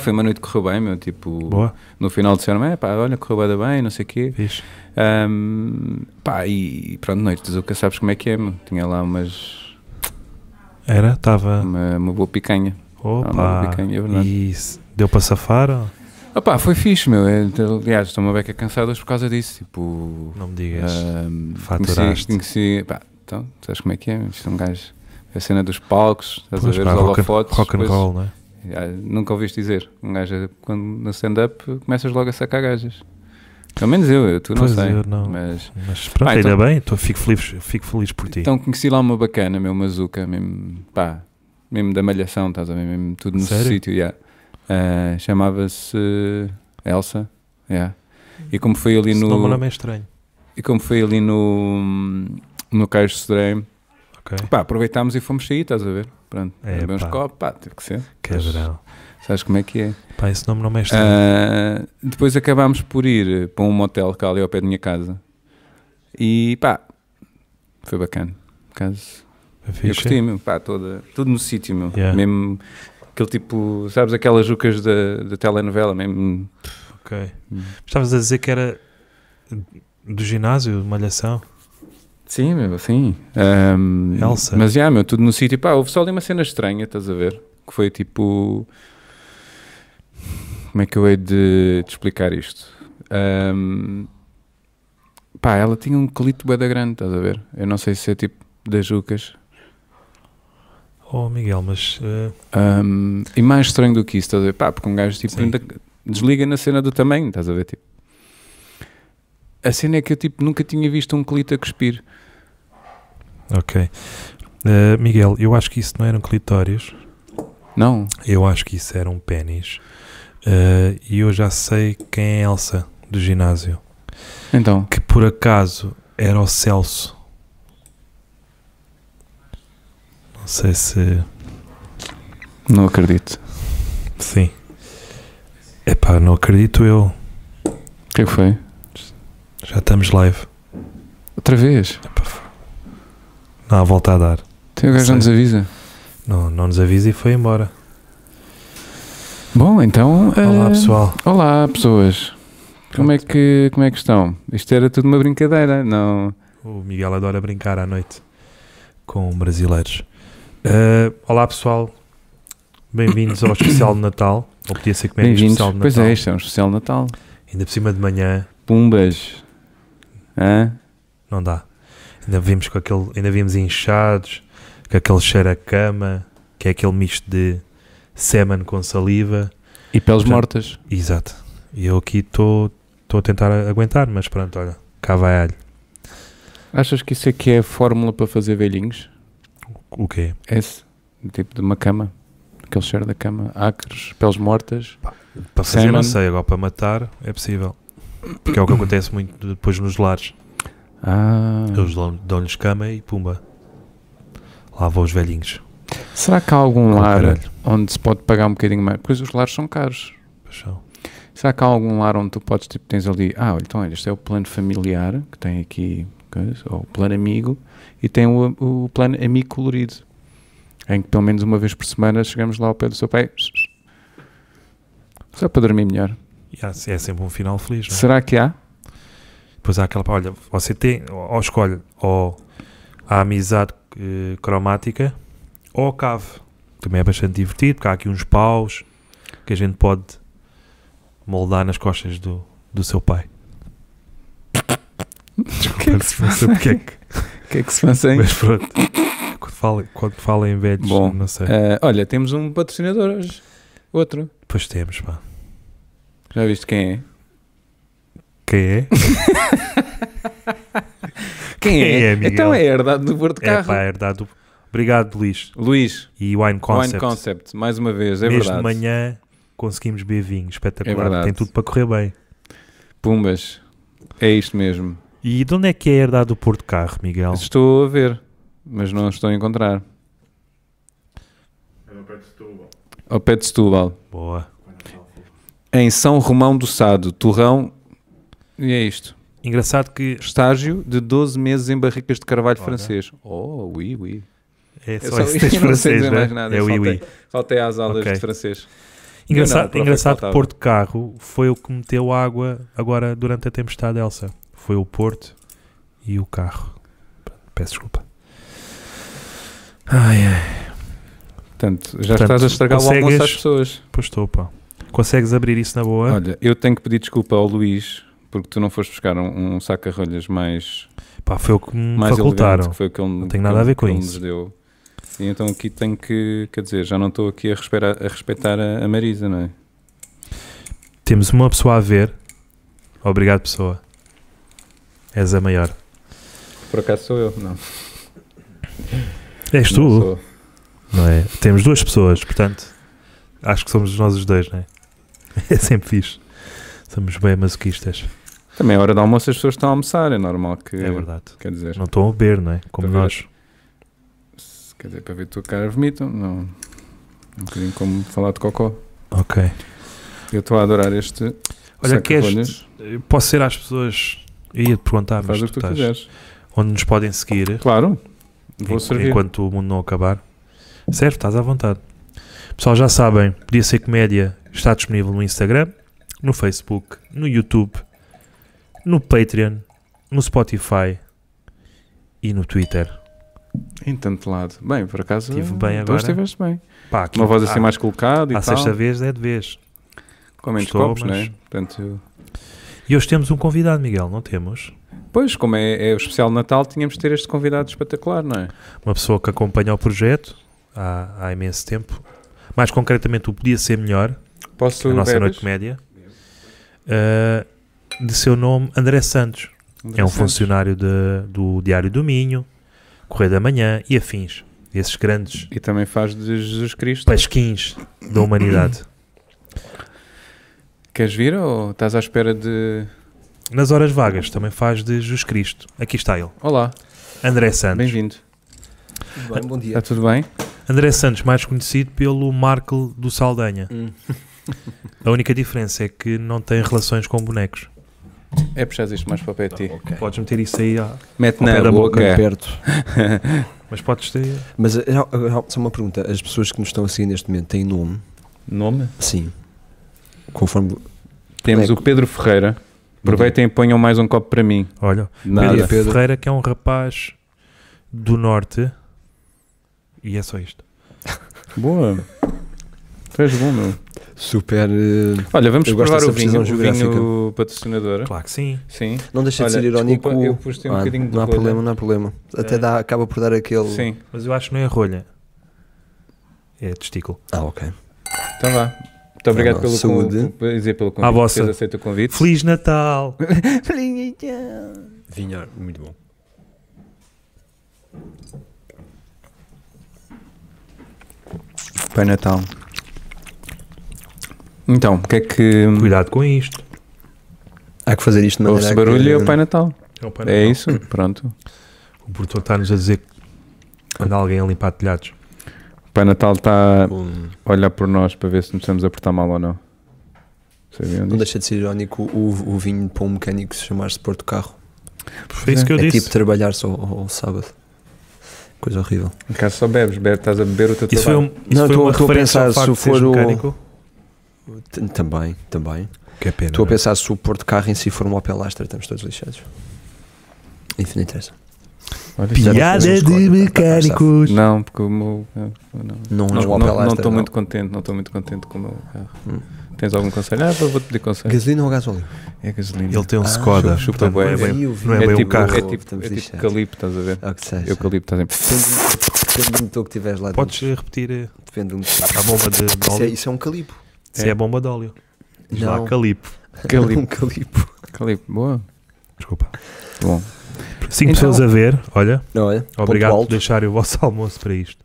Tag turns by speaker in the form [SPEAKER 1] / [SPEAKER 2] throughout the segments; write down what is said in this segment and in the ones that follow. [SPEAKER 1] Foi uma noite que correu bem, meu, tipo,
[SPEAKER 2] Boa.
[SPEAKER 1] no final disseram, é pá, olha, correu bué da bem, não sei o quê.
[SPEAKER 2] Fixe.
[SPEAKER 1] Ahm, pá, e pronto, noite de Zuca, sabes como é que é, meu? Tinha lá umas,
[SPEAKER 2] Era? Estava.
[SPEAKER 1] uma, uma boa picanha.
[SPEAKER 2] Ah. Opa!
[SPEAKER 1] não, biquinho, é verdade.
[SPEAKER 2] Isso. Deu para safar? ou?
[SPEAKER 1] Ah pá, foi fixe, meu, é, de- aliás, estou uma beca é cansado hoje por causa disso, tipo...
[SPEAKER 2] Não me digas.
[SPEAKER 1] ahm, Conheci,
[SPEAKER 2] Faturaste.
[SPEAKER 1] conheci, pá, então, sabes como é que é, meu? isto é um gajo, a cena dos palcos, estás
[SPEAKER 2] Pois,
[SPEAKER 1] a ver
[SPEAKER 2] pá,
[SPEAKER 1] os
[SPEAKER 2] rock, and-
[SPEAKER 1] holofotes.
[SPEAKER 2] rock and
[SPEAKER 1] depois-
[SPEAKER 2] roll, não é?
[SPEAKER 1] Ah, nunca ouviste dizer. Um gajo, quando no stand-up, começas logo a sacar gajas. Pelo menos eu, eu tu não
[SPEAKER 2] Pois,
[SPEAKER 1] sei.
[SPEAKER 2] eu não.
[SPEAKER 1] Mas,
[SPEAKER 2] Mas pronto,
[SPEAKER 1] Ah,
[SPEAKER 2] ainda
[SPEAKER 1] então-
[SPEAKER 2] bem, tô, fico, feliz, fico feliz por ti.
[SPEAKER 1] então conheci lá uma bacana, meu Mazuca, mesmo, pá, mesmo da malhação, estás a ver? Mesmo tudo no
[SPEAKER 2] Sério?
[SPEAKER 1] sítio, yeah. Ah, Chamava-se Elsa, yeah. E como foi ali
[SPEAKER 2] Esse nome,
[SPEAKER 1] no.
[SPEAKER 2] nome é estranho.
[SPEAKER 1] E como foi ali no. No Cais de Sodré,
[SPEAKER 2] Ok.
[SPEAKER 1] pá, aproveitámos e fomos sair, estás a ver? Pronto,
[SPEAKER 2] É,
[SPEAKER 1] beber uns
[SPEAKER 2] pá.
[SPEAKER 1] copos, pá, teve que ser.
[SPEAKER 2] Cabrão.
[SPEAKER 1] Sabes como é que é?
[SPEAKER 2] é Pá, esse nome não é estranho.
[SPEAKER 1] Ah, depois acabámos por ir para um motel cá ali ao pé da minha casa e pá, foi bacana. Por acaso,
[SPEAKER 2] É
[SPEAKER 1] Eh, eu
[SPEAKER 2] fixe.
[SPEAKER 1] gostei, meu, pá, toda, tudo no sítio, meu.
[SPEAKER 2] Yeah.
[SPEAKER 1] Mesmo aquele tipo, sabes, aquelas jucas da, da telenovela, mesmo.
[SPEAKER 2] Ok. Estavas a dizer que era do ginásio, de malhação.
[SPEAKER 1] Sim, meu, sim. Ahm,
[SPEAKER 2] Elsa.
[SPEAKER 1] Mas já, meu, tudo no sítio. Pá, houve só ali uma cena estranha, estás a ver? Que foi tipo. Como é que eu hei de, de explicar isto? Ahm, pá, ela tinha um clito bué da grande, estás a ver? Eu não sei se é tipo das Jucas.
[SPEAKER 2] Oh, Miguel, mas eh,
[SPEAKER 1] Ahm, e mais estranho do que isso, estás a ver? Pá, porque um gajo tipo
[SPEAKER 2] Sim.
[SPEAKER 1] ainda desliga na cena do tamanho, estás a ver? Tipo. A cena é que eu tipo nunca tinha visto um clito a cuspir.
[SPEAKER 2] ok. Eh, Miguel, eu acho que isso não eram clitórios.
[SPEAKER 1] Não?
[SPEAKER 2] Eu acho que isso era um pênis. Eh, e eu já sei quem é Elsa, do ginásio.
[SPEAKER 1] Então.
[SPEAKER 2] Que por acaso era o Celso. Não sei se.
[SPEAKER 1] Não acredito.
[SPEAKER 2] Sim. Epá, não acredito eu.
[SPEAKER 1] O que é que foi?
[SPEAKER 2] Já estamos live.
[SPEAKER 1] Outra vez?
[SPEAKER 2] Epá, f- não há volta a dar.
[SPEAKER 1] Tem o gajo não nos avisa.
[SPEAKER 2] Não, não nos avisa e foi embora.
[SPEAKER 1] Bom, então.
[SPEAKER 2] Olá
[SPEAKER 1] eh,
[SPEAKER 2] pessoal.
[SPEAKER 1] Olá, pessoas. Como é, que, como é que estão? Isto era tudo uma brincadeira, não.
[SPEAKER 2] O Miguel adora brincar à noite com brasileiros. Ah, olá pessoal. Bem-vindos ao especial de Natal. Ou podia ser comédia
[SPEAKER 1] Bem-vindos.
[SPEAKER 2] especial de Natal.
[SPEAKER 1] Pois é, isto é um especial de Natal.
[SPEAKER 2] Ainda por cima de manhã.
[SPEAKER 1] Pumbas. Hã?
[SPEAKER 2] Não dá. Ainda vimos com aquele, ainda vimos inchados, com aquele cheiro a cama, que é aquele misto de sêmen com saliva.
[SPEAKER 1] E peles
[SPEAKER 2] Portanto,
[SPEAKER 1] mortas.
[SPEAKER 2] Exato. E eu aqui estou a tentar a- aguentar, mas pronto, olha, cá vai alho.
[SPEAKER 1] Achas que isso aqui é a fórmula para fazer velhinhos? É
[SPEAKER 2] O quê?
[SPEAKER 1] Esse? Tipo de uma cama? Aquele cheiro da cama? Acres, peles mortas?
[SPEAKER 2] Para fazer,
[SPEAKER 1] Sêmen.
[SPEAKER 2] não sei, agora para matar é possível. Porque é o que acontece muito depois nos lares.
[SPEAKER 1] Ah.
[SPEAKER 2] Eles dão- dão-lhes cama e pumba. Lá vão os velhinhos.
[SPEAKER 1] Será que há algum
[SPEAKER 2] Com o
[SPEAKER 1] lar
[SPEAKER 2] caralho.
[SPEAKER 1] onde se pode pagar um bocadinho mais? Pois os lares são caros.
[SPEAKER 2] Paixão.
[SPEAKER 1] Será que há algum lar onde tu podes, tipo, tens ali, ah, olha, então olha, este é o plano familiar, que tem aqui, coisa, ou o plano amigo, e tem o, o plano amigo colorido, em que pelo menos uma vez por semana chegamos lá ao pé do seu pai, só para dormir melhor.
[SPEAKER 2] E há- é sempre um final feliz, não é?
[SPEAKER 1] Será que há?
[SPEAKER 2] Depois há aquela, pá, olha, você tem, ou ou escolhe, ou a amizade eh, cromática, ou a cave. Também é bastante divertido, porque há aqui uns paus que a gente pode moldar nas costas do, do seu pai.
[SPEAKER 1] que é que
[SPEAKER 2] Não sei porque é que-
[SPEAKER 1] O que é que se passa, hein?
[SPEAKER 2] mas pronto. Quando fala, quando fala em velhos,
[SPEAKER 1] Bom,
[SPEAKER 2] não sei.
[SPEAKER 1] Ah, olha, temos um patrocinador hoje, outro.
[SPEAKER 2] Depois temos, pá.
[SPEAKER 1] Já viste quem é?
[SPEAKER 2] Quem é?
[SPEAKER 1] Quem,
[SPEAKER 2] é, Miguel?
[SPEAKER 1] então é a herdade do Porto
[SPEAKER 2] É,
[SPEAKER 1] Carro.
[SPEAKER 2] pá, é herdado. Obrigado, Luís.
[SPEAKER 1] Luís,
[SPEAKER 2] E Wine Concept.
[SPEAKER 1] Wine Concept, mais uma vez, é
[SPEAKER 2] Mesmo
[SPEAKER 1] verdade.
[SPEAKER 2] de manhã conseguimos beber vinho.
[SPEAKER 1] É
[SPEAKER 2] Espetacular.
[SPEAKER 1] verdade.
[SPEAKER 2] Tem tudo para correr bem.
[SPEAKER 1] Pumbas, é isto mesmo.
[SPEAKER 2] E de onde é que é a herdade do Porto Carro, Miguel?
[SPEAKER 1] Estou a ver, mas não a estou a encontrar. Ao pé de Setúbal.
[SPEAKER 2] Boa.
[SPEAKER 1] Em São Romão do Sado, Torrão. E é isto.
[SPEAKER 2] Engraçado que
[SPEAKER 1] Estágio de 12 meses em barricas de carvalho
[SPEAKER 2] Olha.
[SPEAKER 1] francês. Oh, oui, oui.
[SPEAKER 2] é
[SPEAKER 1] Eu
[SPEAKER 2] só esse texto
[SPEAKER 1] eu não sei
[SPEAKER 2] francês,
[SPEAKER 1] dizer mais
[SPEAKER 2] né?
[SPEAKER 1] nada,
[SPEAKER 2] É
[SPEAKER 1] eu
[SPEAKER 2] o
[SPEAKER 1] saltei-
[SPEAKER 2] Iwi.
[SPEAKER 1] Saltei às aulas
[SPEAKER 2] Ok.
[SPEAKER 1] de francês. Não, tá
[SPEAKER 2] Engraçado,
[SPEAKER 1] prova
[SPEAKER 2] engraçado
[SPEAKER 1] que
[SPEAKER 2] que
[SPEAKER 1] faltava.
[SPEAKER 2] Porto Carro foi o que meteu água agora durante a tempestade Elsa. Foi o Porto e o carro. Peço desculpa. Ai, ai,
[SPEAKER 1] Portanto, já
[SPEAKER 2] Portanto,
[SPEAKER 1] estás a estragar o
[SPEAKER 2] consegues-
[SPEAKER 1] almoço às pessoas.
[SPEAKER 2] pois estou, pá. Consegues abrir isso na boa?
[SPEAKER 1] Olha, eu tenho que pedir desculpa ao Luís porque tu não foste buscar um, um saca-rolhas mais,
[SPEAKER 2] Pá, foi o que me
[SPEAKER 1] mais
[SPEAKER 2] Um facultaram.
[SPEAKER 1] elegante, que foi o que ele, não
[SPEAKER 2] tem nada a ver com isso.
[SPEAKER 1] Nos deu. E então aqui tenho que, quer dizer, já não estou aqui a respeitar, a, respeitar a, a Marisa, não é?
[SPEAKER 2] Temos uma pessoa a ver. Obrigado, pessoa. És a maior.
[SPEAKER 1] Por acaso sou eu, não.
[SPEAKER 2] És
[SPEAKER 1] não
[SPEAKER 2] tu,
[SPEAKER 1] sou.
[SPEAKER 2] não é? Temos duas pessoas, portanto, acho que somos nós os dois, não é? É sempre fixe. Somos bem masoquistas.
[SPEAKER 1] Também a hora do almoço as pessoas estão a almoçar, é normal que.
[SPEAKER 2] É verdade.
[SPEAKER 1] Quer dizer,
[SPEAKER 2] Não estão a beber, não é? Como
[SPEAKER 1] Para ver.
[SPEAKER 2] nós.
[SPEAKER 1] se- quer dizer, para ver a tua cara vomitam, não. É um bocadinho como falar de cocó.
[SPEAKER 2] Ok.
[SPEAKER 1] Eu estou a adorar este.
[SPEAKER 2] Olha, queres.
[SPEAKER 1] saca-rolhas.
[SPEAKER 2] Posso ser às pessoas. Eu ia te perguntar, mas
[SPEAKER 1] Faz o que
[SPEAKER 2] tu
[SPEAKER 1] tu
[SPEAKER 2] estás.
[SPEAKER 1] quiseres.
[SPEAKER 2] Onde nos podem seguir
[SPEAKER 1] Claro, vou
[SPEAKER 2] en-
[SPEAKER 1] servir.
[SPEAKER 2] enquanto o mundo não acabar. Serve, estás à vontade. Pessoal, já sabem, Podia Ser Comédia está disponível no Instagram, no Facebook, no YouTube, no Patreon, no Spotify e no Twitter.
[SPEAKER 1] Em tanto lado. Bem, por acaso.
[SPEAKER 2] Estive bem
[SPEAKER 1] tu
[SPEAKER 2] agora.
[SPEAKER 1] estiveste bem.
[SPEAKER 2] Pá, aqui-
[SPEAKER 1] Uma voz assim
[SPEAKER 2] à-
[SPEAKER 1] mais colocada e
[SPEAKER 2] À
[SPEAKER 1] tal.
[SPEAKER 2] sexta vez é de vez.
[SPEAKER 1] Com menos
[SPEAKER 2] Estou,
[SPEAKER 1] copos,
[SPEAKER 2] mas-
[SPEAKER 1] não é? Portanto, eu-
[SPEAKER 2] E hoje temos um convidado, Miguel, não temos?
[SPEAKER 1] pois, como é, é o especial de Natal, tínhamos de ter este convidado espetacular, não é?
[SPEAKER 2] uma pessoa que acompanha o projeto há, há imenso tempo. Mais concretamente, o Podia Ser Melhor,
[SPEAKER 1] Posso
[SPEAKER 2] a nossa
[SPEAKER 1] bebes?
[SPEAKER 2] noite de comédia, uh, de seu nome André Santos.
[SPEAKER 1] André
[SPEAKER 2] É um
[SPEAKER 1] Santos.
[SPEAKER 2] funcionário de- do Diário do Minho, Correio da Manhã e afins. Esses grandes
[SPEAKER 1] E também faz de Jesus Cristo.
[SPEAKER 2] pasquins da humanidade.
[SPEAKER 1] Queres vir ou estás à espera de.
[SPEAKER 2] Nas horas vagas também faz de Jesus Cristo. Aqui está ele,
[SPEAKER 1] Olá,
[SPEAKER 2] André Santos.
[SPEAKER 1] bem-vindo.
[SPEAKER 3] Tudo bem, bom
[SPEAKER 1] Está
[SPEAKER 3] dia.
[SPEAKER 1] tudo bem?
[SPEAKER 2] André Santos, mais conhecido pelo Markle do Saldanha.
[SPEAKER 3] Hum.
[SPEAKER 2] A única diferença é que não tem relações com bonecos.
[SPEAKER 1] É puxar isto mais para o pé de ti.
[SPEAKER 3] Ok.
[SPEAKER 2] É. Podes meter isso aí à,
[SPEAKER 1] Mete
[SPEAKER 2] Ao pé
[SPEAKER 1] na
[SPEAKER 2] da
[SPEAKER 1] boca.
[SPEAKER 2] boca.
[SPEAKER 3] Bem perto.
[SPEAKER 2] Mas podes ter.
[SPEAKER 3] Mas eh, já- já- só uma pergunta: as pessoas que nos estão a seguir neste momento têm nome?
[SPEAKER 1] Nome?
[SPEAKER 3] Sim. Conforme.
[SPEAKER 1] Temos
[SPEAKER 3] Boneco.
[SPEAKER 1] o Pedro Ferreira. Aproveitem e ponham mais um copo para mim.
[SPEAKER 2] Olha,
[SPEAKER 1] Nada.
[SPEAKER 2] Pedro,
[SPEAKER 3] Pedro.
[SPEAKER 2] Ferreira, que é um rapaz do norte. E é só isto.
[SPEAKER 1] Boa. Tu és bom, meu.
[SPEAKER 3] Super. eh,
[SPEAKER 1] Olha, vamos
[SPEAKER 3] Eu gosto
[SPEAKER 1] provar o
[SPEAKER 3] dessa
[SPEAKER 1] vinho,
[SPEAKER 3] precisão
[SPEAKER 1] o vinho
[SPEAKER 3] geográfica.
[SPEAKER 1] patrocinador.
[SPEAKER 2] Claro que sim.
[SPEAKER 1] Sim.
[SPEAKER 3] não deixa de
[SPEAKER 1] Olha,
[SPEAKER 3] ser irónico.
[SPEAKER 1] desculpa, eu pus-te um
[SPEAKER 3] Ah,
[SPEAKER 1] bocadinho de
[SPEAKER 3] não há
[SPEAKER 1] rolha.
[SPEAKER 3] problema, não há problema. Até
[SPEAKER 2] Eh.
[SPEAKER 3] dá, acaba por dar aquele.
[SPEAKER 1] Sim.
[SPEAKER 2] Mas eu acho que não é rolha. É testículo.
[SPEAKER 3] Ah, ok.
[SPEAKER 1] Então vá. Muito obrigado
[SPEAKER 3] Ah,
[SPEAKER 1] pelo,
[SPEAKER 3] saúde.
[SPEAKER 1] con- por dizer pelo convite.
[SPEAKER 2] À vossa.
[SPEAKER 1] Vocês aceitam o convite.
[SPEAKER 2] Feliz Natal!
[SPEAKER 3] Vinhar, ah, muito bom.
[SPEAKER 1] Pai Natal. Então, o que é que.
[SPEAKER 2] Cuidado com isto.
[SPEAKER 3] Há que fazer isto de maneira.
[SPEAKER 1] Ouve-se
[SPEAKER 3] que-
[SPEAKER 1] barulho e é o Pai Natal.
[SPEAKER 2] É o Pai
[SPEAKER 1] É
[SPEAKER 2] Natal.
[SPEAKER 1] isso? Pronto.
[SPEAKER 2] O produtor está-nos a dizer que anda alguém a limpar telhados.
[SPEAKER 1] O Pai Natal está
[SPEAKER 3] Hum,
[SPEAKER 1] a olhar por nós para ver se nos estamos a portar mal ou não. Sabiam
[SPEAKER 3] Não
[SPEAKER 1] disso?
[SPEAKER 3] deixa de ser irónico o, o vinho para um mecânico se chamar-se Porto Carro.
[SPEAKER 2] Foi isso que eu
[SPEAKER 3] é
[SPEAKER 2] disse.
[SPEAKER 3] tipo trabalhar só ao, ao sábado. Coisa horrível.
[SPEAKER 1] Em caso só bebes, bebe, estás a beber o teu
[SPEAKER 2] Isso foi, um,
[SPEAKER 1] trabalho.
[SPEAKER 2] isso
[SPEAKER 3] Não,
[SPEAKER 2] foi
[SPEAKER 3] estou-
[SPEAKER 2] uma
[SPEAKER 3] estou a
[SPEAKER 2] referência ao
[SPEAKER 3] pensar,
[SPEAKER 2] facto
[SPEAKER 3] se
[SPEAKER 2] de seres
[SPEAKER 3] for o-
[SPEAKER 2] mecânico.
[SPEAKER 3] T- Também, também.
[SPEAKER 2] Que é pena.
[SPEAKER 3] Estou a
[SPEAKER 2] não é?
[SPEAKER 3] pensar se o Porto Carro em si for um Opel Astra, estamos todos lixados. Enfim, não interessa.
[SPEAKER 1] Olha, isso já não
[SPEAKER 3] Piada
[SPEAKER 1] foi.
[SPEAKER 2] Piada
[SPEAKER 3] de
[SPEAKER 2] de
[SPEAKER 3] mecânicos.
[SPEAKER 2] mecânicos.
[SPEAKER 1] Não, porque o meu. ah, Não.
[SPEAKER 3] Não é
[SPEAKER 1] Não,
[SPEAKER 3] um
[SPEAKER 1] não,
[SPEAKER 3] Opel
[SPEAKER 1] não
[SPEAKER 3] Astra.
[SPEAKER 1] estou muito contente, não estou muito contente com o meu carro.
[SPEAKER 3] Hum.
[SPEAKER 1] Tens algum conselho? Ah, vou- vou-te pedir conselho.
[SPEAKER 3] Gasolina ou gasóleo?
[SPEAKER 1] é gasolina.
[SPEAKER 2] Ele tem um
[SPEAKER 3] Ah,
[SPEAKER 2] Skoda.
[SPEAKER 1] chupa- chupa
[SPEAKER 2] portanto, não
[SPEAKER 1] bué.
[SPEAKER 2] é bem-
[SPEAKER 3] Sim, eu
[SPEAKER 2] não
[SPEAKER 3] vi.
[SPEAKER 2] é
[SPEAKER 1] é
[SPEAKER 2] bem
[SPEAKER 1] tipo,
[SPEAKER 2] o carro.
[SPEAKER 1] É tipo,
[SPEAKER 3] Estamos
[SPEAKER 1] é tipo
[SPEAKER 3] lixados.
[SPEAKER 1] calipo, estás a ver? tá
[SPEAKER 3] É o que seja.
[SPEAKER 1] Eucalipto, estás a ver?
[SPEAKER 3] Depende, depende do motor que tiveres lá dentro.
[SPEAKER 2] Podes repetir eh,
[SPEAKER 3] Depende do motor.
[SPEAKER 2] a bomba de, de
[SPEAKER 3] Isso é,
[SPEAKER 2] óleo.
[SPEAKER 3] isso é um calipo.
[SPEAKER 2] Se é bomba de óleo. Diz lá,
[SPEAKER 3] Não.
[SPEAKER 2] calipo.
[SPEAKER 3] um
[SPEAKER 1] Calipo,
[SPEAKER 3] calipo.
[SPEAKER 1] calipo, boa.
[SPEAKER 2] Desculpa.
[SPEAKER 1] Bom,
[SPEAKER 2] 5
[SPEAKER 1] Então-
[SPEAKER 2] pessoas a ver, olha.
[SPEAKER 3] Não, olha, ponto
[SPEAKER 2] Obrigado por
[SPEAKER 3] alto.
[SPEAKER 2] deixarem o vosso almoço para isto.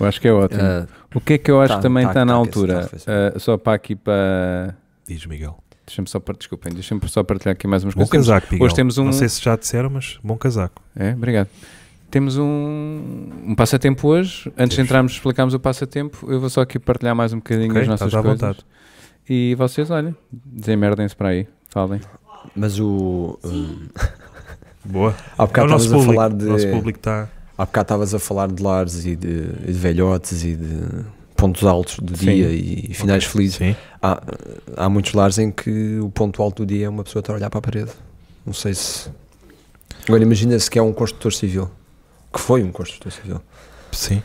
[SPEAKER 1] eu acho que é ótimo.
[SPEAKER 3] Ah,
[SPEAKER 1] o que é que eu acho
[SPEAKER 3] tá,
[SPEAKER 1] que também
[SPEAKER 3] tá,
[SPEAKER 1] está na
[SPEAKER 3] tá, que esse
[SPEAKER 1] altura?
[SPEAKER 3] carro fez.
[SPEAKER 1] Ah, só para aqui para.
[SPEAKER 2] Diz Miguel.
[SPEAKER 1] Deixa-me só, par- desculpem, deixa-me só partilhar aqui mais umas
[SPEAKER 2] Bom
[SPEAKER 1] coisas. Temos-
[SPEAKER 2] casaco, Miguel.
[SPEAKER 1] hoje temos um-
[SPEAKER 2] Não sei se já disseram, mas bom casaco.
[SPEAKER 1] É, obrigado. Temos um, um passatempo hoje. Antes de
[SPEAKER 2] Temos.
[SPEAKER 1] entrarmos, explicarmos o passatempo. Eu vou só aqui partilhar mais um bocadinho
[SPEAKER 2] Ok,
[SPEAKER 1] as nossas
[SPEAKER 2] estás à
[SPEAKER 1] coisas.
[SPEAKER 2] vontade.
[SPEAKER 1] E vocês, olha, desemerdem-se para aí. Falem.
[SPEAKER 3] mas o. hum,
[SPEAKER 2] Boa.
[SPEAKER 3] há
[SPEAKER 2] É o
[SPEAKER 3] bocado
[SPEAKER 2] nosso
[SPEAKER 3] estavas a
[SPEAKER 2] público. tá-
[SPEAKER 3] falar
[SPEAKER 2] O nosso
[SPEAKER 3] de.
[SPEAKER 2] público está.
[SPEAKER 3] Há bocado estavas a falar de lares e de, e de velhotes e de pontos altos do
[SPEAKER 1] Sim.
[SPEAKER 3] dia e finais felizes.
[SPEAKER 2] Sim.
[SPEAKER 3] Há, há muitos lares em que o ponto alto do dia é uma pessoa estar a olhar para a parede. Não sei se. Agora imagina-se que é um construtor civil. Que foi um construtor civil.
[SPEAKER 2] Sim.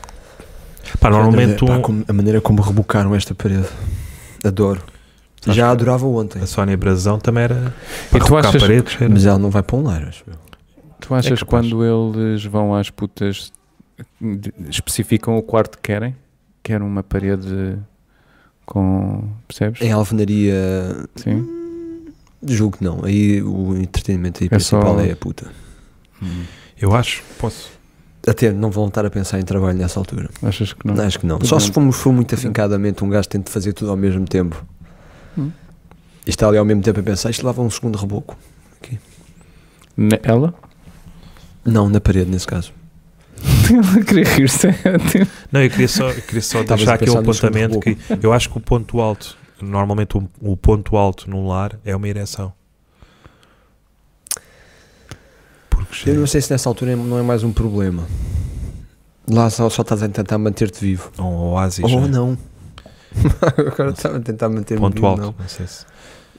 [SPEAKER 2] Pá, normalmente
[SPEAKER 3] Pá,
[SPEAKER 2] um,
[SPEAKER 3] como- a maneira como rebocaram esta parede. Adoro.
[SPEAKER 2] Sabes
[SPEAKER 3] Já
[SPEAKER 2] que-
[SPEAKER 3] adorava ontem.
[SPEAKER 2] a Sónia Brasão também era
[SPEAKER 1] E tu
[SPEAKER 2] para arrancar
[SPEAKER 1] achas-
[SPEAKER 2] paredes. era-
[SPEAKER 3] Mas ela não vai para um lar, acho eu.
[SPEAKER 1] Tu achas que
[SPEAKER 2] capaz.
[SPEAKER 1] quando eles vão às putas de- especificam o quarto que querem? Querem uma parede com. percebes?
[SPEAKER 3] Em alvenaria.
[SPEAKER 1] Sim.
[SPEAKER 3] Julgo que não. Aí o entretenimento aí
[SPEAKER 1] É só-
[SPEAKER 3] principal é a puta.
[SPEAKER 2] Eu acho, posso.
[SPEAKER 3] Até não vão estar a pensar em trabalho nessa altura.
[SPEAKER 1] Achas que não?
[SPEAKER 3] Acho que não. é?
[SPEAKER 1] Tudo
[SPEAKER 3] Só
[SPEAKER 1] bem.
[SPEAKER 3] se for, for muito afincadamente um gajo tente fazer tudo ao mesmo tempo.
[SPEAKER 1] Hum.
[SPEAKER 3] E está ali ao mesmo tempo a pensar, isto lá vai um segundo reboco.
[SPEAKER 1] Na- Ela?
[SPEAKER 3] Não, na parede nesse caso.
[SPEAKER 1] Ela queria rir-se.
[SPEAKER 2] Não, eu queria só, eu queria só
[SPEAKER 3] Estavas
[SPEAKER 2] deixar
[SPEAKER 3] a
[SPEAKER 2] aqui um
[SPEAKER 3] pensar no segundo
[SPEAKER 2] apontamento que eu acho que o ponto alto, normalmente um- o ponto alto num lar é uma ereção. Porque
[SPEAKER 3] Eu não
[SPEAKER 2] chega.
[SPEAKER 3] sei se nessa altura é- não é mais um problema. Lá só, só estás a tentar manter-te vivo.
[SPEAKER 2] Um oásis.
[SPEAKER 3] Ou
[SPEAKER 2] né?
[SPEAKER 3] Oh, não. Agora estava a tentar manter-me
[SPEAKER 2] Ponto
[SPEAKER 3] vivo.
[SPEAKER 2] alto.
[SPEAKER 3] Não.
[SPEAKER 2] Não sei se.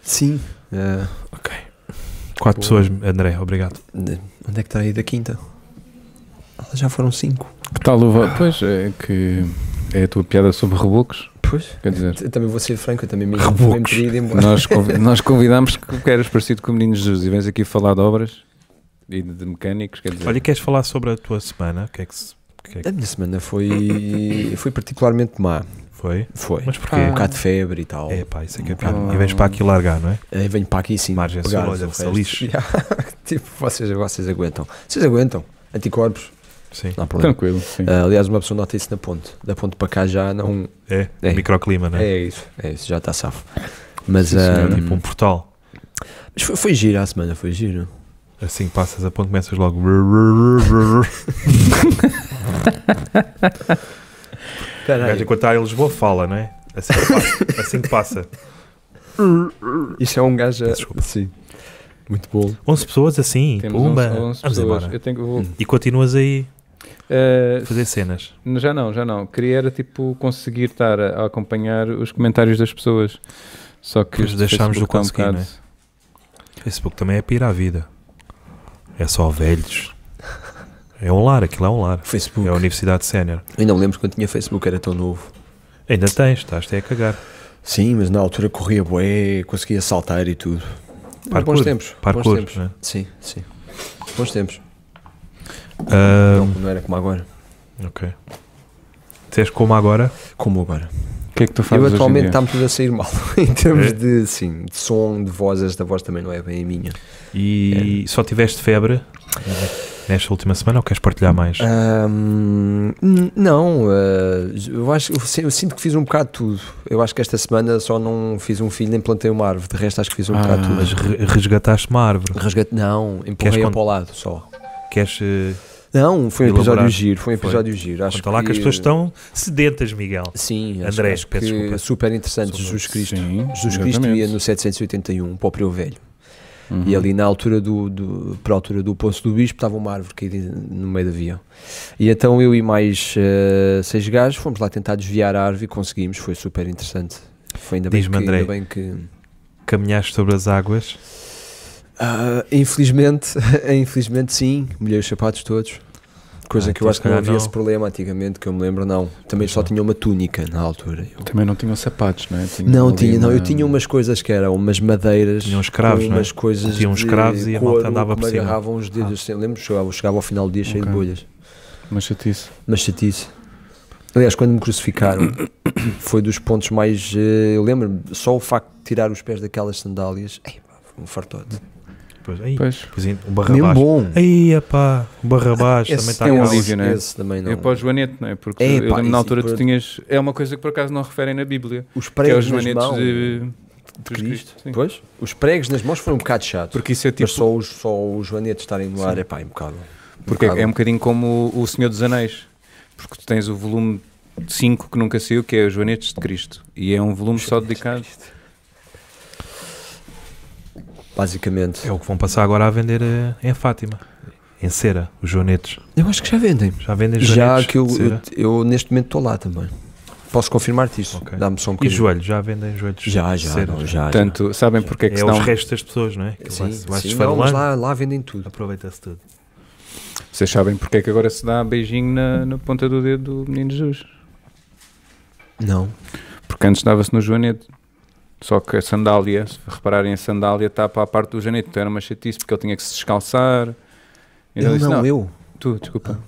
[SPEAKER 3] Sim. Eh,
[SPEAKER 2] Quatro
[SPEAKER 3] Boa.
[SPEAKER 2] pessoas, André, obrigado.
[SPEAKER 3] de- onde é que está aí da quinta? Ah, já foram cinco.
[SPEAKER 1] Que tal o. va- Pois, é que. É a tua piada sobre rebocos?
[SPEAKER 3] Pois.
[SPEAKER 1] Quer dizer,
[SPEAKER 3] Eu também vou ser franco, eu também me
[SPEAKER 2] Rebocos.
[SPEAKER 3] também me queria ir embora.
[SPEAKER 1] nós, convi- nós convidámos que que eras parecido com o Menino Jesus e vens aqui falar de obras e de, de mecânicos. Quer dizer,
[SPEAKER 2] Olha, queres falar sobre a tua semana? O que é que se- o que é que
[SPEAKER 3] A minha semana foi, foi particularmente má.
[SPEAKER 2] foi?
[SPEAKER 3] Foi.
[SPEAKER 2] Mas porquê?
[SPEAKER 3] um bocado de febre e tal.
[SPEAKER 2] É pá, isso é que é
[SPEAKER 3] Ah.
[SPEAKER 2] pior. E vens para aqui largar, não é?
[SPEAKER 3] Aí venho para aqui sim.
[SPEAKER 2] Margem
[SPEAKER 3] pegar
[SPEAKER 2] sul,
[SPEAKER 3] o
[SPEAKER 2] olha, se
[SPEAKER 3] resto.
[SPEAKER 2] lixe.
[SPEAKER 3] Ya, tipo, vocês, vocês aguentam. Vocês aguentam. Anticorpos,
[SPEAKER 2] Sim.
[SPEAKER 3] não há problema.
[SPEAKER 1] tranquilo. Sim.
[SPEAKER 3] Ah, aliás, uma pessoa nota isso na ponte. Da ponte para cá já não.
[SPEAKER 2] É,
[SPEAKER 3] É.
[SPEAKER 2] microclima, não é?
[SPEAKER 3] É isso, é isso, já está safo. Mas,
[SPEAKER 1] Sim, senhor,
[SPEAKER 3] ah,
[SPEAKER 2] Tipo um portal.
[SPEAKER 3] mas foi, foi giro a semana, foi giro.
[SPEAKER 2] Assim que passas a ponto, começas logo. O gajo
[SPEAKER 3] é
[SPEAKER 2] enquanto está em Lisboa fala, não é? Assim que passa. Assim que passa.
[SPEAKER 3] Isso é um gajo. a-
[SPEAKER 2] Desculpa.
[SPEAKER 3] Sim. Muito bom.
[SPEAKER 2] 11 pessoas assim,
[SPEAKER 1] Temos
[SPEAKER 2] pumba.
[SPEAKER 1] 11, 11
[SPEAKER 2] Vamos
[SPEAKER 1] pessoas.
[SPEAKER 2] embora.
[SPEAKER 1] Eu tenho, que- vou,
[SPEAKER 3] Hum.
[SPEAKER 2] E continuas aí
[SPEAKER 1] eh,
[SPEAKER 2] a fazer cenas.
[SPEAKER 1] Já não, já não. Queria era tipo conseguir estar a, a acompanhar os comentários das pessoas. Só que
[SPEAKER 2] Pois,
[SPEAKER 1] os
[SPEAKER 2] deixámos de
[SPEAKER 1] Facebook está um
[SPEAKER 2] conseguir,
[SPEAKER 1] bocado-
[SPEAKER 2] não é? Facebook também é pira à vida. É só velhos. É um lar, aquilo é um lar.
[SPEAKER 3] Facebook.
[SPEAKER 2] É a Universidade Sénior.
[SPEAKER 3] Ainda me lembro quando tinha Facebook, era tão novo.
[SPEAKER 2] Ainda tens, estás até a cagar.
[SPEAKER 3] Sim, mas na altura corria bué, conseguia saltar e tudo. Mas
[SPEAKER 2] Parkour.
[SPEAKER 3] Bons tempos. Bons
[SPEAKER 2] Parkour.
[SPEAKER 3] tempos.
[SPEAKER 2] né?
[SPEAKER 3] Sim, sim. Bons tempos.
[SPEAKER 2] Ah,
[SPEAKER 3] Não, não era como agora.
[SPEAKER 2] ok. Tens como agora?
[SPEAKER 3] Como agora.
[SPEAKER 1] O que é que tu fazes
[SPEAKER 3] Eu
[SPEAKER 1] hoje em
[SPEAKER 3] atualmente
[SPEAKER 1] dia?
[SPEAKER 3] está-me tudo a sair mal. em termos
[SPEAKER 2] É?
[SPEAKER 3] de, sim, de som, de voz. Esta voz também não é bem a minha.
[SPEAKER 2] E só tiveste febre nesta última semana ou queres partilhar mais?
[SPEAKER 3] Ah. Ahm, n- não, ah, eu, acho, eu, si- eu sinto que fiz um bocado de tudo. Eu acho que esta semana só não fiz um filho nem plantei uma árvore. De resto, acho que fiz um
[SPEAKER 1] Ah,
[SPEAKER 3] bocado de tudo.
[SPEAKER 2] Mas re- resgataste uma árvore.
[SPEAKER 3] Resgate, não,
[SPEAKER 2] Queres
[SPEAKER 3] empurrei-a
[SPEAKER 2] cont-
[SPEAKER 3] para o lado só.
[SPEAKER 2] Queres. eh,
[SPEAKER 3] Não, foi um episódio
[SPEAKER 2] Elaborar.
[SPEAKER 3] giro. Foi um
[SPEAKER 2] Foi.
[SPEAKER 3] episódio giro. Acho
[SPEAKER 2] Conta lá que as pessoas
[SPEAKER 3] eh,
[SPEAKER 2] estão sedentas, Miguel.
[SPEAKER 3] Sim, acho-
[SPEAKER 2] André,
[SPEAKER 3] acho
[SPEAKER 2] peço
[SPEAKER 3] que
[SPEAKER 2] desculpa.
[SPEAKER 3] super interessante.
[SPEAKER 2] Sou
[SPEAKER 3] Jesus
[SPEAKER 2] eu.
[SPEAKER 3] Cristo.
[SPEAKER 1] Sim,
[SPEAKER 3] Jesus Cristo
[SPEAKER 1] exatamente.
[SPEAKER 3] ia no 781 para o Preu Velho.
[SPEAKER 1] Uhum.
[SPEAKER 3] E ali na altura do, do para a altura do Poço do Bispo estava uma árvore caída no meio da via. E então eu e mais eh, seis gajos fomos lá tentar desviar a árvore e conseguimos, foi super interessante. Foi ainda bem
[SPEAKER 2] Diz-me,
[SPEAKER 3] que, ainda
[SPEAKER 2] André.
[SPEAKER 3] bem que-
[SPEAKER 2] Caminhaste sobre as águas.
[SPEAKER 3] Ah, infelizmente, infelizmente sim, molhei os sapatos todos. Coisa
[SPEAKER 2] Ah,
[SPEAKER 3] que
[SPEAKER 2] então
[SPEAKER 3] eu acho
[SPEAKER 2] se
[SPEAKER 3] que não
[SPEAKER 2] calhar
[SPEAKER 3] havia
[SPEAKER 2] não.
[SPEAKER 3] esse problema antigamente, que eu me lembro, não. Também
[SPEAKER 2] Pois
[SPEAKER 3] só
[SPEAKER 2] não.
[SPEAKER 3] tinha uma túnica na altura. Eu-
[SPEAKER 1] Também não tinham sapatos, não é? Tinham
[SPEAKER 3] Não,
[SPEAKER 1] ali
[SPEAKER 3] tinha, não, eu
[SPEAKER 1] uma-
[SPEAKER 3] tinha umas coisas que eram umas madeiras,
[SPEAKER 2] Tinha uns cravos,
[SPEAKER 3] com
[SPEAKER 2] não é?
[SPEAKER 3] umas coisas
[SPEAKER 2] Tinha uns
[SPEAKER 3] de
[SPEAKER 2] cravos e a malta
[SPEAKER 3] couro
[SPEAKER 2] andava
[SPEAKER 3] que
[SPEAKER 2] por
[SPEAKER 3] me
[SPEAKER 2] cima. Ah.
[SPEAKER 3] agarravam os dedos, assim, lembro, chegava, chegava ao final do dia cheio
[SPEAKER 1] Ok.
[SPEAKER 3] de bolhas,
[SPEAKER 1] Uma chatice.
[SPEAKER 3] mas chatice. Aliás, quando me crucificaram, foi dos pontos mais, eh, eu lembro só o facto de tirar os pés daquelas sandálias, ei, pá, foi um fartote.
[SPEAKER 2] Depois, aí,
[SPEAKER 1] Pois.
[SPEAKER 2] depois um
[SPEAKER 3] Mesmo
[SPEAKER 2] barrabás.
[SPEAKER 3] bom.
[SPEAKER 2] Aí, pá, um barrabás
[SPEAKER 3] Esse
[SPEAKER 2] também está
[SPEAKER 1] é um
[SPEAKER 2] cá.
[SPEAKER 1] alívio. né?
[SPEAKER 3] Esse também não.
[SPEAKER 1] É para o joanete, não é? Porque
[SPEAKER 3] É,
[SPEAKER 1] eu
[SPEAKER 3] pá,
[SPEAKER 1] lembro na
[SPEAKER 3] isso-
[SPEAKER 1] altura tu
[SPEAKER 3] por-
[SPEAKER 1] tinhas. É uma coisa que por acaso não referem na Bíblia. Que é os
[SPEAKER 3] Os pregos nas
[SPEAKER 1] joanetes
[SPEAKER 3] mãos.
[SPEAKER 1] de. de
[SPEAKER 3] Cristo.
[SPEAKER 1] sim.
[SPEAKER 3] Pois, os pregos nas mãos foram um bocado chato.
[SPEAKER 1] Porque isso é tipo.
[SPEAKER 3] mas só os, só os joanetes estarem no ar, é pá, impecável.
[SPEAKER 1] Porque é um bocadinho como o o Senhor dos Anéis, porque tu tens o volume 5 que nunca saiu, que é os Joanetes de Cristo, e é um volume só dedicado.
[SPEAKER 3] Basicamente.
[SPEAKER 2] É o que vão passar agora a vender eh, em Fátima. Em cera, os joanetes.
[SPEAKER 3] Eu acho que já um vendem.
[SPEAKER 2] Já vendem joanetes.
[SPEAKER 3] Já que eu,
[SPEAKER 2] de
[SPEAKER 3] eu,
[SPEAKER 2] cera?
[SPEAKER 3] eu neste momento estou lá também. Posso confirmar-te isso.
[SPEAKER 2] Ok.
[SPEAKER 3] Dá-me só um
[SPEAKER 2] E
[SPEAKER 3] bocadinho.
[SPEAKER 2] joelhos, já vendem joelhos.
[SPEAKER 3] Já,
[SPEAKER 2] de
[SPEAKER 3] já,
[SPEAKER 2] cera,
[SPEAKER 3] não,
[SPEAKER 2] já.
[SPEAKER 3] já. já.
[SPEAKER 1] Portanto, sabem porque é que
[SPEAKER 2] É
[SPEAKER 1] se
[SPEAKER 2] os
[SPEAKER 1] dão.
[SPEAKER 2] restos das pessoas, não é? Que
[SPEAKER 3] Sim,
[SPEAKER 2] vai- vai-se
[SPEAKER 3] sim, não, mas
[SPEAKER 2] esfarelando,
[SPEAKER 3] lá, lá vendem tudo.
[SPEAKER 2] Aproveita-se tudo.
[SPEAKER 1] Vocês sabem porque é que agora se dá beijinho na, na ponta do dedo do menino Jesus.
[SPEAKER 3] Não.
[SPEAKER 1] Porque antes dava-se no joanete. Só que a sandália, se repararem, a sandália tapa a parte do joanete. Então era uma chatice porque ele tinha que se descalçar. Então
[SPEAKER 3] Eu
[SPEAKER 1] disse,
[SPEAKER 3] não,
[SPEAKER 1] não,
[SPEAKER 3] eu. Ah.
[SPEAKER 1] tu, desculpa.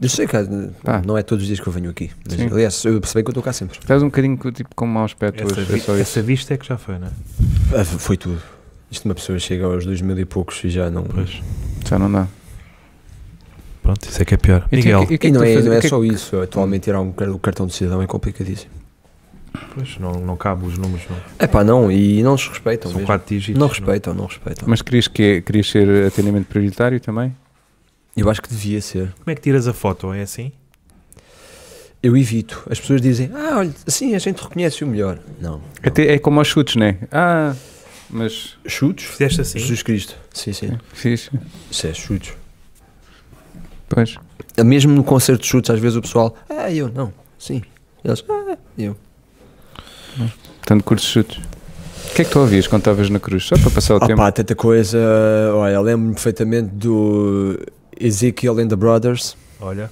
[SPEAKER 3] Eu sei que
[SPEAKER 1] Pá.
[SPEAKER 3] não é todos os dias que eu venho aqui. Mas,
[SPEAKER 1] Sim.
[SPEAKER 3] aliás, eu percebi que eu estou cá sempre.
[SPEAKER 1] Estás um bocadinho co- tipo, com mau aspecto
[SPEAKER 2] Essa,
[SPEAKER 1] hoje. É
[SPEAKER 2] vi-
[SPEAKER 1] só isso.
[SPEAKER 2] essa vista é que já foi, não é?
[SPEAKER 3] Ah, Foi tudo. Isto uma pessoa chega aos dois mil e poucos e já não.
[SPEAKER 2] Pois.
[SPEAKER 1] Já não dá.
[SPEAKER 2] Pronto, isso é que é
[SPEAKER 1] E
[SPEAKER 2] pior.
[SPEAKER 1] o que é
[SPEAKER 2] Miguel,
[SPEAKER 1] que- e o que
[SPEAKER 3] E
[SPEAKER 1] é que
[SPEAKER 3] não
[SPEAKER 1] tu
[SPEAKER 3] é,
[SPEAKER 1] fazes?
[SPEAKER 3] não
[SPEAKER 1] O
[SPEAKER 3] é
[SPEAKER 1] que é
[SPEAKER 3] só
[SPEAKER 1] que-
[SPEAKER 3] isso. Atualmente tirar um car- o cartão de cidadão é complicadíssimo.
[SPEAKER 2] pois, não, não cabe os números, não.
[SPEAKER 3] É pá, não. E não nos respeitam.
[SPEAKER 2] São
[SPEAKER 3] mesmo.
[SPEAKER 2] quatro dígitos. é?
[SPEAKER 3] Não é? respeitam, não respeitam.
[SPEAKER 1] Mas querias, que, é, querias ser atendimento prioritário também?
[SPEAKER 3] Eu acho que devia ser.
[SPEAKER 2] Como é que tiras a foto? É assim?
[SPEAKER 3] Eu evito. As pessoas dizem, ah, olha, assim a gente reconhece o melhor. Não. não.
[SPEAKER 1] Até é como aos chutes, né? Ah, mas.
[SPEAKER 3] Chutes?
[SPEAKER 2] Fizeste assim?
[SPEAKER 3] Jesus Cristo. Sim, sim.
[SPEAKER 1] Fiz.
[SPEAKER 3] Isso é chutes. Ah,
[SPEAKER 1] Pois.
[SPEAKER 3] Mesmo no concerto de chutes, às vezes o pessoal, ah, eu não. Sim. Eles, ah, eu.
[SPEAKER 1] Portanto, curtos chutes. O que é que tu ouvias quando estavas na cruz? Só para passar o
[SPEAKER 3] Ah
[SPEAKER 1] tempo.
[SPEAKER 3] pá, tanta coisa. Olha, lembro-me perfeitamente do Ezekiel and the Brothers.
[SPEAKER 2] Olha,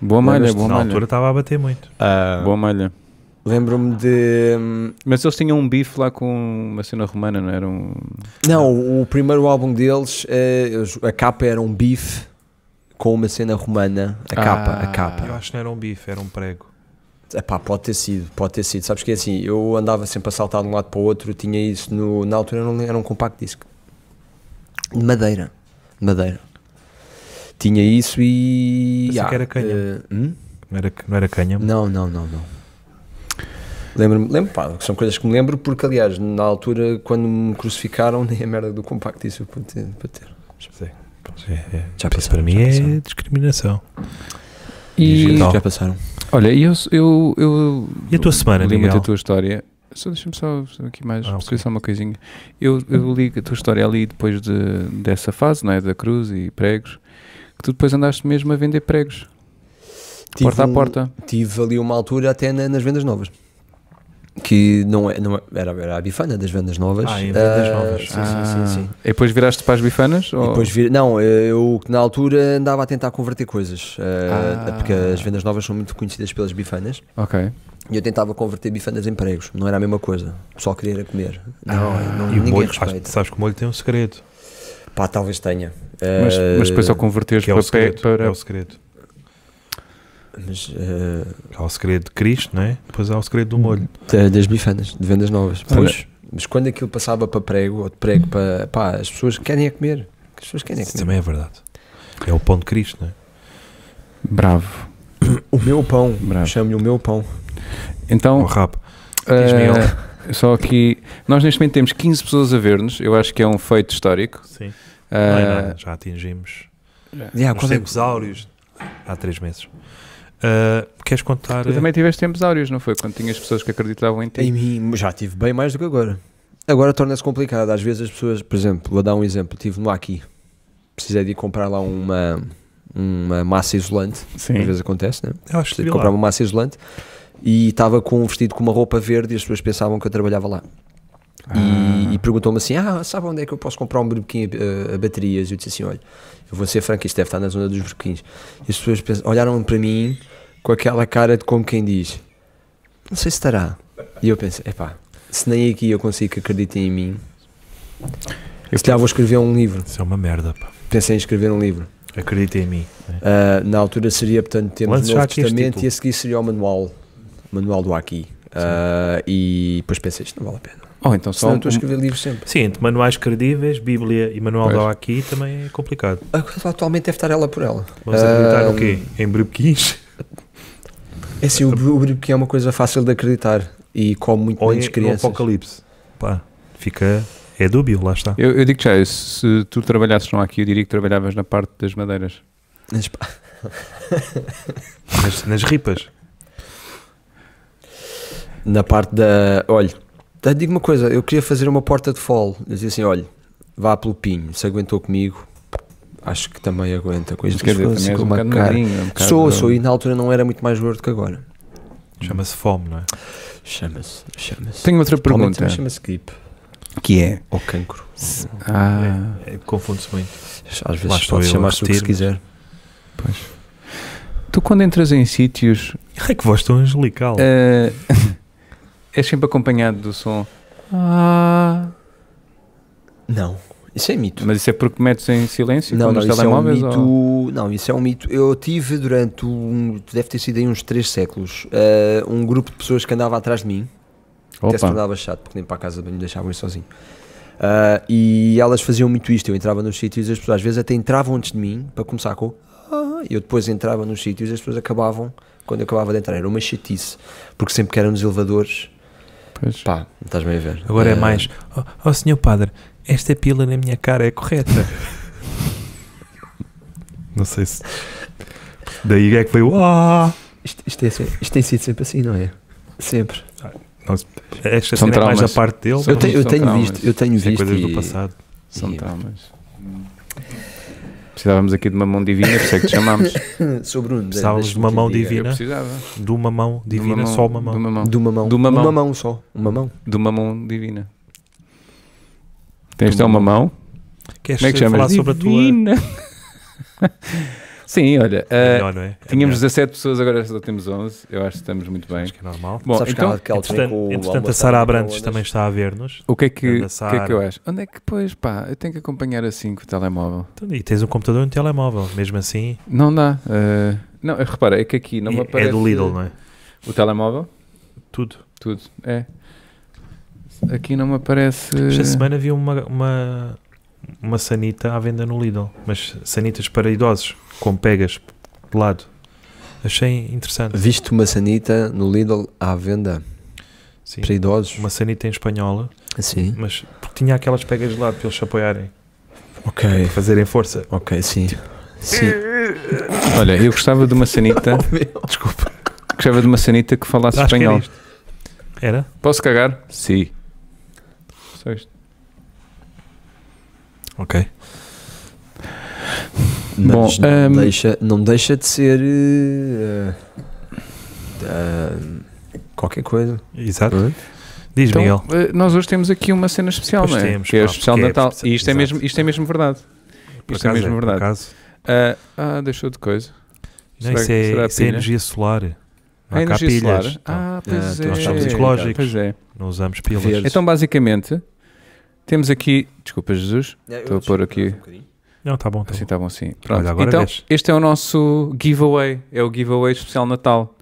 [SPEAKER 1] Boa malha,
[SPEAKER 3] Lembras-te?
[SPEAKER 1] boa
[SPEAKER 2] na altura
[SPEAKER 1] malha.
[SPEAKER 2] estava a bater muito.
[SPEAKER 1] Boa malha.
[SPEAKER 3] Lembro-me de. hum,
[SPEAKER 1] Mas eles tinham um bife lá com uma cena romana, não era um.
[SPEAKER 3] Não, o- o primeiro álbum deles, eh, eles- a capa era um bife com uma cena romana. A
[SPEAKER 1] Ah.
[SPEAKER 3] capa, a
[SPEAKER 2] Eu
[SPEAKER 3] capa.
[SPEAKER 2] acho que não era um bife, era um prego.
[SPEAKER 3] Epá, pode ter sido, pode ter sido. Sabes que é assim, eu andava sempre a saltar de um lado para o outro, tinha isso no, na altura, era um, era um compact disc. De madeira. De madeira. Tinha isso e.
[SPEAKER 2] Pensei que era canhão.
[SPEAKER 3] eh, hum?
[SPEAKER 2] Não era, não era cânhamo.
[SPEAKER 3] Não, não, não, não. Lembro-me, lembro, pá, são coisas que me lembro porque, aliás, na altura, quando me crucificaram, nem a merda do compacto isso eu pude ter. pude ter.
[SPEAKER 2] Pois é, é.
[SPEAKER 3] Já
[SPEAKER 2] Para
[SPEAKER 3] passaram,
[SPEAKER 2] mim
[SPEAKER 3] já
[SPEAKER 2] é
[SPEAKER 3] passaram.
[SPEAKER 2] discriminação.
[SPEAKER 1] E.
[SPEAKER 2] Digital.
[SPEAKER 3] Já passaram.
[SPEAKER 1] Olha, e eu, eu, eu
[SPEAKER 2] E a tua semana,
[SPEAKER 1] li muito
[SPEAKER 2] Miguel?
[SPEAKER 1] a tua história. Só deixa-me só só aqui mais,
[SPEAKER 2] Ah,
[SPEAKER 1] perceber
[SPEAKER 2] ok.
[SPEAKER 1] só uma coisinha. Eu, eu li a tua história ali depois de, dessa fase, não é? Da cruz e pregos, que tu depois andaste mesmo a vender pregos,
[SPEAKER 3] Tive
[SPEAKER 1] porta a
[SPEAKER 3] um-
[SPEAKER 1] porta.
[SPEAKER 3] Tive ali uma altura até na- nas vendas novas. Que não, é, não é- era, era a bifana das vendas novas.
[SPEAKER 2] Ah, em vendas
[SPEAKER 3] Ah,
[SPEAKER 2] novas.
[SPEAKER 3] Sim,
[SPEAKER 1] Ah, Oh.
[SPEAKER 3] sim, sim, sim.
[SPEAKER 1] E depois viraste para as bifanas?
[SPEAKER 3] E
[SPEAKER 1] ou-
[SPEAKER 3] depois vir, não, eu na altura andava a tentar converter coisas, ah,
[SPEAKER 1] Ah.
[SPEAKER 3] porque as vendas novas são muito conhecidas pelas bifanas.
[SPEAKER 1] Ok.
[SPEAKER 3] E eu tentava converter bifanas em pregos, não era a mesma coisa. O pessoal queria era comer. Não,
[SPEAKER 1] Ah.
[SPEAKER 3] não
[SPEAKER 2] E o
[SPEAKER 3] ninguém
[SPEAKER 2] molho, acho,
[SPEAKER 3] respeita.
[SPEAKER 2] sabes que o molho tem um segredo.
[SPEAKER 3] Pá, talvez tenha.
[SPEAKER 1] Mas,
[SPEAKER 3] Eh,
[SPEAKER 1] mas depois ao converteres
[SPEAKER 2] Que é o
[SPEAKER 1] para, pé,
[SPEAKER 2] segredo.
[SPEAKER 1] para
[SPEAKER 2] É o segredo.
[SPEAKER 3] mas, eh,
[SPEAKER 2] Há o segredo de Cristo, não é? Depois há o segredo do molho.
[SPEAKER 3] da- Eh, das bifanas, de vendas novas.
[SPEAKER 1] Olha.
[SPEAKER 3] Pois, mas quando aquilo passava para prego, ou de prego para. Pá, as pessoas querem é comer. As pessoas querem é
[SPEAKER 2] Isso
[SPEAKER 3] comer.
[SPEAKER 2] também é verdade. É o pão de Cristo, não é?
[SPEAKER 1] Bravo,
[SPEAKER 3] O meu pão,
[SPEAKER 1] bravo.
[SPEAKER 3] chamo-lhe o meu pão.
[SPEAKER 1] Então,
[SPEAKER 2] O rabo. Diz, Miguel.
[SPEAKER 1] eh, só aqui, nós neste momento temos 15 pessoas a ver-nos, eu acho que é um feito histórico.
[SPEAKER 2] Sim. Não é
[SPEAKER 1] Eh,
[SPEAKER 2] nada, já atingimos
[SPEAKER 3] Yeah,
[SPEAKER 2] os
[SPEAKER 3] quando é-
[SPEAKER 2] tempos áureos há três meses. Ah, queres contar?
[SPEAKER 1] Eh, tu também tiveste tempos áureos, não foi? Quando tinhas pessoas que acreditavam em ti.
[SPEAKER 3] Em mim, já tive bem mais do que agora. Agora torna-se complicado. Às vezes as pessoas, por exemplo, vou dar um exemplo. Tive no Aqui, precisei de ir comprar lá uma, uma massa isolante. Às vezes acontece, né?
[SPEAKER 2] Eu acho que
[SPEAKER 3] Precisei
[SPEAKER 2] vi
[SPEAKER 3] de comprar
[SPEAKER 2] lá.
[SPEAKER 3] uma massa isolante e estava com um vestido com uma roupa verde e as pessoas pensavam que eu trabalhava lá. E, e perguntou-me assim: Ah, sabe onde é que eu posso comprar um burbequim a, a- a baterias? E eu disse assim: Olha, eu vou ser franco, isto deve estar na zona dos burbequins. E as pessoas pensam- olharam para mim com aquela cara de como quem diz: Não sei se estará. E eu pensei: Epá, se nem aqui eu consigo que acreditem em mim,
[SPEAKER 1] Eu
[SPEAKER 3] se calhar vou escrever um livro.
[SPEAKER 2] Isso é uma merda, pá.
[SPEAKER 3] Pensei em escrever um livro.
[SPEAKER 2] Acredita em mim. né?
[SPEAKER 3] Uh, na altura seria, portanto, temos
[SPEAKER 2] Lance
[SPEAKER 3] o
[SPEAKER 2] já
[SPEAKER 3] Novo
[SPEAKER 2] aqui este
[SPEAKER 3] Testamento
[SPEAKER 2] título.
[SPEAKER 3] e a seguir seria o manual, o manual do Aqui. Uh, e depois pensei, isto não vale a pena.
[SPEAKER 1] Oh, então só
[SPEAKER 3] Senão
[SPEAKER 1] um,
[SPEAKER 3] estou a escrever livros sempre.
[SPEAKER 2] Sim, entre manuais credíveis, Bíblia e manual
[SPEAKER 1] Pois.
[SPEAKER 2] da aqui também é complicado.
[SPEAKER 3] Atualmente deve estar ela por ela.
[SPEAKER 2] Vamos acreditar
[SPEAKER 3] Ah,
[SPEAKER 2] no quê? Em brebequins?
[SPEAKER 3] É assim, o br- o Burbequim é uma coisa fácil de acreditar e come muito
[SPEAKER 2] Ou
[SPEAKER 3] bem
[SPEAKER 2] em
[SPEAKER 3] das
[SPEAKER 2] no
[SPEAKER 3] crianças.
[SPEAKER 2] Apocalipse? Pá, fica... É dúbio, lá está.
[SPEAKER 1] Eu, eu digo já, se tu trabalhasses não aqui, eu diria que trabalhavas na parte das madeiras.
[SPEAKER 3] Mas pá,
[SPEAKER 2] Nas, nas ripas.
[SPEAKER 3] Na parte da. Olha, te digo uma coisa, eu queria fazer uma porta de fole. Eu dizia assim: olha, vá pelo Pinho, se aguentou comigo, acho que também aguenta com isto.
[SPEAKER 1] Mas quer dizer,
[SPEAKER 3] Ficou assim
[SPEAKER 1] também és
[SPEAKER 3] com
[SPEAKER 1] um
[SPEAKER 3] uma
[SPEAKER 1] bocado
[SPEAKER 3] cara.
[SPEAKER 1] magrinho. é um bocado-
[SPEAKER 3] Sou, sou, e na altura não era muito mais gordo que agora.
[SPEAKER 2] Chama-se fome, não é?
[SPEAKER 3] Chama-se, chama-se.
[SPEAKER 1] Tenho outra
[SPEAKER 3] Realmente
[SPEAKER 1] pergunta.
[SPEAKER 3] também Chama-se gripe
[SPEAKER 1] Que é?
[SPEAKER 3] ou cancro.
[SPEAKER 1] Ah,
[SPEAKER 2] É, é, Confunde-se muito.
[SPEAKER 3] Às
[SPEAKER 2] Lá
[SPEAKER 3] vezes
[SPEAKER 2] estou
[SPEAKER 3] pode
[SPEAKER 2] eu a
[SPEAKER 3] chamar-se o que se
[SPEAKER 2] repetir-me.
[SPEAKER 3] quiser.
[SPEAKER 1] tu quando entras em sítios
[SPEAKER 2] Ai, que voz tão angelical.
[SPEAKER 1] eh, és sempre acompanhado do som. Ah,
[SPEAKER 3] Não, isso é mito.
[SPEAKER 1] mas isso é porque metes em silêncio
[SPEAKER 3] Não,
[SPEAKER 1] com
[SPEAKER 3] não,
[SPEAKER 1] os
[SPEAKER 3] isso é um
[SPEAKER 1] telemóveis?
[SPEAKER 3] mito.
[SPEAKER 1] ou-
[SPEAKER 3] Não, isso é um mito. Eu tive durante um. Deve ter sido aí uns 3 séculos. eh, um grupo de pessoas que andava atrás de mim. Até se
[SPEAKER 1] Opa,
[SPEAKER 3] tornava chato, porque nem para a casa de banho deixavam ir sozinho. Ah, e elas faziam muito isto. Eu entrava nos sítios, as pessoas às vezes até entravam antes de mim, para começar com. "Ah", Eu depois entrava nos sítios, as pessoas acabavam. Quando eu acabava de entrar, era uma chatice. Porque sempre que eram nos elevadores.
[SPEAKER 1] pois.
[SPEAKER 3] Pá, não estás bem a ver.
[SPEAKER 2] Agora é
[SPEAKER 3] Ah,
[SPEAKER 2] mais. Oh, oh, senhor padre, esta pila na minha cara é correta. não sei se. Daí é que veio. "Ah!"
[SPEAKER 3] Isto, isto, é, se- isto tem sido sempre assim, não é? Sempre.
[SPEAKER 2] Esta
[SPEAKER 1] São
[SPEAKER 2] cena é mais a
[SPEAKER 1] traumas.
[SPEAKER 2] parte dele.
[SPEAKER 1] São-
[SPEAKER 3] eu, tenho- eu
[SPEAKER 1] são
[SPEAKER 3] tenho
[SPEAKER 1] traumas.
[SPEAKER 3] visto, eu tenho
[SPEAKER 2] Isso é
[SPEAKER 3] visto.
[SPEAKER 2] coisas do
[SPEAKER 3] e-
[SPEAKER 2] passado. tá.
[SPEAKER 1] São
[SPEAKER 3] E-
[SPEAKER 1] traumas. Precisávamos aqui de uma mão divina, por isso é que te chamámos.
[SPEAKER 3] Sou Bruno. de-
[SPEAKER 2] Precisávamos
[SPEAKER 3] deixa-me
[SPEAKER 2] de uma
[SPEAKER 3] que
[SPEAKER 2] mão
[SPEAKER 3] lhe diga.
[SPEAKER 1] Eu
[SPEAKER 2] divina.
[SPEAKER 1] precisava.
[SPEAKER 2] De uma mão
[SPEAKER 1] De
[SPEAKER 2] divina, só uma mão.
[SPEAKER 1] De uma mão.
[SPEAKER 3] De uma mão.
[SPEAKER 1] De uma mão.
[SPEAKER 3] Uma mão só. Uma mão.
[SPEAKER 1] De uma mão divina.
[SPEAKER 2] De
[SPEAKER 1] Tens de
[SPEAKER 2] uma
[SPEAKER 1] uma mão.
[SPEAKER 2] Queres
[SPEAKER 1] Como é que
[SPEAKER 2] falar
[SPEAKER 1] chamas?
[SPEAKER 2] sobre a tua.
[SPEAKER 1] Divina. Sim, olha. ah,
[SPEAKER 2] Melhor, não é? É
[SPEAKER 1] tínhamos
[SPEAKER 2] melhor.
[SPEAKER 1] 17 pessoas, agora só temos 11. Eu acho que estamos muito bem.
[SPEAKER 2] Acho que é normal.
[SPEAKER 1] Bom,
[SPEAKER 3] Sabes que há
[SPEAKER 1] então,
[SPEAKER 3] aquela altura em que
[SPEAKER 2] Entretanto,
[SPEAKER 3] o
[SPEAKER 2] entretanto a
[SPEAKER 3] almoço
[SPEAKER 2] Sara
[SPEAKER 3] estava
[SPEAKER 2] Abrantes
[SPEAKER 3] microondas.
[SPEAKER 2] também está a ver-nos.
[SPEAKER 1] o que é que,
[SPEAKER 2] Anda,
[SPEAKER 1] o que é que eu
[SPEAKER 2] Sara.
[SPEAKER 1] acho? Onde é que, pois, pá, eu tenho que acompanhar assim com o telemóvel.
[SPEAKER 2] Então, E tens um computador e um telemóvel. Mesmo assim,
[SPEAKER 1] Não dá. ah, não, repara, é que aqui não me
[SPEAKER 2] é-
[SPEAKER 1] aparece eh,
[SPEAKER 2] é do Lidl, não é?
[SPEAKER 1] o telemóvel.
[SPEAKER 2] Tudo.
[SPEAKER 1] Tudo, é. Aqui não me aparece.
[SPEAKER 2] Esta semana havia uma, uma, uma sanita à venda no Lidl, mas sanitas para idosos, com pegas de lado. Achei interessante.
[SPEAKER 3] Viste uma sanita no Lidl à venda
[SPEAKER 2] Sim.
[SPEAKER 3] para idosos?
[SPEAKER 2] Uma sanita em espanhola,
[SPEAKER 3] Sim.
[SPEAKER 2] mas porque tinha aquelas pegas de lado para eles se apoiarem,
[SPEAKER 3] Ok,
[SPEAKER 1] É.
[SPEAKER 2] para fazerem força.
[SPEAKER 3] ok, sim. Sim. Oh,
[SPEAKER 1] Olha, eu gostava de uma sanita. Desculpa. Gostava de uma sanita que falasse
[SPEAKER 2] Acho que era
[SPEAKER 1] espanhol.
[SPEAKER 2] isto. Era?
[SPEAKER 1] Posso cagar? Sim. Só isto.
[SPEAKER 2] Ok.
[SPEAKER 1] Bom, ehm,
[SPEAKER 3] Mas não,
[SPEAKER 1] ahm,
[SPEAKER 3] deixa, não deixa de ser. eh, ah, qualquer coisa.
[SPEAKER 2] Exato.
[SPEAKER 3] Hum?
[SPEAKER 2] Diz,
[SPEAKER 1] Então,
[SPEAKER 2] Miguel.
[SPEAKER 1] eh, nós hoje temos aqui uma cena especial, não
[SPEAKER 2] Pois
[SPEAKER 1] é?
[SPEAKER 2] temos,
[SPEAKER 1] que é o
[SPEAKER 2] pá,
[SPEAKER 1] especial de
[SPEAKER 2] porque é
[SPEAKER 1] Natal.
[SPEAKER 2] especial-
[SPEAKER 1] e isto é,
[SPEAKER 2] exato.
[SPEAKER 1] mesmo, isto é mesmo verdade.
[SPEAKER 2] Por
[SPEAKER 1] isto é
[SPEAKER 2] acaso,
[SPEAKER 1] mesmo
[SPEAKER 2] por
[SPEAKER 1] verdade.
[SPEAKER 2] acaso.
[SPEAKER 1] Ah, ah, deixou de coisa.
[SPEAKER 2] Não,
[SPEAKER 1] Será-
[SPEAKER 2] isso é,
[SPEAKER 1] será a
[SPEAKER 2] isso é
[SPEAKER 1] pilha?
[SPEAKER 2] energia solar. Não
[SPEAKER 1] A
[SPEAKER 2] há cá
[SPEAKER 1] energia solar.
[SPEAKER 2] pilhas. Não,
[SPEAKER 1] Ah, pois
[SPEAKER 3] Ah,
[SPEAKER 1] é.
[SPEAKER 3] nós
[SPEAKER 2] somos ecológicos.
[SPEAKER 1] Pois é.
[SPEAKER 2] não usamos pilas.
[SPEAKER 3] Verde.
[SPEAKER 1] Então, basicamente, temos aqui. Desculpa, Jesus. Estou a pôr aqui.
[SPEAKER 2] Não, tá bom, tá
[SPEAKER 1] Assim
[SPEAKER 2] bom.
[SPEAKER 1] estavam sim. Pronto.
[SPEAKER 2] Olha, agora
[SPEAKER 1] então,
[SPEAKER 2] vês.
[SPEAKER 1] este é o nosso giveaway. É o giveaway especial Natal.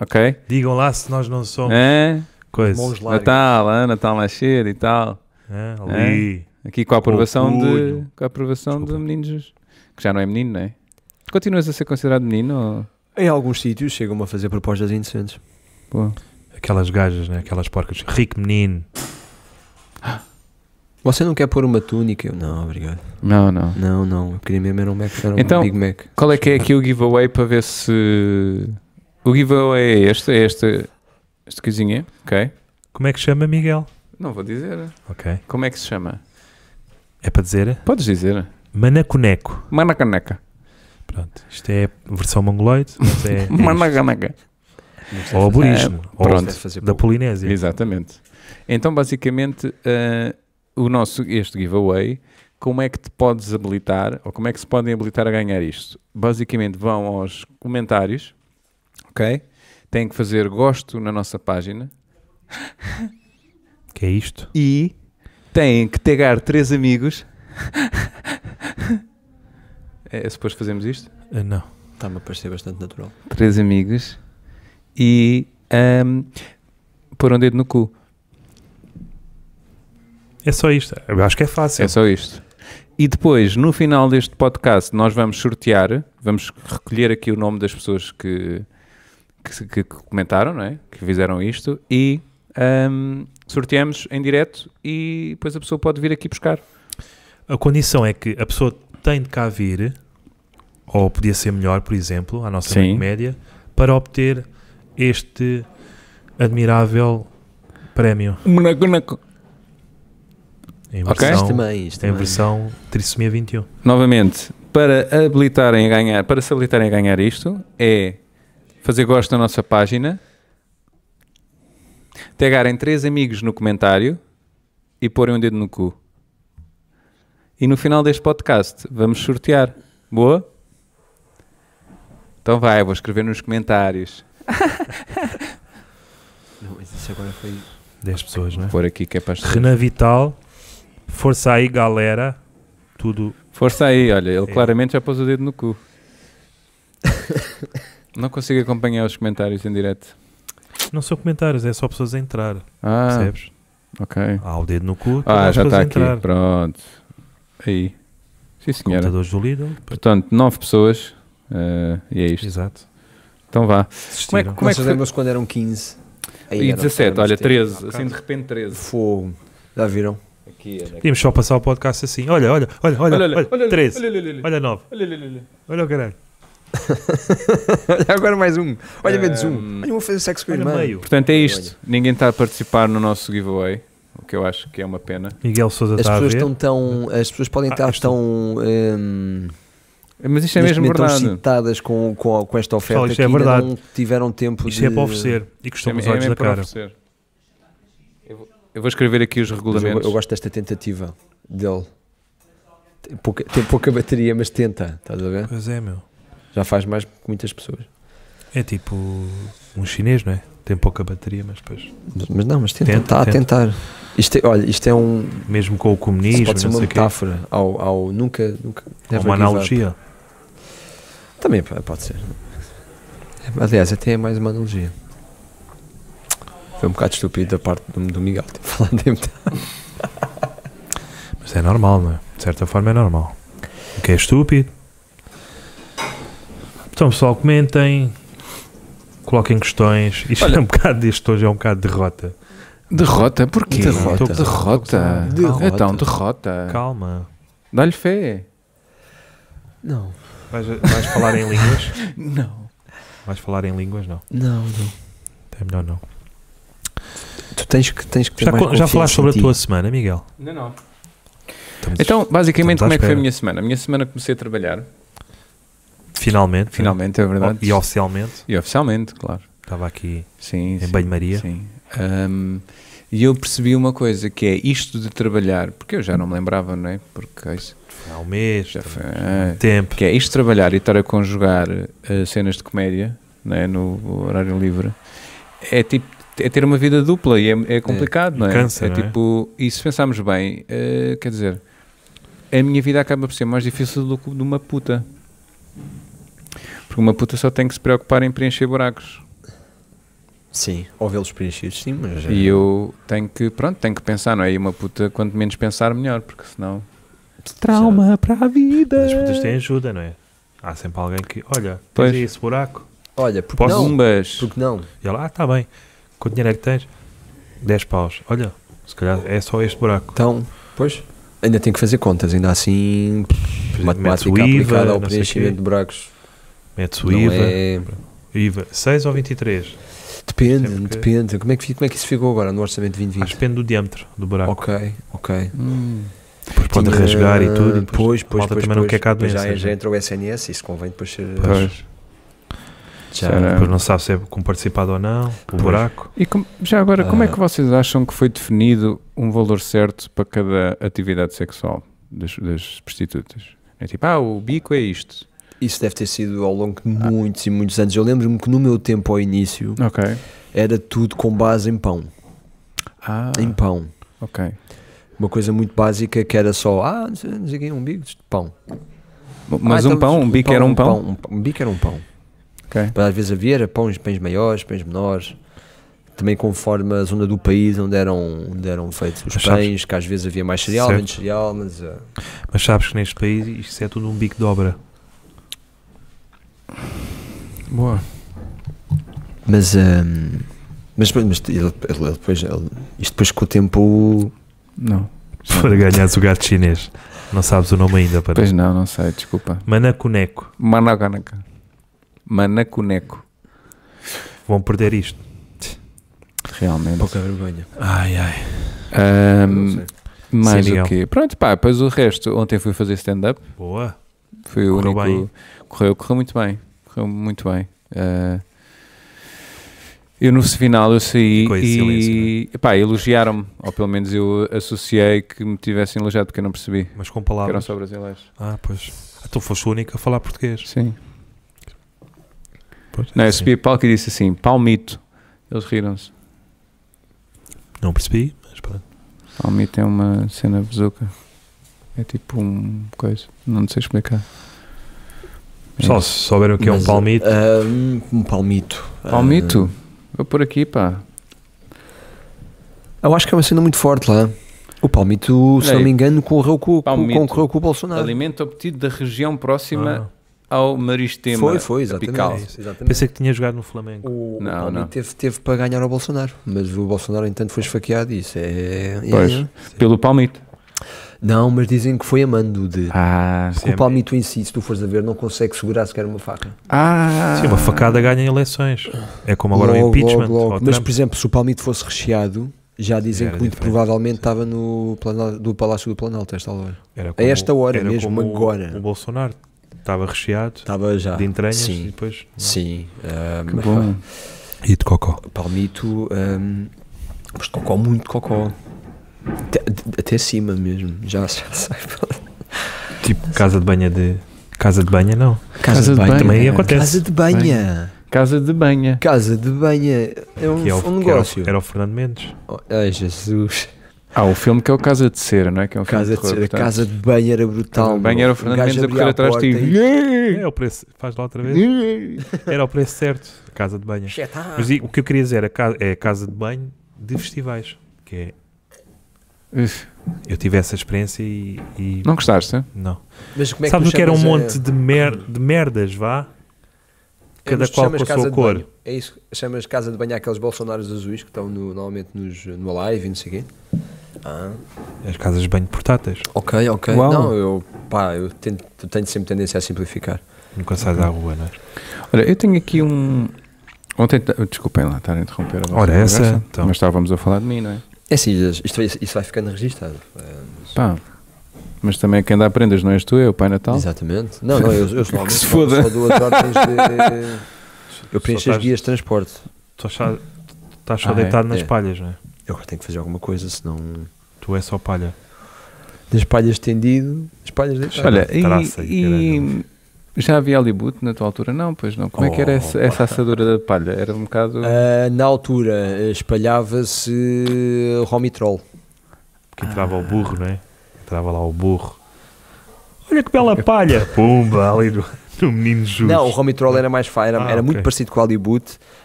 [SPEAKER 1] Ok?
[SPEAKER 2] Digam lá se nós não somos
[SPEAKER 1] Hã?
[SPEAKER 2] coisa.
[SPEAKER 3] Mãos largas.
[SPEAKER 1] Natal, hã? Natal mais cedo e tal.
[SPEAKER 2] Ah,
[SPEAKER 1] É.
[SPEAKER 2] ali.
[SPEAKER 1] Aqui com a aprovação de.
[SPEAKER 2] Orgulho.
[SPEAKER 1] Com a aprovação de
[SPEAKER 2] Desculpa.
[SPEAKER 1] meninos. Jesus, Que já não é menino, não é? Continuas a ser considerado menino?
[SPEAKER 3] Em alguns sítios chegam a fazer propostas indecentes.
[SPEAKER 1] Ou... Pô.
[SPEAKER 2] Aquelas gajas, né? Aquelas porcas. Rico menino.
[SPEAKER 3] Você não quer pôr uma túnica? Eu, não, obrigado.
[SPEAKER 1] Não, não.
[SPEAKER 3] Não, não. Eu queria mesmo era um Mac. Era um
[SPEAKER 1] Então-
[SPEAKER 3] Big Mac.
[SPEAKER 1] Qual é que é aqui o giveaway para ver se. O giveaway é este? É este. Este coisinha? Ok.
[SPEAKER 2] Como é que chama, Miguel?
[SPEAKER 1] Não vou dizer.
[SPEAKER 2] Ok.
[SPEAKER 1] Como é que se chama?
[SPEAKER 2] É para dizer
[SPEAKER 1] Podes dizer.
[SPEAKER 2] Manaconeco.
[SPEAKER 1] Manacaneca.
[SPEAKER 2] Pronto. Isto é versão mongoloide, mas é, é isto.
[SPEAKER 1] Manacaneca.
[SPEAKER 2] ou aborismo. ou
[SPEAKER 1] É, pronto.
[SPEAKER 3] Deve fazer
[SPEAKER 2] Da
[SPEAKER 3] pouco.
[SPEAKER 2] Polinésia.
[SPEAKER 1] Exatamente. Então, basicamente, eh, o nosso, este giveaway, como é que te podes habilitar, ou como é que se podem habilitar a ganhar isto? Basicamente, vão aos comentários, ok? Têm que fazer gosto na nossa página
[SPEAKER 2] Que é isto?
[SPEAKER 1] e têm que tagar três amigos. é, é suposto fazermos isto?
[SPEAKER 2] Ah, não.
[SPEAKER 3] Está-me a parecer bastante natural.
[SPEAKER 1] Três amigos e ahm, pôr um dedo no cu.
[SPEAKER 2] É só isto. Eu acho que é fácil.
[SPEAKER 1] É só isto. E depois, no final deste podcast, nós vamos sortear, vamos recolher aqui o nome das pessoas que, que, se- que comentaram, não é? Que fizeram isto e ahm, sorteamos em direto e depois a pessoa pode vir aqui buscar.
[SPEAKER 2] A condição é que a pessoa tem de cá vir, ou podia ser melhor, por exemplo, à nossa
[SPEAKER 1] Sim.
[SPEAKER 2] média, para obter este admirável prémio em
[SPEAKER 1] Ok.
[SPEAKER 2] versão,
[SPEAKER 3] Isto também, isto
[SPEAKER 2] Então, em
[SPEAKER 3] também.
[SPEAKER 2] versão trissomia 21.
[SPEAKER 1] Novamente, para habilitarem a ganhar, para se habilitarem a ganhar isto, é fazer gosto na nossa página, Tagarem três amigos no comentário e porem um dedo no cu. E no final deste podcast vamos sortear. Boa? Então vai, vou escrever nos comentários.
[SPEAKER 3] Não, mas isso agora foi.
[SPEAKER 2] 10 pessoas, não é?
[SPEAKER 1] Por aqui que é para as
[SPEAKER 2] Renan Vital, força aí, galera. Tudo.
[SPEAKER 1] Força aí, olha, ele
[SPEAKER 2] É.
[SPEAKER 1] claramente já pôs o dedo no cu. Não consigo acompanhar os comentários em direto.
[SPEAKER 2] Não são comentários, é só pessoas a entrar.
[SPEAKER 1] Ah,
[SPEAKER 2] Percebes?
[SPEAKER 1] ok.
[SPEAKER 2] Há o dedo no cu, todas
[SPEAKER 1] Ah,
[SPEAKER 2] as
[SPEAKER 1] já
[SPEAKER 2] pessoas
[SPEAKER 1] está
[SPEAKER 2] a
[SPEAKER 1] aqui.
[SPEAKER 2] entrar.
[SPEAKER 1] Pronto. Aí. Sim, senhora.
[SPEAKER 2] Computadores do Lidl.
[SPEAKER 1] Portanto, nove pessoas. eh, e é isto.
[SPEAKER 2] Exato.
[SPEAKER 1] Então vá.
[SPEAKER 2] Desistiram.
[SPEAKER 1] Como é
[SPEAKER 3] Como é que
[SPEAKER 1] foi?
[SPEAKER 3] lembram-se quando eram 15? Aí
[SPEAKER 1] E
[SPEAKER 3] era-
[SPEAKER 1] 17,
[SPEAKER 3] éramos
[SPEAKER 1] olha,
[SPEAKER 3] ter-
[SPEAKER 1] 13. Assim de repente 13.
[SPEAKER 3] Fogo. Já viram?
[SPEAKER 1] Aqui era.
[SPEAKER 2] Podíamos só passar o podcast assim. Olha, olha, olha, olha, olha, 13. Olha,
[SPEAKER 1] olha, olha, olha,
[SPEAKER 2] 9.
[SPEAKER 1] olha, olha, olha.
[SPEAKER 2] Olha o caralho.
[SPEAKER 3] agora mais um. Olha, menos um.
[SPEAKER 1] Ehm,
[SPEAKER 3] Olha, vou fazer sexo com a
[SPEAKER 2] Olha
[SPEAKER 3] irmã.
[SPEAKER 2] meio.
[SPEAKER 1] Portanto, é isto. Ninguém está a participar no nosso giveaway, o que eu acho que é uma pena.
[SPEAKER 2] Miguel Souza
[SPEAKER 3] As
[SPEAKER 2] está a ver.
[SPEAKER 3] pessoas estão tão. As pessoas podem
[SPEAKER 2] Ah,
[SPEAKER 3] estar
[SPEAKER 2] és tu.
[SPEAKER 3] tão. ehm,
[SPEAKER 1] Mas isto é
[SPEAKER 3] neste
[SPEAKER 1] mesmo
[SPEAKER 3] momento tão
[SPEAKER 1] verdade.
[SPEAKER 3] excitadas com, com, com esta oferta
[SPEAKER 2] Pessoal, isto é
[SPEAKER 3] que ainda
[SPEAKER 2] verdade.
[SPEAKER 3] não tiveram tempo
[SPEAKER 2] Isto
[SPEAKER 3] de.
[SPEAKER 2] é para oferecer. E custou os
[SPEAKER 1] É- é
[SPEAKER 2] olhos
[SPEAKER 1] mesmo
[SPEAKER 2] da
[SPEAKER 1] para
[SPEAKER 2] cara.
[SPEAKER 1] oferecer. Eu vou- Eu vou escrever aqui os
[SPEAKER 3] Mas Eu,
[SPEAKER 1] regulamentos.
[SPEAKER 3] eu gosto desta tentativa dele. Tem pouca, tem pouca bateria, mas tenta, estás a ver?
[SPEAKER 2] Pois é, meu.
[SPEAKER 3] Já faz mais que muitas pessoas.
[SPEAKER 2] É tipo um chinês, não é? Tem pouca bateria, mas depois.
[SPEAKER 3] Mas, mas não, mas tenta,
[SPEAKER 2] Tenta,
[SPEAKER 3] está a
[SPEAKER 2] tenta.
[SPEAKER 3] tentar. Isto é, olha, isto é um.
[SPEAKER 2] Mesmo com o
[SPEAKER 3] Isto
[SPEAKER 2] comunismo,
[SPEAKER 3] pode ser
[SPEAKER 2] não
[SPEAKER 3] uma
[SPEAKER 2] sei o quê.
[SPEAKER 3] metáfora é ao, ao nunca. nunca
[SPEAKER 2] Ou
[SPEAKER 3] never give
[SPEAKER 2] uma
[SPEAKER 3] up.
[SPEAKER 2] analogia.
[SPEAKER 3] Também p- pode ser. É, Aliás, até é mais uma analogia. Foi um bocado estúpido da parte do, do Miguel ter falado de
[SPEAKER 2] Mas é normal, não é? De certa forma é normal. O que é estúpido. Então, pessoal, comentem. Coloquem questões. Isto
[SPEAKER 1] Olha-
[SPEAKER 2] é um bocado disto hoje, é um bocado de derrota.
[SPEAKER 1] Derrota? Porquê?
[SPEAKER 3] Derrota.
[SPEAKER 1] Tô- Derrota.
[SPEAKER 3] Derrota.
[SPEAKER 1] Então, derrota.
[SPEAKER 2] Calma.
[SPEAKER 1] Dá-lhe fé.
[SPEAKER 3] Não,
[SPEAKER 2] Vais, vais falar em línguas?
[SPEAKER 1] Não.
[SPEAKER 2] Vais falar em línguas? Não.
[SPEAKER 3] não, não.
[SPEAKER 2] É melhor não.
[SPEAKER 3] Tu tens que, tens que ter
[SPEAKER 2] Já,
[SPEAKER 3] mais
[SPEAKER 2] co- já falaste sobre a
[SPEAKER 3] confiança em
[SPEAKER 2] tua semana, Miguel?
[SPEAKER 1] Não, não.
[SPEAKER 2] Estamos-
[SPEAKER 1] Então, basicamente, como
[SPEAKER 2] Estamos à
[SPEAKER 1] é que foi a
[SPEAKER 2] espera.
[SPEAKER 1] minha semana? A minha semana comecei a trabalhar.
[SPEAKER 2] finalmente.
[SPEAKER 1] Finalmente, é
[SPEAKER 2] né?
[SPEAKER 1] verdade.
[SPEAKER 2] E oficialmente.
[SPEAKER 1] E oficialmente, claro.
[SPEAKER 2] Estava aqui
[SPEAKER 1] Sim,
[SPEAKER 2] em
[SPEAKER 1] sim.
[SPEAKER 2] banho-maria.
[SPEAKER 1] Sim. Ahm, e eu percebi uma coisa que é isto de trabalhar, porque eu já não me lembrava, não é? Porque isso
[SPEAKER 2] Há um mês.
[SPEAKER 1] já foi.
[SPEAKER 2] há
[SPEAKER 1] ah,
[SPEAKER 2] um Tempo.
[SPEAKER 1] que é isto de trabalhar e estar a conjugar eh, cenas de comédia não é? no horário livre é tipo é ter uma vida dupla e é, é complicado,
[SPEAKER 2] E
[SPEAKER 1] não é?
[SPEAKER 2] cansa,
[SPEAKER 1] é
[SPEAKER 2] não é?
[SPEAKER 1] tipo, e se pensarmos bem, eh, quer dizer, a minha vida acaba por ser mais difícil do que o de uma puta. Porque uma puta só tem que se preocupar em preencher buracos.
[SPEAKER 3] ti. Sim, ou vê-los preenchidos, sim, mas.
[SPEAKER 2] É.
[SPEAKER 3] é-
[SPEAKER 1] E eu tenho que, pronto, tenho que pensar, não é? E uma puta, quanto menos pensar, melhor, porque senão. Trauma para a vida!
[SPEAKER 2] Mas as putas têm ajuda, não é? Há sempre alguém que, olha,
[SPEAKER 1] Pois.
[SPEAKER 2] tens aí esse buraco.
[SPEAKER 3] Olha, porque
[SPEAKER 2] Posso- um
[SPEAKER 3] não?
[SPEAKER 1] Pumbas!
[SPEAKER 3] Porque não?
[SPEAKER 2] E ela, ah, está bem. Quanto dinheiro é que tens? 10 paus. Olha, se calhar é só este buraco.
[SPEAKER 3] Então, pois. Ainda tem que fazer contas, ainda assim.
[SPEAKER 2] Por exemplo,
[SPEAKER 3] matemática
[SPEAKER 2] metes o IVA,
[SPEAKER 3] aplicada ao
[SPEAKER 2] não sei
[SPEAKER 3] preenchimento de
[SPEAKER 2] quê.
[SPEAKER 3] buracos.
[SPEAKER 2] Metes o
[SPEAKER 3] Não
[SPEAKER 2] IVA.
[SPEAKER 3] é...
[SPEAKER 2] IVA. 6 ou 23?
[SPEAKER 3] Depende,
[SPEAKER 2] Sempre que-
[SPEAKER 3] depende. Como é, que, fi- como é que isso ficou agora no orçamento de
[SPEAKER 2] Acho que
[SPEAKER 3] 2020?
[SPEAKER 2] depende do diâmetro do buraco.
[SPEAKER 3] Ok, ok.
[SPEAKER 1] Hum.
[SPEAKER 2] Depois pode
[SPEAKER 3] Tinha-
[SPEAKER 2] rasgar e tudo. e depois
[SPEAKER 3] Pois,
[SPEAKER 2] a
[SPEAKER 3] pois,
[SPEAKER 2] malta
[SPEAKER 3] pois.
[SPEAKER 2] também
[SPEAKER 3] pois,
[SPEAKER 2] não quer cá a
[SPEAKER 3] Pois
[SPEAKER 2] doença.
[SPEAKER 3] já, é já
[SPEAKER 2] né?
[SPEAKER 3] entrou o SNS, isso convém depois ser.
[SPEAKER 1] Pois.
[SPEAKER 3] Já.
[SPEAKER 1] Será?
[SPEAKER 2] Depois não sabe se é como participado ou não, o buraco.
[SPEAKER 1] E com- já agora, como é
[SPEAKER 3] Ah.
[SPEAKER 1] que vocês acham que foi definido um valor certo para cada atividade sexual das, das prostitutas? É tipo, ah, o bico é isto.
[SPEAKER 3] Isso deve ter sido ao longo de muitos e muitos anos. Eu lembro-me que no meu tempo ao início
[SPEAKER 1] Ok.
[SPEAKER 3] era tudo com base em pão.
[SPEAKER 1] Ah,
[SPEAKER 3] Em pão.
[SPEAKER 1] ok.
[SPEAKER 3] Uma coisa muito básica que era só, ah, não sei, não sei o quê, um bico de pão.
[SPEAKER 1] Mas
[SPEAKER 3] Ah,
[SPEAKER 1] um
[SPEAKER 3] então,
[SPEAKER 1] pão, um bico era um pão?
[SPEAKER 3] Um, um bico era um pão.
[SPEAKER 1] Ok.
[SPEAKER 3] Mas às vezes havia era pães, pães maiores, pães menores. Também conforme a zona do país onde eram, onde eram feitos os
[SPEAKER 2] Mas sabes-
[SPEAKER 3] pães, que às vezes havia mais cereal,
[SPEAKER 2] Certo.
[SPEAKER 3] menos cereal, mas. ah,
[SPEAKER 2] Mas sabes que neste país isto é tudo um bico de obra.
[SPEAKER 1] Boa.
[SPEAKER 3] Mas, ahm, mas, depois- mas ele, ele- ele depois, ele- isto depois com o tempo.
[SPEAKER 1] Não.
[SPEAKER 2] Para ganhares o gato chinês. Não sabes o nome ainda para.
[SPEAKER 1] Pois não, não sei, desculpa.
[SPEAKER 2] Manacuneco.
[SPEAKER 1] Manacaneca. Manacuneco.
[SPEAKER 2] Vão perder isto.
[SPEAKER 1] Realmente.
[SPEAKER 3] Pouca vergonha.
[SPEAKER 2] Ai ai.
[SPEAKER 3] Hum,
[SPEAKER 1] Ahm, mais
[SPEAKER 2] Sim,
[SPEAKER 1] o
[SPEAKER 2] Miguel.
[SPEAKER 1] quê? Pronto, pá, depois o resto. Ontem fui fazer stand-up.
[SPEAKER 2] Boa.
[SPEAKER 1] Foi o
[SPEAKER 2] Correu
[SPEAKER 1] único.
[SPEAKER 2] bem?
[SPEAKER 1] Correu, correu muito bem. Correu muito bem. Ah, Eh, Eu no final eu saí
[SPEAKER 2] Ficou em
[SPEAKER 1] e
[SPEAKER 2] silêncio, é?
[SPEAKER 1] epá, elogiaram-me, ou pelo menos eu associei que me tivessem elogiado porque eu não percebi. que
[SPEAKER 2] Mas com
[SPEAKER 1] eram
[SPEAKER 2] palavras.
[SPEAKER 1] só brasileiros.
[SPEAKER 2] Ah, pois. Ah, tu foste o único a falar português.
[SPEAKER 1] Sim.
[SPEAKER 2] Pois, é
[SPEAKER 1] Não, eu
[SPEAKER 2] sim.
[SPEAKER 1] subi a palco e disse assim, palmito. Eles riram-se.
[SPEAKER 2] Não percebi, mas pronto.
[SPEAKER 1] Palmito é uma cena bezuca. É tipo um coisa, não sei explicar. É
[SPEAKER 2] Só
[SPEAKER 1] isso.
[SPEAKER 2] se souberam o que é um
[SPEAKER 3] Mas,
[SPEAKER 2] palmito.
[SPEAKER 3] ah, um- um palmito.
[SPEAKER 2] Ah.
[SPEAKER 1] Palmito? Vou por aqui, pá.
[SPEAKER 3] Ah, eu acho que é uma cena muito forte lá. O palmito, se
[SPEAKER 1] Olha
[SPEAKER 3] não
[SPEAKER 1] aí.
[SPEAKER 3] me engano, concorreu com, com,
[SPEAKER 1] Palmito.
[SPEAKER 3] concorreu com o Bolsonaro.
[SPEAKER 1] Alimento obtido da região próxima
[SPEAKER 2] Ah,
[SPEAKER 1] ao maristema.
[SPEAKER 3] foi, foi, exatamente.
[SPEAKER 1] apical.
[SPEAKER 3] é isso, exatamente.
[SPEAKER 2] pensei que tinha jogado no Flamengo.
[SPEAKER 3] O,
[SPEAKER 1] Não,
[SPEAKER 3] o Palmito
[SPEAKER 1] não.
[SPEAKER 3] Teve, teve para ganhar ao Bolsonaro, mas o Bolsonaro, entanto, foi esfaqueado. Isso é.
[SPEAKER 1] Pois.
[SPEAKER 3] é-
[SPEAKER 1] Pelo palmito.
[SPEAKER 3] Não, mas dizem que foi a mando de.
[SPEAKER 1] Ah,
[SPEAKER 3] Porque
[SPEAKER 2] sim.
[SPEAKER 3] o palmito em si, se tu fores a ver, não consegue segurar sequer uma faca.
[SPEAKER 1] ah.
[SPEAKER 2] Sim, uma facada ganha eleições. É como agora o
[SPEAKER 3] Logo,
[SPEAKER 2] impeachment.
[SPEAKER 3] logo, logo.
[SPEAKER 2] ao
[SPEAKER 3] Mas,
[SPEAKER 2] Trump.
[SPEAKER 3] por exemplo, se o palmito fosse recheado, já dizem
[SPEAKER 2] Era
[SPEAKER 3] que muito
[SPEAKER 2] diferente.
[SPEAKER 3] provavelmente estava no Planal- do Palácio do Planalto, esta hora.
[SPEAKER 2] Era
[SPEAKER 3] A esta hora
[SPEAKER 2] era
[SPEAKER 3] mesmo,
[SPEAKER 2] como o-
[SPEAKER 3] agora.
[SPEAKER 2] O Bolsonaro estava recheado
[SPEAKER 3] Estava já.
[SPEAKER 2] de entranhas
[SPEAKER 3] Ah, Sim.
[SPEAKER 2] e depois.
[SPEAKER 3] Sim. ah,
[SPEAKER 1] Que
[SPEAKER 3] mas,
[SPEAKER 1] bom.
[SPEAKER 2] E de cocó.
[SPEAKER 3] pá, Palmito. ah, mas cocó, muito cocó. Até, até acima mesmo. Já, já sai.
[SPEAKER 2] Tipo casa de banha de. Casa de banha, não.
[SPEAKER 1] Casa de banho.
[SPEAKER 2] Também
[SPEAKER 1] É.
[SPEAKER 2] acontece.
[SPEAKER 3] Casa de banha.
[SPEAKER 1] Casa de banha.
[SPEAKER 3] Casa de banha é um,
[SPEAKER 2] Que é o-
[SPEAKER 3] um
[SPEAKER 2] que era o-
[SPEAKER 3] negócio.
[SPEAKER 2] Era, o Fernando Mendes.
[SPEAKER 3] Oh, Ai, Jesus.
[SPEAKER 1] Ah, o filme que é o Casa de Cera, não é? Que é um filme
[SPEAKER 3] Casa de,
[SPEAKER 1] terror,
[SPEAKER 3] ser, a
[SPEAKER 1] portanto.
[SPEAKER 3] casa de banho era brutal.
[SPEAKER 1] O banheiro era o
[SPEAKER 3] meu. Um
[SPEAKER 1] Fernando
[SPEAKER 3] gajo
[SPEAKER 1] Mendes a
[SPEAKER 3] abria
[SPEAKER 1] correr atrás de ti.
[SPEAKER 3] porta e-
[SPEAKER 2] É o preço. Faz lá outra vez. Era o preço certo. Casa de banho. Mas e- o que eu queria dizer é, ca- é casa de banho de festivais. Que é.
[SPEAKER 1] Uf,
[SPEAKER 2] Eu tive essa experiência e. e-
[SPEAKER 1] Não gostaste? hein?
[SPEAKER 2] não.
[SPEAKER 3] Mas como é
[SPEAKER 2] Sabes
[SPEAKER 3] tu
[SPEAKER 2] o que era um
[SPEAKER 3] chamas a-
[SPEAKER 2] monte de, mer- de merdas, vá?
[SPEAKER 3] É,
[SPEAKER 2] Cada
[SPEAKER 3] mas tu
[SPEAKER 2] qual
[SPEAKER 3] chamas
[SPEAKER 2] com a
[SPEAKER 3] casa
[SPEAKER 2] sua
[SPEAKER 3] de
[SPEAKER 2] cor.
[SPEAKER 3] banho. É isso, chamas casa de banho aqueles bolsonaros azuis que estão no- normalmente nos, no live e não sei o quê. Ah,
[SPEAKER 2] As casas de banho portáteis.
[SPEAKER 3] ok, ok.
[SPEAKER 2] Uau.
[SPEAKER 3] Não, eu, pá, eu tento, tenho sempre tendência a simplificar.
[SPEAKER 2] Nunca sais à rua, não é?
[SPEAKER 1] Olha, eu tenho aqui um. Ontem, ta- desculpem lá, estar a interromper a vossa
[SPEAKER 2] Ora, essa,
[SPEAKER 1] conversa,
[SPEAKER 2] então.
[SPEAKER 1] Mas estávamos a falar de mim, não é?
[SPEAKER 3] É assim, isto, vai- isto vai ficando registado.
[SPEAKER 1] Pá. Mas também quem dá prendas não és tu, é o Pai
[SPEAKER 3] Então?
[SPEAKER 1] Natal.
[SPEAKER 3] Exatamente. Não, não, eu, eu só,
[SPEAKER 1] Que se
[SPEAKER 3] só-
[SPEAKER 1] foda.
[SPEAKER 3] só dou as ordens de. Eu preencho
[SPEAKER 2] Só
[SPEAKER 3] as
[SPEAKER 2] estás-
[SPEAKER 3] guias de transporte.
[SPEAKER 2] Estás só, estás só
[SPEAKER 1] Ah, é?
[SPEAKER 2] deitado nas
[SPEAKER 3] É.
[SPEAKER 2] palhas, não é?
[SPEAKER 3] Eu agora tenho que fazer alguma coisa, senão.
[SPEAKER 2] Tu é só palha.
[SPEAKER 3] Das palhas estendido, das palhas deitado.
[SPEAKER 1] Olha,
[SPEAKER 2] Traça,
[SPEAKER 1] e. e... Já havia Hollywood na tua altura? Não, pois não. Como é que era
[SPEAKER 2] Oh,
[SPEAKER 1] essa, essa assadura da palha? Era um bocado.
[SPEAKER 3] Ah, na altura eh, espalhava-se Romitrol.
[SPEAKER 2] Porque entrava o burro, não é? Entrava lá o burro. Olha que bela palha! Pumba, ali no, no menino Jus.
[SPEAKER 3] Não, o Romitrol era mais fa era,
[SPEAKER 2] Ah,
[SPEAKER 3] era muito
[SPEAKER 2] ok.
[SPEAKER 3] parecido com o Hollywood,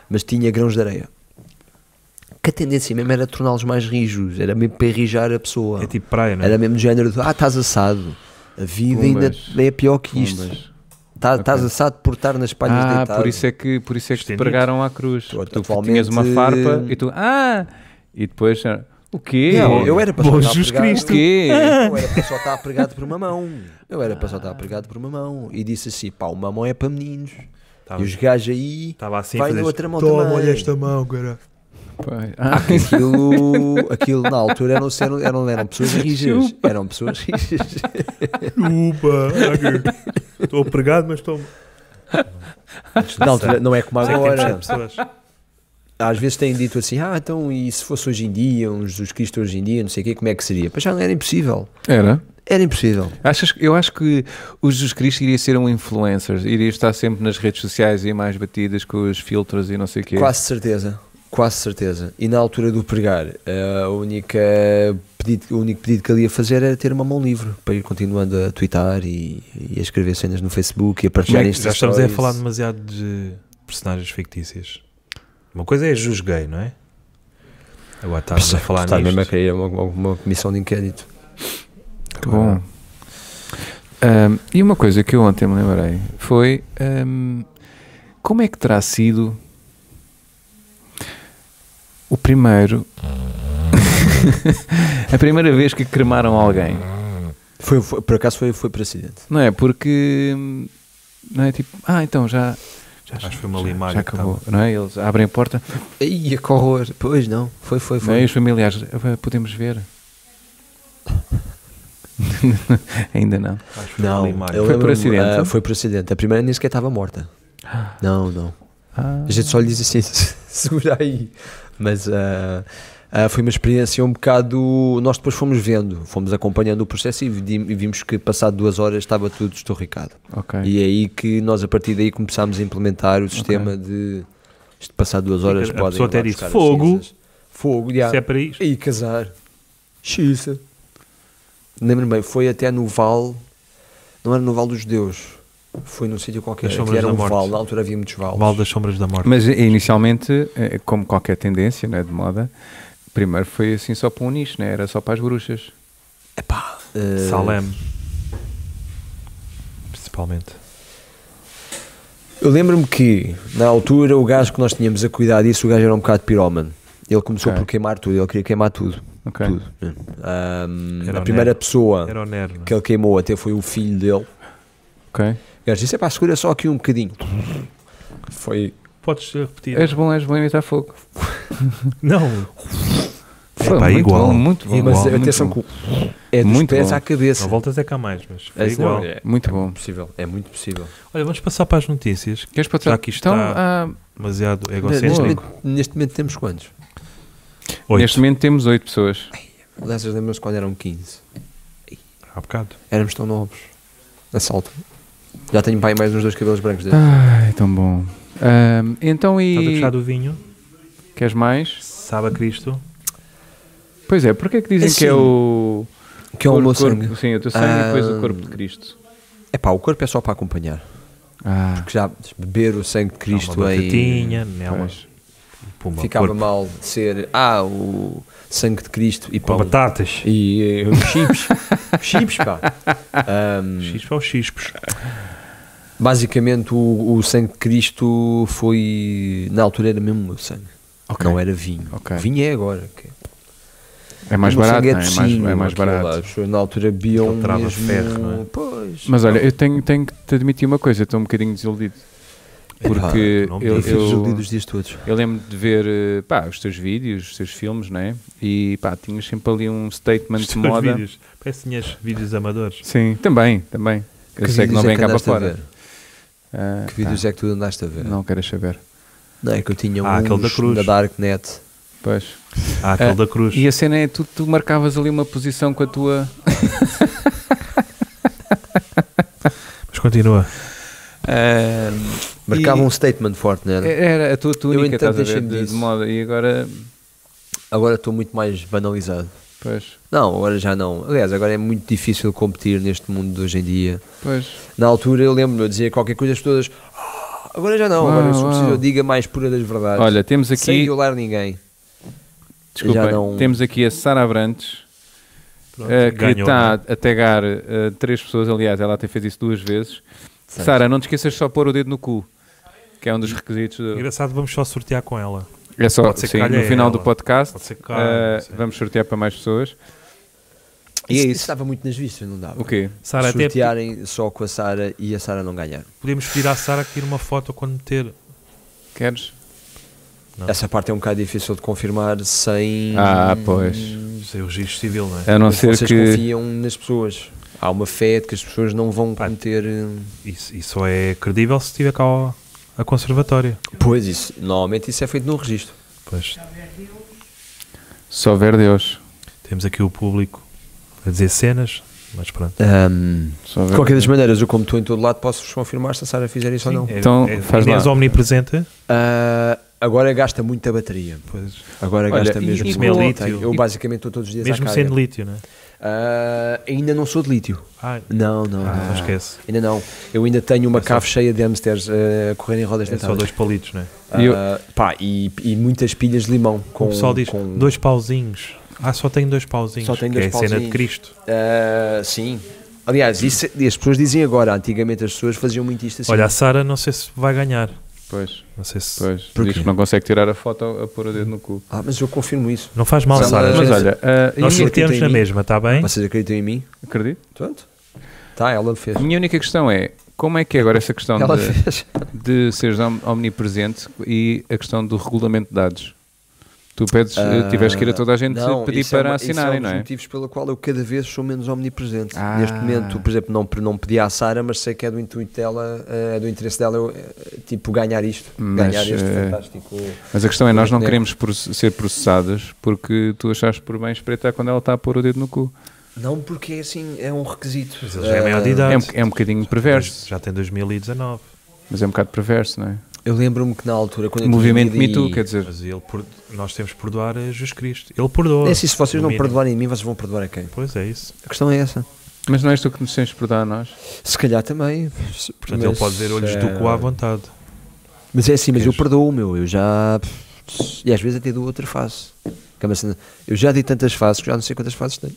[SPEAKER 3] mas tinha grãos de areia. Que a tendência mesmo era torná-los mais rijos, era mesmo para enrijar a pessoa.
[SPEAKER 2] É tipo praia, não é?
[SPEAKER 3] Era mesmo do género de, ah, estás assado. A vida
[SPEAKER 1] Pumbas.
[SPEAKER 3] ainda é pior que isto.
[SPEAKER 1] Bombas.
[SPEAKER 3] Tá- Estás
[SPEAKER 1] Ok.
[SPEAKER 3] assado por estar nas palhas
[SPEAKER 1] ah,
[SPEAKER 3] deitado.
[SPEAKER 1] por isso é que, por isso é que te
[SPEAKER 2] Estendido.
[SPEAKER 1] pregaram à cruz.
[SPEAKER 3] Tu-
[SPEAKER 1] Tu
[SPEAKER 3] atualmente-
[SPEAKER 1] tinhas uma farpa e tu, ah! E depois, ah, o quê?
[SPEAKER 3] eh, Não, eu era para
[SPEAKER 2] Bom
[SPEAKER 3] só estar
[SPEAKER 2] Jesus
[SPEAKER 3] pregado.
[SPEAKER 1] O quê?
[SPEAKER 3] Eu era para só estar pregado por uma mão. Eu era para só estar pregado por uma mão. E disse assim: pá, uma mão é para meninos.
[SPEAKER 2] Estava,
[SPEAKER 3] E os gajos aí.
[SPEAKER 2] estava assim
[SPEAKER 3] vai
[SPEAKER 2] a
[SPEAKER 3] na
[SPEAKER 2] Tá fazer
[SPEAKER 3] outra mão
[SPEAKER 2] Toma,
[SPEAKER 3] também.
[SPEAKER 2] olha esta mão, cara.
[SPEAKER 1] Pois. Ah,
[SPEAKER 3] Aquilo, aquilo na altura eram, eram, eram, eram pessoas rijas. Eram pessoas rijas.
[SPEAKER 2] Upa, olha. Estou pregado, mas estou...
[SPEAKER 3] Na altura não é como
[SPEAKER 2] Mas é que
[SPEAKER 3] agora.
[SPEAKER 2] temos pessoas.
[SPEAKER 3] Às vezes têm dito assim: ah, então e se fosse hoje em dia, um Jesus Cristo hoje em dia, não sei o quê, como é que seria? Mas já não era impossível.
[SPEAKER 1] Era?
[SPEAKER 3] Era impossível.
[SPEAKER 1] Achas, que- eu acho que o Jesus Cristo iria ser um influencer, iria estar sempre nas redes sociais e mais batidas com os filtros e não sei o quê.
[SPEAKER 3] Quase certeza, quase certeza. E na altura do pregar, eh, a única pedido, o único pedido que ele ia fazer era ter uma mão livre para ir continuando a twittar e, e a escrever cenas no Facebook e a
[SPEAKER 2] Como é
[SPEAKER 3] partilhar
[SPEAKER 2] que-
[SPEAKER 3] Insta
[SPEAKER 2] já estamos a
[SPEAKER 3] Stories.
[SPEAKER 2] falar demasiado de personagens fictícias. Uma coisa é jus gay, não é? Agora estás a falar
[SPEAKER 3] Está mesmo a
[SPEAKER 2] nisto.
[SPEAKER 3] cair alguma alguma comissão de inquérito.
[SPEAKER 1] Que bom. Ahm, e uma coisa que eu ontem me lembrei foi ahm, como é que terá sido o primeiro a primeira vez que cremaram alguém,
[SPEAKER 3] Foi, foi- por acaso foi, foi por acidente.
[SPEAKER 1] não é? Porque hum, não é tipo, ah, então já, já,
[SPEAKER 2] Acho que foi uma
[SPEAKER 1] já-
[SPEAKER 2] limária
[SPEAKER 1] já
[SPEAKER 2] que
[SPEAKER 1] acabou, não é? Eles abrem a porta,
[SPEAKER 3] Ia é que horror! Pois não, foi, foi,
[SPEAKER 1] não é?
[SPEAKER 3] foi.
[SPEAKER 1] os familiares, "Ah, podemos ver. Ainda não.
[SPEAKER 2] tá? Acho que foi
[SPEAKER 3] Não,
[SPEAKER 2] uma limária.
[SPEAKER 3] eu
[SPEAKER 1] Foi por
[SPEAKER 3] lembro-me, eh,
[SPEAKER 1] acidente?
[SPEAKER 3] ah, foi por acidente. A primeira nem sequer estava morta.
[SPEAKER 1] Ah,
[SPEAKER 3] Não, não.
[SPEAKER 1] ah.
[SPEAKER 3] A gente só lhe diz assim: segura aí. Mas ah, ah, foi uma experiência um bocado. Nós depois fomos vendo, fomos acompanhando o processo e vi- e vimos que passado duas horas estava tudo estorricado.
[SPEAKER 1] Ok.
[SPEAKER 3] E é aí que nós a partir daí começámos a implementar o sistema de isto de passar duas horas
[SPEAKER 2] A
[SPEAKER 3] podem
[SPEAKER 2] pessoa
[SPEAKER 3] ir
[SPEAKER 2] até
[SPEAKER 3] lá
[SPEAKER 2] disse,
[SPEAKER 3] buscar as
[SPEAKER 2] "Fogo."
[SPEAKER 3] cinzas." Fogo, já.
[SPEAKER 2] Se é para isto.
[SPEAKER 3] E casar. Xiça. Lembro-me bem, foi até no Val. Não era no Val dos Judeus. Foi num sítio qualquer.
[SPEAKER 2] Nas
[SPEAKER 3] aquilo
[SPEAKER 2] Sombras
[SPEAKER 3] era
[SPEAKER 2] da
[SPEAKER 3] um
[SPEAKER 2] Morte.
[SPEAKER 3] val. Na altura havia muitos vales.
[SPEAKER 2] Val das Sombras da Morte.
[SPEAKER 1] Mas eh, inicialmente, eh, como qualquer tendência né, de moda, primeiro foi assim só para um nicho, né? era só para as bruxas.
[SPEAKER 3] Epá, eh,
[SPEAKER 2] Salem. Principalmente.
[SPEAKER 3] Eu lembro-me que, na altura, o gajo que nós tínhamos a cuidar disso, o gajo era um bocado pirómano. Ele começou
[SPEAKER 1] Ok.
[SPEAKER 3] por queimar tudo, ele queria queimar tudo.
[SPEAKER 1] Ok.
[SPEAKER 3] tudo. né? Ahm,
[SPEAKER 2] Era
[SPEAKER 3] a
[SPEAKER 2] o
[SPEAKER 3] primeira
[SPEAKER 2] Nero.
[SPEAKER 3] pessoa
[SPEAKER 2] Era o Nero. não é?
[SPEAKER 3] Ah. que ele queimou até foi o filho dele.
[SPEAKER 1] Ok.
[SPEAKER 3] O gajo disse: é pá, segura só aqui um bocadinho. Foi.
[SPEAKER 2] Podes eh, repetir.
[SPEAKER 3] É.
[SPEAKER 1] És bom, és bom em imitar fogo.
[SPEAKER 2] Não,
[SPEAKER 1] Foi
[SPEAKER 2] pá,
[SPEAKER 1] muito
[SPEAKER 2] igual.
[SPEAKER 1] bom, muito bom.
[SPEAKER 3] Mas
[SPEAKER 1] muito
[SPEAKER 3] atenção
[SPEAKER 1] bom.
[SPEAKER 3] que o- é dos
[SPEAKER 1] Muito
[SPEAKER 3] pés
[SPEAKER 1] bom.
[SPEAKER 3] à cabeça.
[SPEAKER 2] não voltas é cá mais, mas foi
[SPEAKER 3] É, senão-
[SPEAKER 2] igual.
[SPEAKER 3] é,
[SPEAKER 1] Muito
[SPEAKER 3] é
[SPEAKER 1] bom.
[SPEAKER 3] possível, é muito possível.
[SPEAKER 2] Olha, vamos passar para as notícias.
[SPEAKER 1] Queres passar?
[SPEAKER 2] Já que isto
[SPEAKER 1] então,
[SPEAKER 2] está-
[SPEAKER 1] ah,
[SPEAKER 2] Demasiado
[SPEAKER 3] Neste
[SPEAKER 2] egocêntrico.
[SPEAKER 3] momento, neste momento temos quantos?
[SPEAKER 2] Oito.
[SPEAKER 1] neste momento temos oito pessoas.
[SPEAKER 3] Aliás, lembram-se quando eram 15.
[SPEAKER 2] Há bocado.
[SPEAKER 3] Éramos tão novos. Assalto. Já tenho pai mais uns dois cabelos brancos dele.
[SPEAKER 1] Ai, tão bom. Ahm, então
[SPEAKER 2] Estás a
[SPEAKER 1] e
[SPEAKER 2] gostar do vinho?
[SPEAKER 1] queres mais?
[SPEAKER 2] Sabe a Cristo?
[SPEAKER 1] Pois é, porque é que dizem
[SPEAKER 3] Assim,
[SPEAKER 1] que é o
[SPEAKER 3] Que é o
[SPEAKER 1] corpo-
[SPEAKER 3] meu
[SPEAKER 1] corpo-
[SPEAKER 3] sangue.
[SPEAKER 1] Sim, o teu sangue e depois o
[SPEAKER 3] Ah.
[SPEAKER 1] corpo de Cristo.
[SPEAKER 3] É pá, o corpo é só para acompanhar.
[SPEAKER 1] Ah,
[SPEAKER 3] Porque já beber o sangue de
[SPEAKER 2] Isto
[SPEAKER 3] Cristo
[SPEAKER 2] uma
[SPEAKER 3] aí
[SPEAKER 2] batatinha, né, uma-
[SPEAKER 1] pois.
[SPEAKER 2] Pumba,
[SPEAKER 3] ficava
[SPEAKER 2] porco.
[SPEAKER 3] mal ser. Ah, o sangue de Cristo e
[SPEAKER 2] Com
[SPEAKER 3] pão.
[SPEAKER 2] batatas.
[SPEAKER 3] E eh, os chips. chips, pá. Ahm,
[SPEAKER 2] Chispos aos chispos.
[SPEAKER 3] basicamente, o, o sangue de Cristo foi. Na altura era mesmo o meu sangue.
[SPEAKER 1] Ok.
[SPEAKER 3] Não era vinho.
[SPEAKER 1] Ok.
[SPEAKER 3] Vinho é agora. que-
[SPEAKER 1] é mais
[SPEAKER 3] o meu
[SPEAKER 1] barato,
[SPEAKER 3] sangue
[SPEAKER 1] não é? É mais,
[SPEAKER 3] docinho,
[SPEAKER 1] é mais
[SPEAKER 3] aquilo lá.
[SPEAKER 1] barato.
[SPEAKER 3] As pessoas na altura bebiam.
[SPEAKER 2] Aquele trava
[SPEAKER 3] mesmo-
[SPEAKER 2] ferro, não é?
[SPEAKER 3] Pois.
[SPEAKER 1] Mas olha, eu tenho, tenho que te admitir uma coisa, eu estou um bocadinho desiludido. Porque
[SPEAKER 2] não me
[SPEAKER 1] eu,
[SPEAKER 2] digas.
[SPEAKER 1] eu-
[SPEAKER 3] eu, os dias todos.
[SPEAKER 1] eu lembro de ver eh, pá, os teus vídeos, os teus filmes, né? E pá, tinhas sempre ali um statement
[SPEAKER 2] Os
[SPEAKER 1] de
[SPEAKER 2] teus
[SPEAKER 1] moda.
[SPEAKER 2] vídeos. Parece que tinhas vídeos amadores.
[SPEAKER 1] Sim, também, também. Eu sei que não
[SPEAKER 3] vídeos é
[SPEAKER 1] vem cá para
[SPEAKER 3] andaste a
[SPEAKER 1] fora.
[SPEAKER 3] ver?
[SPEAKER 1] Ah,
[SPEAKER 3] Que vídeos é que tu andaste a ver?
[SPEAKER 1] tá. Não queres saber.
[SPEAKER 3] Não, é que eu tinha
[SPEAKER 2] Ah,
[SPEAKER 3] uns
[SPEAKER 2] aquele da cruz.
[SPEAKER 3] da Darknet.
[SPEAKER 1] Pois.
[SPEAKER 2] Ah, aquele
[SPEAKER 1] Ah,
[SPEAKER 2] da cruz.
[SPEAKER 1] E a cena é tu, tu marcavas ali uma posição com a tua.
[SPEAKER 2] Mas continua.
[SPEAKER 3] Ah, Marcava
[SPEAKER 1] E- É.
[SPEAKER 3] um statement forte, não era?
[SPEAKER 1] Era a tua túnica,
[SPEAKER 3] entanto,
[SPEAKER 1] estás a ver,
[SPEAKER 3] deixei-me
[SPEAKER 1] de, de
[SPEAKER 3] disso.
[SPEAKER 1] moda. E agora,
[SPEAKER 3] Agora estou muito mais banalizado.
[SPEAKER 1] pois,
[SPEAKER 3] Não, agora já não. Aliás, agora é muito difícil competir neste mundo de hoje em dia.
[SPEAKER 1] pois.
[SPEAKER 3] Na altura eu lembro-me, eu dizia qualquer coisa, as pessoas. "Ah, agora já não, agora
[SPEAKER 1] Uau,
[SPEAKER 3] se for preciso
[SPEAKER 1] uau.
[SPEAKER 3] eu diga a mais pura das verdades.
[SPEAKER 1] Olha, temos
[SPEAKER 3] Sem
[SPEAKER 1] aqui,
[SPEAKER 3] violar ninguém.
[SPEAKER 1] desculpa,
[SPEAKER 3] já não-
[SPEAKER 1] temos aqui a Sara Abrantes,
[SPEAKER 2] Pronto,
[SPEAKER 3] É,
[SPEAKER 1] eh, que
[SPEAKER 2] ganhou,
[SPEAKER 1] está
[SPEAKER 2] né?
[SPEAKER 1] a tagar eh, três pessoas, aliás, ela até fez isso duas vezes. Sara, não te esqueças de só pôr o dedo no cu, que é um dos requisitos. do-
[SPEAKER 2] Engraçado, vamos só sortear com ela.
[SPEAKER 1] É só,
[SPEAKER 2] pode ser que
[SPEAKER 1] sim,
[SPEAKER 2] calhe
[SPEAKER 1] no
[SPEAKER 2] a
[SPEAKER 1] final do
[SPEAKER 2] ela.
[SPEAKER 1] podcast,
[SPEAKER 2] Pode ser que calhe,
[SPEAKER 1] eh,
[SPEAKER 2] sim.
[SPEAKER 1] vamos sortear para mais pessoas. E
[SPEAKER 3] E
[SPEAKER 1] é
[SPEAKER 3] isso,
[SPEAKER 1] isso.
[SPEAKER 3] estava muito nas vistas, não dava.
[SPEAKER 1] O quê?
[SPEAKER 2] Sara, até
[SPEAKER 3] Sortearem só com a Sara e a Sara não ganhar.
[SPEAKER 2] podíamos pedir à Sara que tire uma foto quando meter.
[SPEAKER 1] Queres?
[SPEAKER 2] Não.
[SPEAKER 3] Essa parte é um bocado difícil de confirmar sem.
[SPEAKER 1] Ah, pois.
[SPEAKER 2] Sei, o registro civil, não é?
[SPEAKER 1] A não
[SPEAKER 3] Mas
[SPEAKER 1] ser
[SPEAKER 3] Hum. vocês
[SPEAKER 1] que.
[SPEAKER 3] confiam nas pessoas. Há uma fé de que as pessoas não vão
[SPEAKER 2] Pá.
[SPEAKER 3] cometer. hum,
[SPEAKER 2] Isso, isso só é credível se estiver cá ao- a conservatória.
[SPEAKER 3] Pois, isso. Normalmente isso é feito no registro.
[SPEAKER 2] Pois,
[SPEAKER 1] Só houver Deus.
[SPEAKER 2] temos aqui o público a dizer cenas, mas pronto.
[SPEAKER 1] Só houver
[SPEAKER 3] de qualquer das
[SPEAKER 1] Deus.
[SPEAKER 3] maneiras, eu como estou em todo lado, posso-vos confirmar se a Sara fizer isso ou não.
[SPEAKER 2] É-
[SPEAKER 1] Então,
[SPEAKER 2] é,
[SPEAKER 1] faz
[SPEAKER 2] Inês
[SPEAKER 1] lá.
[SPEAKER 2] omnipresente.
[SPEAKER 3] Ah, agora gasta muita bateria.
[SPEAKER 2] Pois,
[SPEAKER 3] Agora
[SPEAKER 1] Olha,
[SPEAKER 3] gasta
[SPEAKER 1] e-
[SPEAKER 3] mesmo.
[SPEAKER 1] e
[SPEAKER 3] muito.
[SPEAKER 1] como-
[SPEAKER 2] Mesmo é lítio.
[SPEAKER 3] Eu basicamente estou todos os dias
[SPEAKER 2] mesmo
[SPEAKER 3] à carga.
[SPEAKER 2] sendo lítio, não é?
[SPEAKER 3] Ah, ainda não sou de lítio.
[SPEAKER 2] Ah,
[SPEAKER 3] Não, não,
[SPEAKER 2] ah, não
[SPEAKER 3] não.
[SPEAKER 2] esquece.
[SPEAKER 3] Ainda não. Eu ainda tenho uma
[SPEAKER 2] só-
[SPEAKER 3] cave cheia de hamsters ah, a correr em rodas
[SPEAKER 2] É só
[SPEAKER 3] dentadas.
[SPEAKER 2] dois palitos, não é?
[SPEAKER 3] Ah,
[SPEAKER 1] E eu-
[SPEAKER 3] pá, e, e muitas pilhas de limão. Com,
[SPEAKER 2] o pessoal diz
[SPEAKER 3] com-
[SPEAKER 2] dois pauzinhos. Ah, só tem dois pauzinhos.
[SPEAKER 3] Só tem
[SPEAKER 2] que
[SPEAKER 3] dois
[SPEAKER 2] é a cena de
[SPEAKER 3] pauzinhos.
[SPEAKER 2] Cristo.
[SPEAKER 3] Ah, sim. Aliás, isso, é, e as pessoas dizem agora, antigamente as pessoas faziam muito isto assim.
[SPEAKER 2] Olha, a Sara não sei se vai ganhar.
[SPEAKER 1] Pois,
[SPEAKER 2] Não sei se.
[SPEAKER 1] pois.
[SPEAKER 3] Porquê?
[SPEAKER 1] Diz que não consegue tirar a foto a pôr o dedo no cu.
[SPEAKER 3] Ah, mas eu confirmo isso.
[SPEAKER 2] Não é? faz mal,
[SPEAKER 3] Mas
[SPEAKER 2] Sara.
[SPEAKER 3] ela-
[SPEAKER 1] Mas
[SPEAKER 3] Sim.
[SPEAKER 1] olha, ah,
[SPEAKER 2] Nós
[SPEAKER 1] a minha,
[SPEAKER 3] sorte-
[SPEAKER 2] sorteamos na
[SPEAKER 3] acredita em mim?
[SPEAKER 2] mesma, está bem?
[SPEAKER 3] Vocês acreditam em mim?
[SPEAKER 1] acredito.
[SPEAKER 3] Pronto. Tá, ela fez.
[SPEAKER 1] A minha única questão é como é que é agora essa questão
[SPEAKER 3] Ela
[SPEAKER 1] de,
[SPEAKER 3] fez.
[SPEAKER 1] de seres om- omnipresente e a questão do regulamento de dados? Tu pedes,
[SPEAKER 3] Ah,
[SPEAKER 1] tiveste que ir a toda a gente
[SPEAKER 3] não,
[SPEAKER 1] pedir
[SPEAKER 3] isso é
[SPEAKER 1] para
[SPEAKER 3] uma- isso
[SPEAKER 1] assinarem,
[SPEAKER 3] é um
[SPEAKER 1] não
[SPEAKER 3] dos
[SPEAKER 1] é?
[SPEAKER 3] motivos pelo qual eu cada vez sou menos omnipresente.
[SPEAKER 1] Ah.
[SPEAKER 3] Neste momento, por exemplo, não, não pedi à Sara, mas sei que é do intuito dela, eh, é do interesse dela, eu, eh, tipo, ganhar isto.
[SPEAKER 1] Mas,
[SPEAKER 3] ganhar este
[SPEAKER 1] eh,
[SPEAKER 3] fantástico.
[SPEAKER 1] Mas a questão é, nós não
[SPEAKER 3] Né?
[SPEAKER 1] queremos proce- ser processadas porque tu achaste por bem espreitar quando ela está a pôr o dedo no cu.
[SPEAKER 3] Não, porque é assim, é um requisito.
[SPEAKER 2] Mas ele já é
[SPEAKER 3] Eh,
[SPEAKER 2] maior de idade.
[SPEAKER 1] É um, é um bocadinho perverso,
[SPEAKER 2] Já tem 2019.
[SPEAKER 1] mas é um bocado perverso, não é?
[SPEAKER 3] Eu lembro-me que na altura, quando eu tinha
[SPEAKER 1] Movimento Me
[SPEAKER 3] mil
[SPEAKER 1] Too,
[SPEAKER 3] e-
[SPEAKER 1] quer dizer,
[SPEAKER 2] Mas ele por- nós temos que perdoar a Jesus Cristo. Ele perdoa.
[SPEAKER 3] É assim, se vocês
[SPEAKER 2] no
[SPEAKER 3] não
[SPEAKER 2] mínimo.
[SPEAKER 3] perdoarem a mim, vocês vão perdoar a quem?
[SPEAKER 2] Pois é isso.
[SPEAKER 3] A questão é essa.
[SPEAKER 1] mas não és tu que nos tens de perdoar a nós?
[SPEAKER 3] Se calhar também.
[SPEAKER 2] Portanto,
[SPEAKER 3] mas,
[SPEAKER 2] ele pode ver olhos do cu à
[SPEAKER 3] eh,
[SPEAKER 2] vontade.
[SPEAKER 3] Mas é assim, mas eu
[SPEAKER 2] Queres?
[SPEAKER 3] perdoo, meu. Eu já. E às vezes até dou outra face. Que é uma cena- Eu já dei tantas faces que já não sei quantas faces tenho.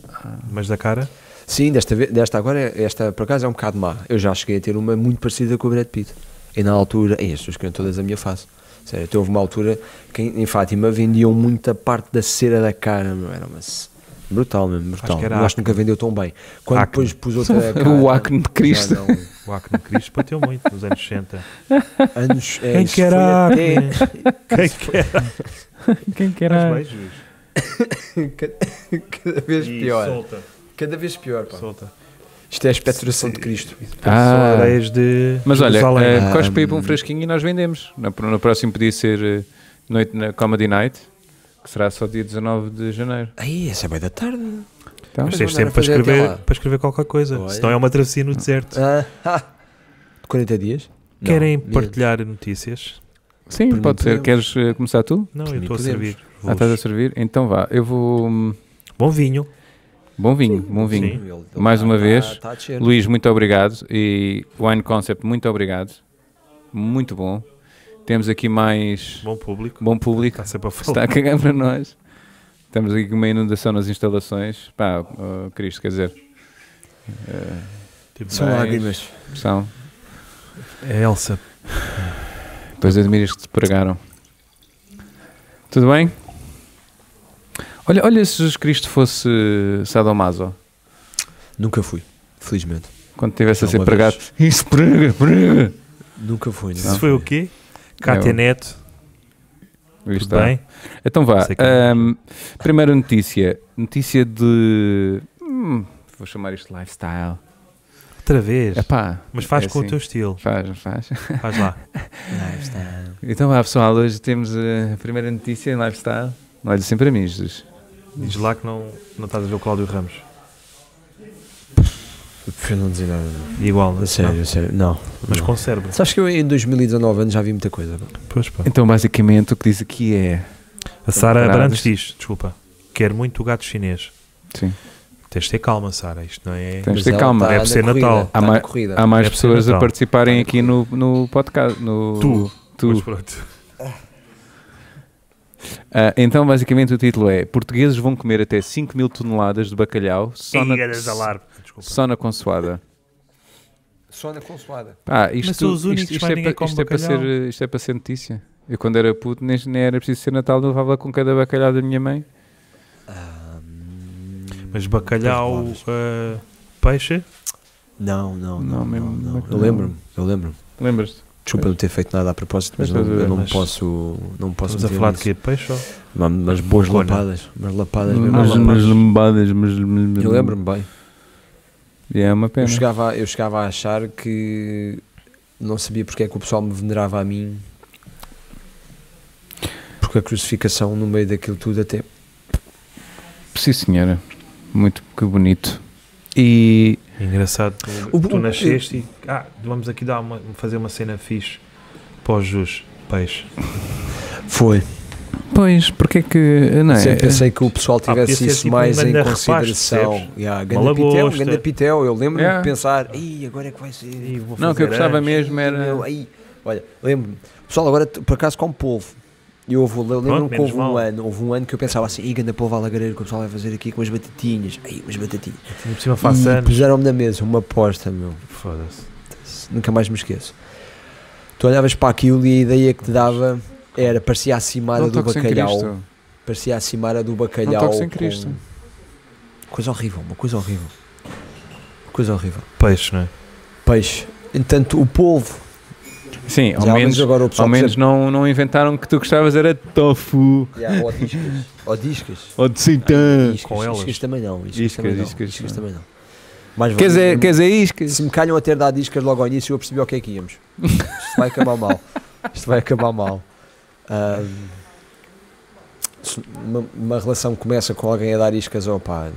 [SPEAKER 2] Mas da cara,
[SPEAKER 3] Sim, desta, vez, desta agora, é- esta por acaso é um bocado má. Eu já cheguei a ter uma muito parecida com o Brad Pitt. E na altura, é ei, as pessoas queriam todas a minha face. Sério, até houve uma altura que em, em Fátima vendiam muita parte da cera da cara, meu. Era uma. c- Brutal mesmo, brutal.
[SPEAKER 2] que era
[SPEAKER 3] eu acho que
[SPEAKER 2] acne.
[SPEAKER 3] nunca vendeu tão bem. Quando
[SPEAKER 2] Acne.
[SPEAKER 3] depois pus outra. Cara,
[SPEAKER 1] O acne de Cristo.
[SPEAKER 3] já não-
[SPEAKER 2] o acne de Cristo bateu muito nos anos 60.
[SPEAKER 3] anos. é,
[SPEAKER 2] Quem
[SPEAKER 3] isso
[SPEAKER 2] que era
[SPEAKER 3] foi até-
[SPEAKER 2] acne? Quem que era?
[SPEAKER 1] Quem que
[SPEAKER 2] Os beijos.
[SPEAKER 3] Cada vez
[SPEAKER 2] E
[SPEAKER 3] pior.
[SPEAKER 2] Solta,
[SPEAKER 3] Cada vez pior, pá.
[SPEAKER 2] solta.
[SPEAKER 3] Isto é a espectração de Cristo.
[SPEAKER 1] Ah.
[SPEAKER 2] São areias de
[SPEAKER 1] Mas olha,
[SPEAKER 2] Jerusalém.
[SPEAKER 3] ah,
[SPEAKER 2] Ah,
[SPEAKER 1] eh, cospe aí para um
[SPEAKER 3] Ahm.
[SPEAKER 1] fresquinho e nós vendemos. No, no próximo podia ser eh, noite na Comedy Night, que será só dia 19 de janeiro.
[SPEAKER 3] Aí, essa é bem da tarde.
[SPEAKER 1] Então,
[SPEAKER 2] Mas
[SPEAKER 3] Mas
[SPEAKER 2] tens
[SPEAKER 3] mandar
[SPEAKER 2] tempo
[SPEAKER 3] a
[SPEAKER 2] para
[SPEAKER 3] fazer até
[SPEAKER 2] escrever,
[SPEAKER 3] lá.
[SPEAKER 2] para escrever qualquer coisa.
[SPEAKER 3] Olha.
[SPEAKER 2] Senão é uma travessia no deserto.
[SPEAKER 3] Ah, ha. 40 dias? Não,
[SPEAKER 2] Querem
[SPEAKER 3] menos.
[SPEAKER 2] partilhar notícias?
[SPEAKER 1] sim,
[SPEAKER 3] por mim
[SPEAKER 1] pode ser.
[SPEAKER 3] podemos.
[SPEAKER 1] Queres eh, começar tu?
[SPEAKER 2] Não,
[SPEAKER 3] Por
[SPEAKER 2] eu
[SPEAKER 3] mim
[SPEAKER 2] estou a
[SPEAKER 3] podemos.
[SPEAKER 2] servir.
[SPEAKER 1] Ah, estás a
[SPEAKER 2] Vou-vos.
[SPEAKER 1] servir? Então vá, eu vou. hum,
[SPEAKER 2] Bom vinho.
[SPEAKER 1] Bom vinho, bom vinho.
[SPEAKER 2] Sim.
[SPEAKER 3] Ele- ele
[SPEAKER 1] Mais
[SPEAKER 3] tá-
[SPEAKER 1] uma
[SPEAKER 3] tá-
[SPEAKER 1] vez,
[SPEAKER 3] tá a descer.
[SPEAKER 1] Luís, muito obrigado. E Wine Concept, muito obrigado. Muito bom. Temos aqui mais
[SPEAKER 2] Bom público.
[SPEAKER 1] bom público.
[SPEAKER 2] Está sempre a falar.
[SPEAKER 1] Está a cagar para nós. Estamos aqui com uma inundação nas instalações. Pá, oh, Cristo, quer dizer.
[SPEAKER 2] Tipo,
[SPEAKER 3] São
[SPEAKER 1] Mas-
[SPEAKER 3] lágrimas.
[SPEAKER 1] São.
[SPEAKER 2] é Elsa.
[SPEAKER 1] Depois admiras que te pregaram. Tudo bem? Olha, olha se Jesus Cristo fosse sadomaso.
[SPEAKER 3] Nunca fui, felizmente.
[SPEAKER 1] Quando estivesse a
[SPEAKER 3] Não,
[SPEAKER 1] ser
[SPEAKER 3] uma
[SPEAKER 1] pregado. Isso, prega, prega.
[SPEAKER 3] Nunca fui. nunca
[SPEAKER 2] Isso foi o quê? Cátia
[SPEAKER 1] Eu-
[SPEAKER 2] Neto.
[SPEAKER 1] Aí
[SPEAKER 2] Tudo
[SPEAKER 1] está.
[SPEAKER 2] bem?
[SPEAKER 1] Então vá.
[SPEAKER 2] Sei que-
[SPEAKER 1] ahm, primeira notícia. Notícia de. hum, vou chamar isto de lifestyle.
[SPEAKER 2] Outra vez.
[SPEAKER 1] Epá,
[SPEAKER 2] Mas faz
[SPEAKER 1] é
[SPEAKER 2] com
[SPEAKER 1] assim.
[SPEAKER 2] o teu estilo.
[SPEAKER 1] Faz, faz.
[SPEAKER 2] Faz lá.
[SPEAKER 3] Não, é- está-
[SPEAKER 1] Então vá pessoal, hoje temos eh, a primeira notícia em lifestyle. Não olha assim para mim, Jesus.
[SPEAKER 2] Diz lá que não, não estás a ver o Cláudio Ramos.
[SPEAKER 3] Eu prefiro não dizer nada. não.
[SPEAKER 2] Igual, não? é?
[SPEAKER 3] A sério, a sério. Não.
[SPEAKER 2] Mas
[SPEAKER 3] não.
[SPEAKER 2] conserva.
[SPEAKER 3] Sabes que eu em 2019 anos já vi muita coisa. pá.
[SPEAKER 2] Pois pá.
[SPEAKER 1] Então basicamente o que diz aqui é.
[SPEAKER 2] A Sara
[SPEAKER 1] Paradas.
[SPEAKER 2] Abrantes diz, desculpa, quero muito o gato chinês.
[SPEAKER 1] Sim.
[SPEAKER 2] Tens de ter calma, Sara, isto não é...
[SPEAKER 1] Tens de
[SPEAKER 3] Mas
[SPEAKER 1] ter
[SPEAKER 3] ela
[SPEAKER 1] calma.
[SPEAKER 3] tá
[SPEAKER 2] Deve
[SPEAKER 3] na
[SPEAKER 2] ser
[SPEAKER 3] corrida,
[SPEAKER 2] Natal.
[SPEAKER 3] tá
[SPEAKER 1] Há
[SPEAKER 3] na
[SPEAKER 1] mais-
[SPEAKER 3] corrida.
[SPEAKER 1] Há mais
[SPEAKER 2] Deve ser
[SPEAKER 1] pessoas a
[SPEAKER 2] Natal.
[SPEAKER 1] participarem aqui no, no podcast. No,
[SPEAKER 2] É Tu.
[SPEAKER 1] tu.
[SPEAKER 2] Mas pronto.
[SPEAKER 1] Ah, então basicamente o título é Portugueses vão comer até 5 mil toneladas de bacalhau só, na,
[SPEAKER 2] Igas alarme. Desculpa.
[SPEAKER 1] só na consoada.
[SPEAKER 3] Só na consolada.
[SPEAKER 1] Ah,
[SPEAKER 2] Mas
[SPEAKER 1] isto,
[SPEAKER 2] são os
[SPEAKER 1] isto-
[SPEAKER 2] únicos,
[SPEAKER 1] isto
[SPEAKER 2] mais
[SPEAKER 1] é
[SPEAKER 2] ninguém
[SPEAKER 1] pa-
[SPEAKER 2] come
[SPEAKER 1] isto é para ser,
[SPEAKER 2] bacalhau.
[SPEAKER 1] eh, isto é para ser notícia. Eu quando era puto nem, nem era preciso ser Natal, eu levava com cada bacalhau da minha mãe.
[SPEAKER 2] Mas bacalhau,
[SPEAKER 3] Tens
[SPEAKER 2] ah, peixe,
[SPEAKER 3] Não, não,
[SPEAKER 1] Não,
[SPEAKER 3] não.
[SPEAKER 1] mesmo
[SPEAKER 3] não, não.
[SPEAKER 1] bacalhau.
[SPEAKER 3] Eu lembro-me, eu lembro-me.
[SPEAKER 1] Lembras-te?
[SPEAKER 3] Desculpa não ter feito nada a propósito, mas
[SPEAKER 1] Mas
[SPEAKER 3] não,
[SPEAKER 1] estás a
[SPEAKER 3] eu não
[SPEAKER 2] ver, mas
[SPEAKER 3] posso. Não posso
[SPEAKER 2] estamos a
[SPEAKER 3] meter
[SPEAKER 2] falar de
[SPEAKER 3] nisso.
[SPEAKER 2] quê? Peixe ou...
[SPEAKER 3] Mas- Mas boas
[SPEAKER 2] Cona.
[SPEAKER 3] lapadas. Mas lapadas mesmo.
[SPEAKER 1] Mas,
[SPEAKER 2] lá,
[SPEAKER 1] mas
[SPEAKER 2] mas-
[SPEAKER 1] lembadas, mas.
[SPEAKER 3] Eu lembro-me bem.
[SPEAKER 1] E É uma
[SPEAKER 3] Eu
[SPEAKER 1] pena.
[SPEAKER 3] chegava, a- eu chegava a achar que não sabia porque é que o pessoal me venerava a mim. Porque a crucificação no meio daquilo tudo até.
[SPEAKER 1] Sim, senhora. Muito que bonito. E.
[SPEAKER 2] Engraçado, tu,
[SPEAKER 3] O-
[SPEAKER 2] tu
[SPEAKER 3] o-
[SPEAKER 2] nasceste e... Ah, vamos aqui dar uma, fazer uma cena fixe pós jus peixe.
[SPEAKER 3] Foi.
[SPEAKER 1] Pois, porque é que. Não é?
[SPEAKER 3] Sempre pensei que o pessoal
[SPEAKER 2] podia
[SPEAKER 3] tivesse
[SPEAKER 2] ser
[SPEAKER 3] isso
[SPEAKER 2] tipo
[SPEAKER 3] mais
[SPEAKER 2] um
[SPEAKER 3] em
[SPEAKER 2] ganda repasto,
[SPEAKER 3] consideração.
[SPEAKER 2] percebes?
[SPEAKER 3] Yeah,
[SPEAKER 2] Uma
[SPEAKER 3] ganda pitel,
[SPEAKER 2] lagosta.
[SPEAKER 3] ganda pitel. Eu lembro-me
[SPEAKER 1] Yeah.
[SPEAKER 3] de pensar, Ei, agora é que vai ser.
[SPEAKER 2] E vou
[SPEAKER 1] Não, o que eu
[SPEAKER 2] fazer
[SPEAKER 1] gostava
[SPEAKER 2] anos.
[SPEAKER 1] mesmo
[SPEAKER 3] Meu,
[SPEAKER 1] era.
[SPEAKER 3] aí, olha, lembro-me, pessoal, agora t- por acaso com polvo. E eu vou- eu lembro-me
[SPEAKER 2] Pronto,
[SPEAKER 3] que
[SPEAKER 2] menos
[SPEAKER 3] houve
[SPEAKER 2] mal.
[SPEAKER 3] um ano, houve um ano que eu pensava assim, "Ih, ganda polvo à lagareira que o pessoal vai fazer aqui com as batatinhas. Aí, umas batatinhas.
[SPEAKER 2] Ainda Por cima faço
[SPEAKER 3] e
[SPEAKER 2] anos.
[SPEAKER 3] puseram-me na mesa uma aposta, meu.
[SPEAKER 2] Foda-se.
[SPEAKER 3] Nunca mais me esqueço. Tu olhavas para aquilo e a ideia que te dava era, parecia a cimara
[SPEAKER 1] Não
[SPEAKER 3] do
[SPEAKER 1] toques em
[SPEAKER 3] bacalhau.
[SPEAKER 1] Cristo.
[SPEAKER 3] Parecia a cimara do bacalhau.
[SPEAKER 1] Não toques em
[SPEAKER 3] com-
[SPEAKER 1] Cristo.
[SPEAKER 3] Coisa horrível, uma coisa horrível. Uma coisa horrível.
[SPEAKER 2] Peixe, não é?
[SPEAKER 3] Peixe. Entanto, o polvo
[SPEAKER 1] Sim, É, ao
[SPEAKER 3] Já, mas
[SPEAKER 1] menos,
[SPEAKER 3] agora o
[SPEAKER 1] ao
[SPEAKER 3] pessoal
[SPEAKER 1] menos
[SPEAKER 3] percebe-
[SPEAKER 1] não, não inventaram que tu gostavas era de tofu
[SPEAKER 3] Yeah, ou discas. Ou discas.
[SPEAKER 1] ou de cinta.
[SPEAKER 3] Iscas,
[SPEAKER 2] com elas.
[SPEAKER 3] Iscas também não. Iscas,
[SPEAKER 1] Iscas,
[SPEAKER 3] também não.
[SPEAKER 1] iscas,
[SPEAKER 3] iscas
[SPEAKER 1] não.
[SPEAKER 3] também não. Mas
[SPEAKER 1] Quer
[SPEAKER 3] vamos-
[SPEAKER 1] dizer, quer dizer iscas?
[SPEAKER 3] se me calham a ter dado iscas logo ao início, eu percebi ao que é que íamos. Isto vai acabar mal. Isto vai acabar mal. Ahm, se uma, uma relação começa com alguém a dar iscas, oh pá,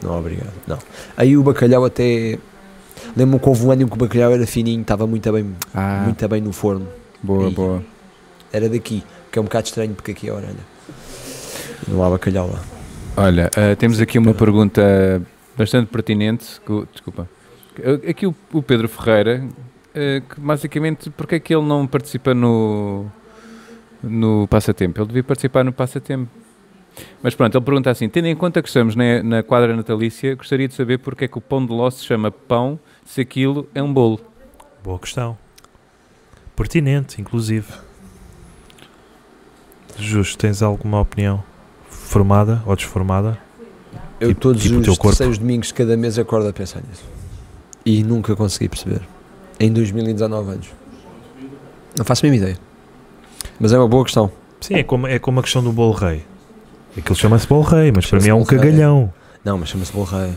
[SPEAKER 3] não, não obrigado. Não. Aí o bacalhau até. Lembro-me que houve um ano em que o bacalhau era fininho, estava muito bem,
[SPEAKER 1] Ah,
[SPEAKER 3] muito bem no forno.
[SPEAKER 1] boa,
[SPEAKER 3] Ih.
[SPEAKER 1] boa.
[SPEAKER 3] Era daqui, que é um bocado estranho porque aqui é a orelha. Não há bacalhau lá.
[SPEAKER 1] Olha, ah, temos aqui uma pergunta bastante pertinente. que o- Desculpa. Eh, Aqui o, o Pedro Ferreira, ah, que basicamente, porque é que ele não participa no, no passatempo? Ele devia participar no passatempo. Mas pronto, ele pergunta assim: tendo em conta que estamos na, na quadra natalícia, gostaria de saber porque é que o pão de ló se chama pão se aquilo é um bolo.
[SPEAKER 2] Boa questão. Pertinente, inclusive. Justo, tens alguma opinião formada ou desformada?
[SPEAKER 3] Eu
[SPEAKER 2] Tipo-
[SPEAKER 3] todos
[SPEAKER 2] tipo o
[SPEAKER 3] os
[SPEAKER 2] teu corpo.
[SPEAKER 3] terceiros domingos de cada mês acordo a pensar nisso. E nunca consegui perceber. Em 2019 anos. Não faço a mínima ideia. Mas é uma boa questão.
[SPEAKER 2] Sim, é como, é como a questão do bolo rei. Aquilo chama-se bolo rei, mas para
[SPEAKER 3] Chama-se
[SPEAKER 2] mim é um
[SPEAKER 3] bolo rei.
[SPEAKER 2] cagalhão.
[SPEAKER 3] Não, mas chama-se bolo rei.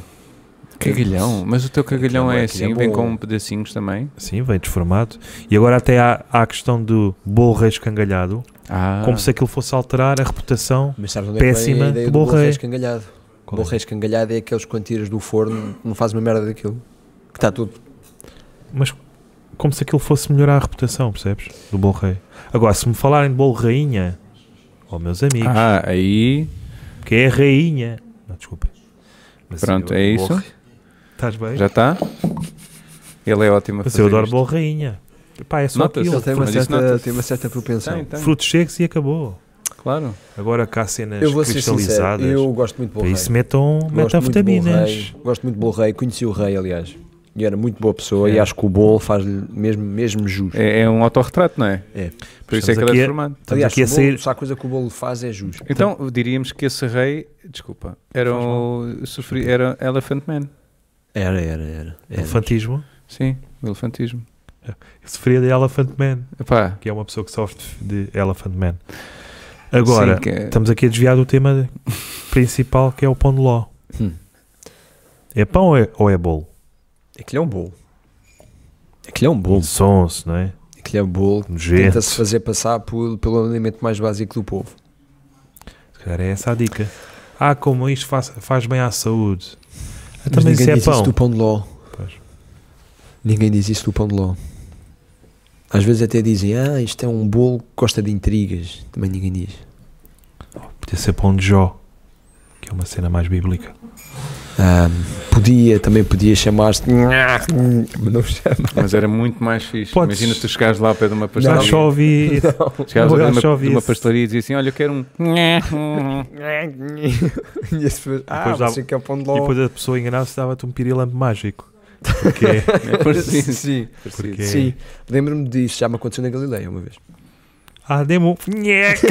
[SPEAKER 1] Cagalhão? Mas o teu cagalhão
[SPEAKER 3] Aquilo é-
[SPEAKER 1] é
[SPEAKER 3] aquilo é
[SPEAKER 1] assim, vem
[SPEAKER 3] bolo.
[SPEAKER 1] com pedacinhos também.
[SPEAKER 2] Sim, vem desformado. E agora até há, há a questão do bolo rei escangalhado,
[SPEAKER 1] Ah,
[SPEAKER 2] como se aquilo fosse alterar a reputação.
[SPEAKER 3] Mas sabes onde é que vem
[SPEAKER 2] Péssima
[SPEAKER 3] a ideia
[SPEAKER 2] de
[SPEAKER 3] do
[SPEAKER 2] bolo
[SPEAKER 3] bolo rei
[SPEAKER 2] rei.
[SPEAKER 3] escangalhado? O bolo rei escangalhado é aqueles que tiras do forno, não faz uma merda daquilo. Que está tudo.
[SPEAKER 2] Mas como se aquilo fosse melhorar a reputação, percebes? Do bolo rei. Agora, se me falarem de bolo rainha, ó meus amigos,
[SPEAKER 1] ah, aí
[SPEAKER 2] que é a rainha. Não, desculpa. Mas
[SPEAKER 1] Pronto,
[SPEAKER 2] eu-
[SPEAKER 1] é
[SPEAKER 2] bolo
[SPEAKER 1] isso?
[SPEAKER 2] rei- Estás bem?
[SPEAKER 1] já está. Ele é ótimo a
[SPEAKER 2] Mas
[SPEAKER 1] fazer
[SPEAKER 2] eu adoro
[SPEAKER 1] isto.
[SPEAKER 2] bolo rainha. Pá, é só
[SPEAKER 1] Nota-se.
[SPEAKER 2] aquilo.
[SPEAKER 1] Ele tem uma Mas isso certa- nota-se. tem uma
[SPEAKER 3] certa propensão.
[SPEAKER 1] Tem, tem.
[SPEAKER 2] Frutos secos e acabou.
[SPEAKER 1] Claro.
[SPEAKER 2] Agora cá há cenas
[SPEAKER 3] Eu vou ser sincero,
[SPEAKER 2] cristalizadas.
[SPEAKER 3] eu gosto muito de bolo
[SPEAKER 2] Para
[SPEAKER 3] rei.
[SPEAKER 2] isso metam
[SPEAKER 3] Gosto muito do
[SPEAKER 2] metafetaminas.
[SPEAKER 3] Bolo Rei, Gosto muito do Bolo Rei, conheci o Rei, aliás. E era muito boa pessoa
[SPEAKER 1] É.
[SPEAKER 3] e acho que o bolo faz-lhe mesmo, mesmo jus.
[SPEAKER 1] É, é um autorretrato, não é?
[SPEAKER 3] É.
[SPEAKER 1] Por isso é que ele
[SPEAKER 2] Estamos
[SPEAKER 1] é
[SPEAKER 2] aqui a-
[SPEAKER 1] formado.
[SPEAKER 2] Estamos
[SPEAKER 3] Aliás,
[SPEAKER 2] aqui a
[SPEAKER 3] se, o bolo,
[SPEAKER 2] sair.
[SPEAKER 3] se há coisa que o bolo faz é jus.
[SPEAKER 1] Então, diríamos que esse rei, desculpa, era
[SPEAKER 2] Faz
[SPEAKER 1] o sofri, era Elephant Man.
[SPEAKER 3] Era, era, era.
[SPEAKER 2] Então Elefantismo.
[SPEAKER 1] Sim, o elefantismo.
[SPEAKER 2] Eu sofria de Elephant Man,
[SPEAKER 1] Epá,
[SPEAKER 2] que é uma pessoa que sofre de de Elephant Man. Agora,
[SPEAKER 1] sim, que é-
[SPEAKER 2] estamos aqui a desviar do tema principal que é o pão de ló.
[SPEAKER 3] Hum.
[SPEAKER 2] É pão ou é, ou é bolo?
[SPEAKER 3] Aquilo é um bolo. Aquilo é um bolo.
[SPEAKER 2] Sonso, não é?
[SPEAKER 3] Aquilo é um bolo.
[SPEAKER 2] Nojento.
[SPEAKER 3] Tenta-se
[SPEAKER 2] Se
[SPEAKER 3] fazer passar por- pelo alimento mais básico do povo.
[SPEAKER 2] calhar é essa a dica. Ah, como isto faz, faz bem à saúde. Ah,
[SPEAKER 3] Mas
[SPEAKER 2] também
[SPEAKER 3] ninguém
[SPEAKER 2] isso é
[SPEAKER 3] diz
[SPEAKER 2] pão.
[SPEAKER 3] isso do pão de ló.
[SPEAKER 2] Pois.
[SPEAKER 3] Ninguém diz isso do pão de ló. Às vezes até dizem, ah, isto é um bolo que gosta de intrigas. Também ninguém diz.
[SPEAKER 2] Podia ser pão de Jó, que é uma cena mais bíblica.
[SPEAKER 3] Ah, podia, também podia chamar-se. Mas não chama.
[SPEAKER 1] mas era muito mais fixe.
[SPEAKER 2] Podes-
[SPEAKER 1] Imagina tu chegares lá ao pé de uma
[SPEAKER 2] Já
[SPEAKER 1] pastelaria.
[SPEAKER 2] só ouvi
[SPEAKER 1] Chegares
[SPEAKER 2] Eu
[SPEAKER 1] lá de
[SPEAKER 2] já
[SPEAKER 1] uma,
[SPEAKER 2] ouvi
[SPEAKER 1] de uma
[SPEAKER 2] isso.
[SPEAKER 1] pastelaria e dizes assim: Olha, eu quero um.
[SPEAKER 3] E as pessoas, ah,
[SPEAKER 2] Depois dá-
[SPEAKER 3] você quer pão de
[SPEAKER 2] E
[SPEAKER 3] ló.
[SPEAKER 2] depois a pessoa enganava-se dava-te um pirilampo mágico. Porque é,
[SPEAKER 1] É parecido.
[SPEAKER 3] Sim,
[SPEAKER 1] parecido.
[SPEAKER 2] porque é-
[SPEAKER 3] sim. Lembro-me disso, já me aconteceu na Galileia uma vez.
[SPEAKER 2] Ah, dê-me um. Nhec.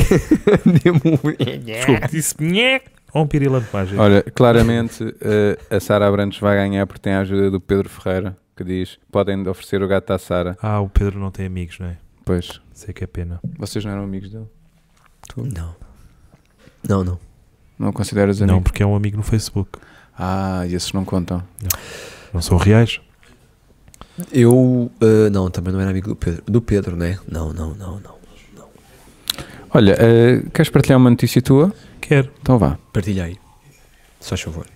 [SPEAKER 3] Deu-me um-
[SPEAKER 2] Desculpe, disse nhec. Ou um pirilampo mágico.
[SPEAKER 1] Olha, claramente eh, a Sara Abrantes vai ganhar porque tem a ajuda do Pedro Ferreira, que diz: Podem oferecer o gato à Sara.
[SPEAKER 2] Ah, o Pedro não tem amigos, não é?
[SPEAKER 1] Pois,
[SPEAKER 2] Sei que é pena.
[SPEAKER 1] vocês não eram amigos dele?
[SPEAKER 3] Não. Não, não.
[SPEAKER 1] Não o consideras amigo?
[SPEAKER 2] Não, porque é um amigo no Facebook.
[SPEAKER 1] Ah, e esses não contam.
[SPEAKER 2] Não são reais.
[SPEAKER 3] Eu. ah, não, também não era amigo do Pedro. Do Pedro, né? Não, não, não, não.
[SPEAKER 1] Olha, eh, queres partilhar uma notícia tua?
[SPEAKER 2] Quero.
[SPEAKER 1] Então vá.
[SPEAKER 3] Partilha aí. Só favor.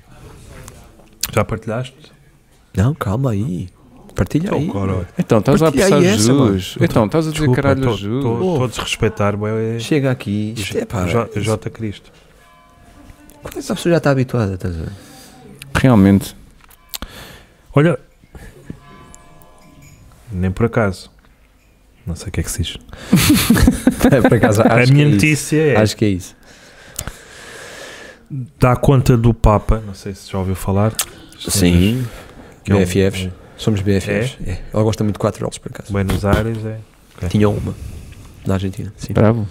[SPEAKER 2] Já partilhaste?
[SPEAKER 3] Não, calma aí. Partilha aí.
[SPEAKER 1] Então, estás a
[SPEAKER 3] Partilha
[SPEAKER 1] apressar
[SPEAKER 3] aí essa, mano.
[SPEAKER 1] Jesus. Então, estás a dizer
[SPEAKER 2] Desculpa,
[SPEAKER 1] caralho
[SPEAKER 2] tô-
[SPEAKER 1] Jesus.
[SPEAKER 2] tô- tô a
[SPEAKER 3] Ouve.
[SPEAKER 2] desrespeitar. bué, é-
[SPEAKER 3] Chega aqui. Isto é pá.
[SPEAKER 2] J- J- J. Cristo.
[SPEAKER 3] A pessoa já está habituada, tá estás a ver?
[SPEAKER 1] Realmente.
[SPEAKER 2] Olha. Nem por acaso. Não sei o que é que se diz.
[SPEAKER 3] Por acaso, acho
[SPEAKER 2] a minha
[SPEAKER 3] que é isso.
[SPEAKER 2] notícia é.
[SPEAKER 3] Acho que é isso.
[SPEAKER 2] Dá conta do Papa. Não sei se já ouviu falar.
[SPEAKER 3] Sim.
[SPEAKER 2] Que é um-
[SPEAKER 3] BFFs. Somos BFFs. É. Ela gosta muito de 4 euros, por acaso.
[SPEAKER 2] Buenos Aires é. Bem.
[SPEAKER 3] Tinha uma. Na Argentina. Sim.
[SPEAKER 1] Bravo.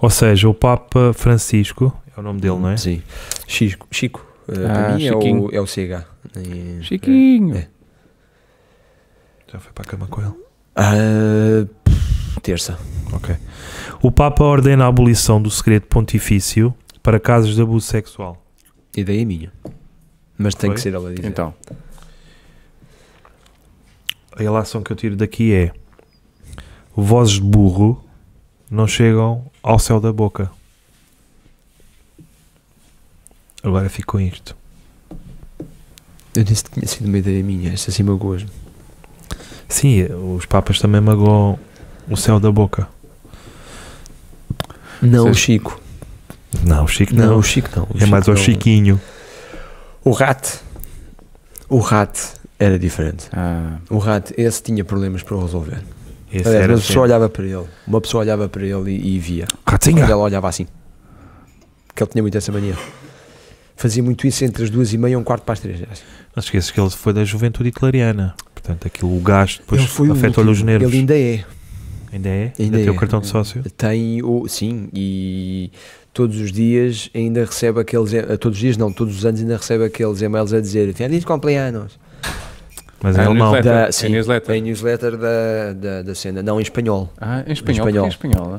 [SPEAKER 2] Ou seja, o Papa Francisco, é o nome dele, não é?
[SPEAKER 3] Sim. Chico. Chico. eh, para
[SPEAKER 1] Ah,
[SPEAKER 3] mim é o,
[SPEAKER 1] Chiquinho.
[SPEAKER 3] é o CH. E-
[SPEAKER 1] Chiquinho.
[SPEAKER 2] Já foi para a cama com ele.
[SPEAKER 3] Ah, terça.
[SPEAKER 2] O Papa ordena a abolição do segredo pontifício para casos de abuso sexual.
[SPEAKER 3] Ideia é minha. Mas tem
[SPEAKER 2] Foi?
[SPEAKER 3] que ser ela a dizer.
[SPEAKER 1] Então,
[SPEAKER 2] A relação que eu tiro daqui é: vozes de burro não chegam ao céu da boca. Agora fico com isto.
[SPEAKER 3] Eu disse que tinha sido uma ideia minha, esta assim magoas
[SPEAKER 2] Sim, os papas também magoam o céu da boca.
[SPEAKER 3] Não,
[SPEAKER 1] Sim.
[SPEAKER 3] o Chico.
[SPEAKER 2] Não, o Chico
[SPEAKER 3] é Não,
[SPEAKER 2] não.
[SPEAKER 3] o Chico não. O
[SPEAKER 2] é mais
[SPEAKER 3] Chico
[SPEAKER 2] ao
[SPEAKER 3] não.
[SPEAKER 2] Chiquinho.
[SPEAKER 3] O Rato. O Rato era diferente.
[SPEAKER 1] ah,
[SPEAKER 3] O Rato, esse tinha problemas para resolver.
[SPEAKER 2] Esse
[SPEAKER 3] Aliás,
[SPEAKER 2] era
[SPEAKER 3] uma pessoa
[SPEAKER 2] sempre.
[SPEAKER 3] olhava para ele. Uma pessoa olhava para ele e, e via.
[SPEAKER 2] Catinga!
[SPEAKER 3] Quando ela olhava assim. Que ele tinha muito essa mania. Fazia muito isso entre as duas e meia e um quarto para as três. Era assim.
[SPEAKER 2] Não te esqueças que ele foi da juventude italiana. Portanto, aquilo, o gasto, depois
[SPEAKER 3] Ele foi o
[SPEAKER 2] afeta-lhe os
[SPEAKER 3] último.
[SPEAKER 2] nervos.
[SPEAKER 3] Ele ainda é.
[SPEAKER 2] Ainda é?
[SPEAKER 3] Ainda
[SPEAKER 2] Ainda tem
[SPEAKER 3] é.
[SPEAKER 2] o cartão de sócio?
[SPEAKER 3] Tem o. Sim, e todos os dias ainda recebe aqueles. e- Todos os dias não, todos os anos ainda recebe aqueles e-mails a dizer Feliz cumpleaños.
[SPEAKER 2] Mas
[SPEAKER 1] Ah,
[SPEAKER 2] é
[SPEAKER 1] não
[SPEAKER 2] alemão.
[SPEAKER 1] sei.
[SPEAKER 3] Da,
[SPEAKER 1] Em
[SPEAKER 3] sim,
[SPEAKER 1] newsletter.
[SPEAKER 3] Em newsletter da, da, da cena. Não, em espanhol.
[SPEAKER 1] ah, em espanhol,
[SPEAKER 3] Em
[SPEAKER 1] porque
[SPEAKER 3] espanhol.
[SPEAKER 1] é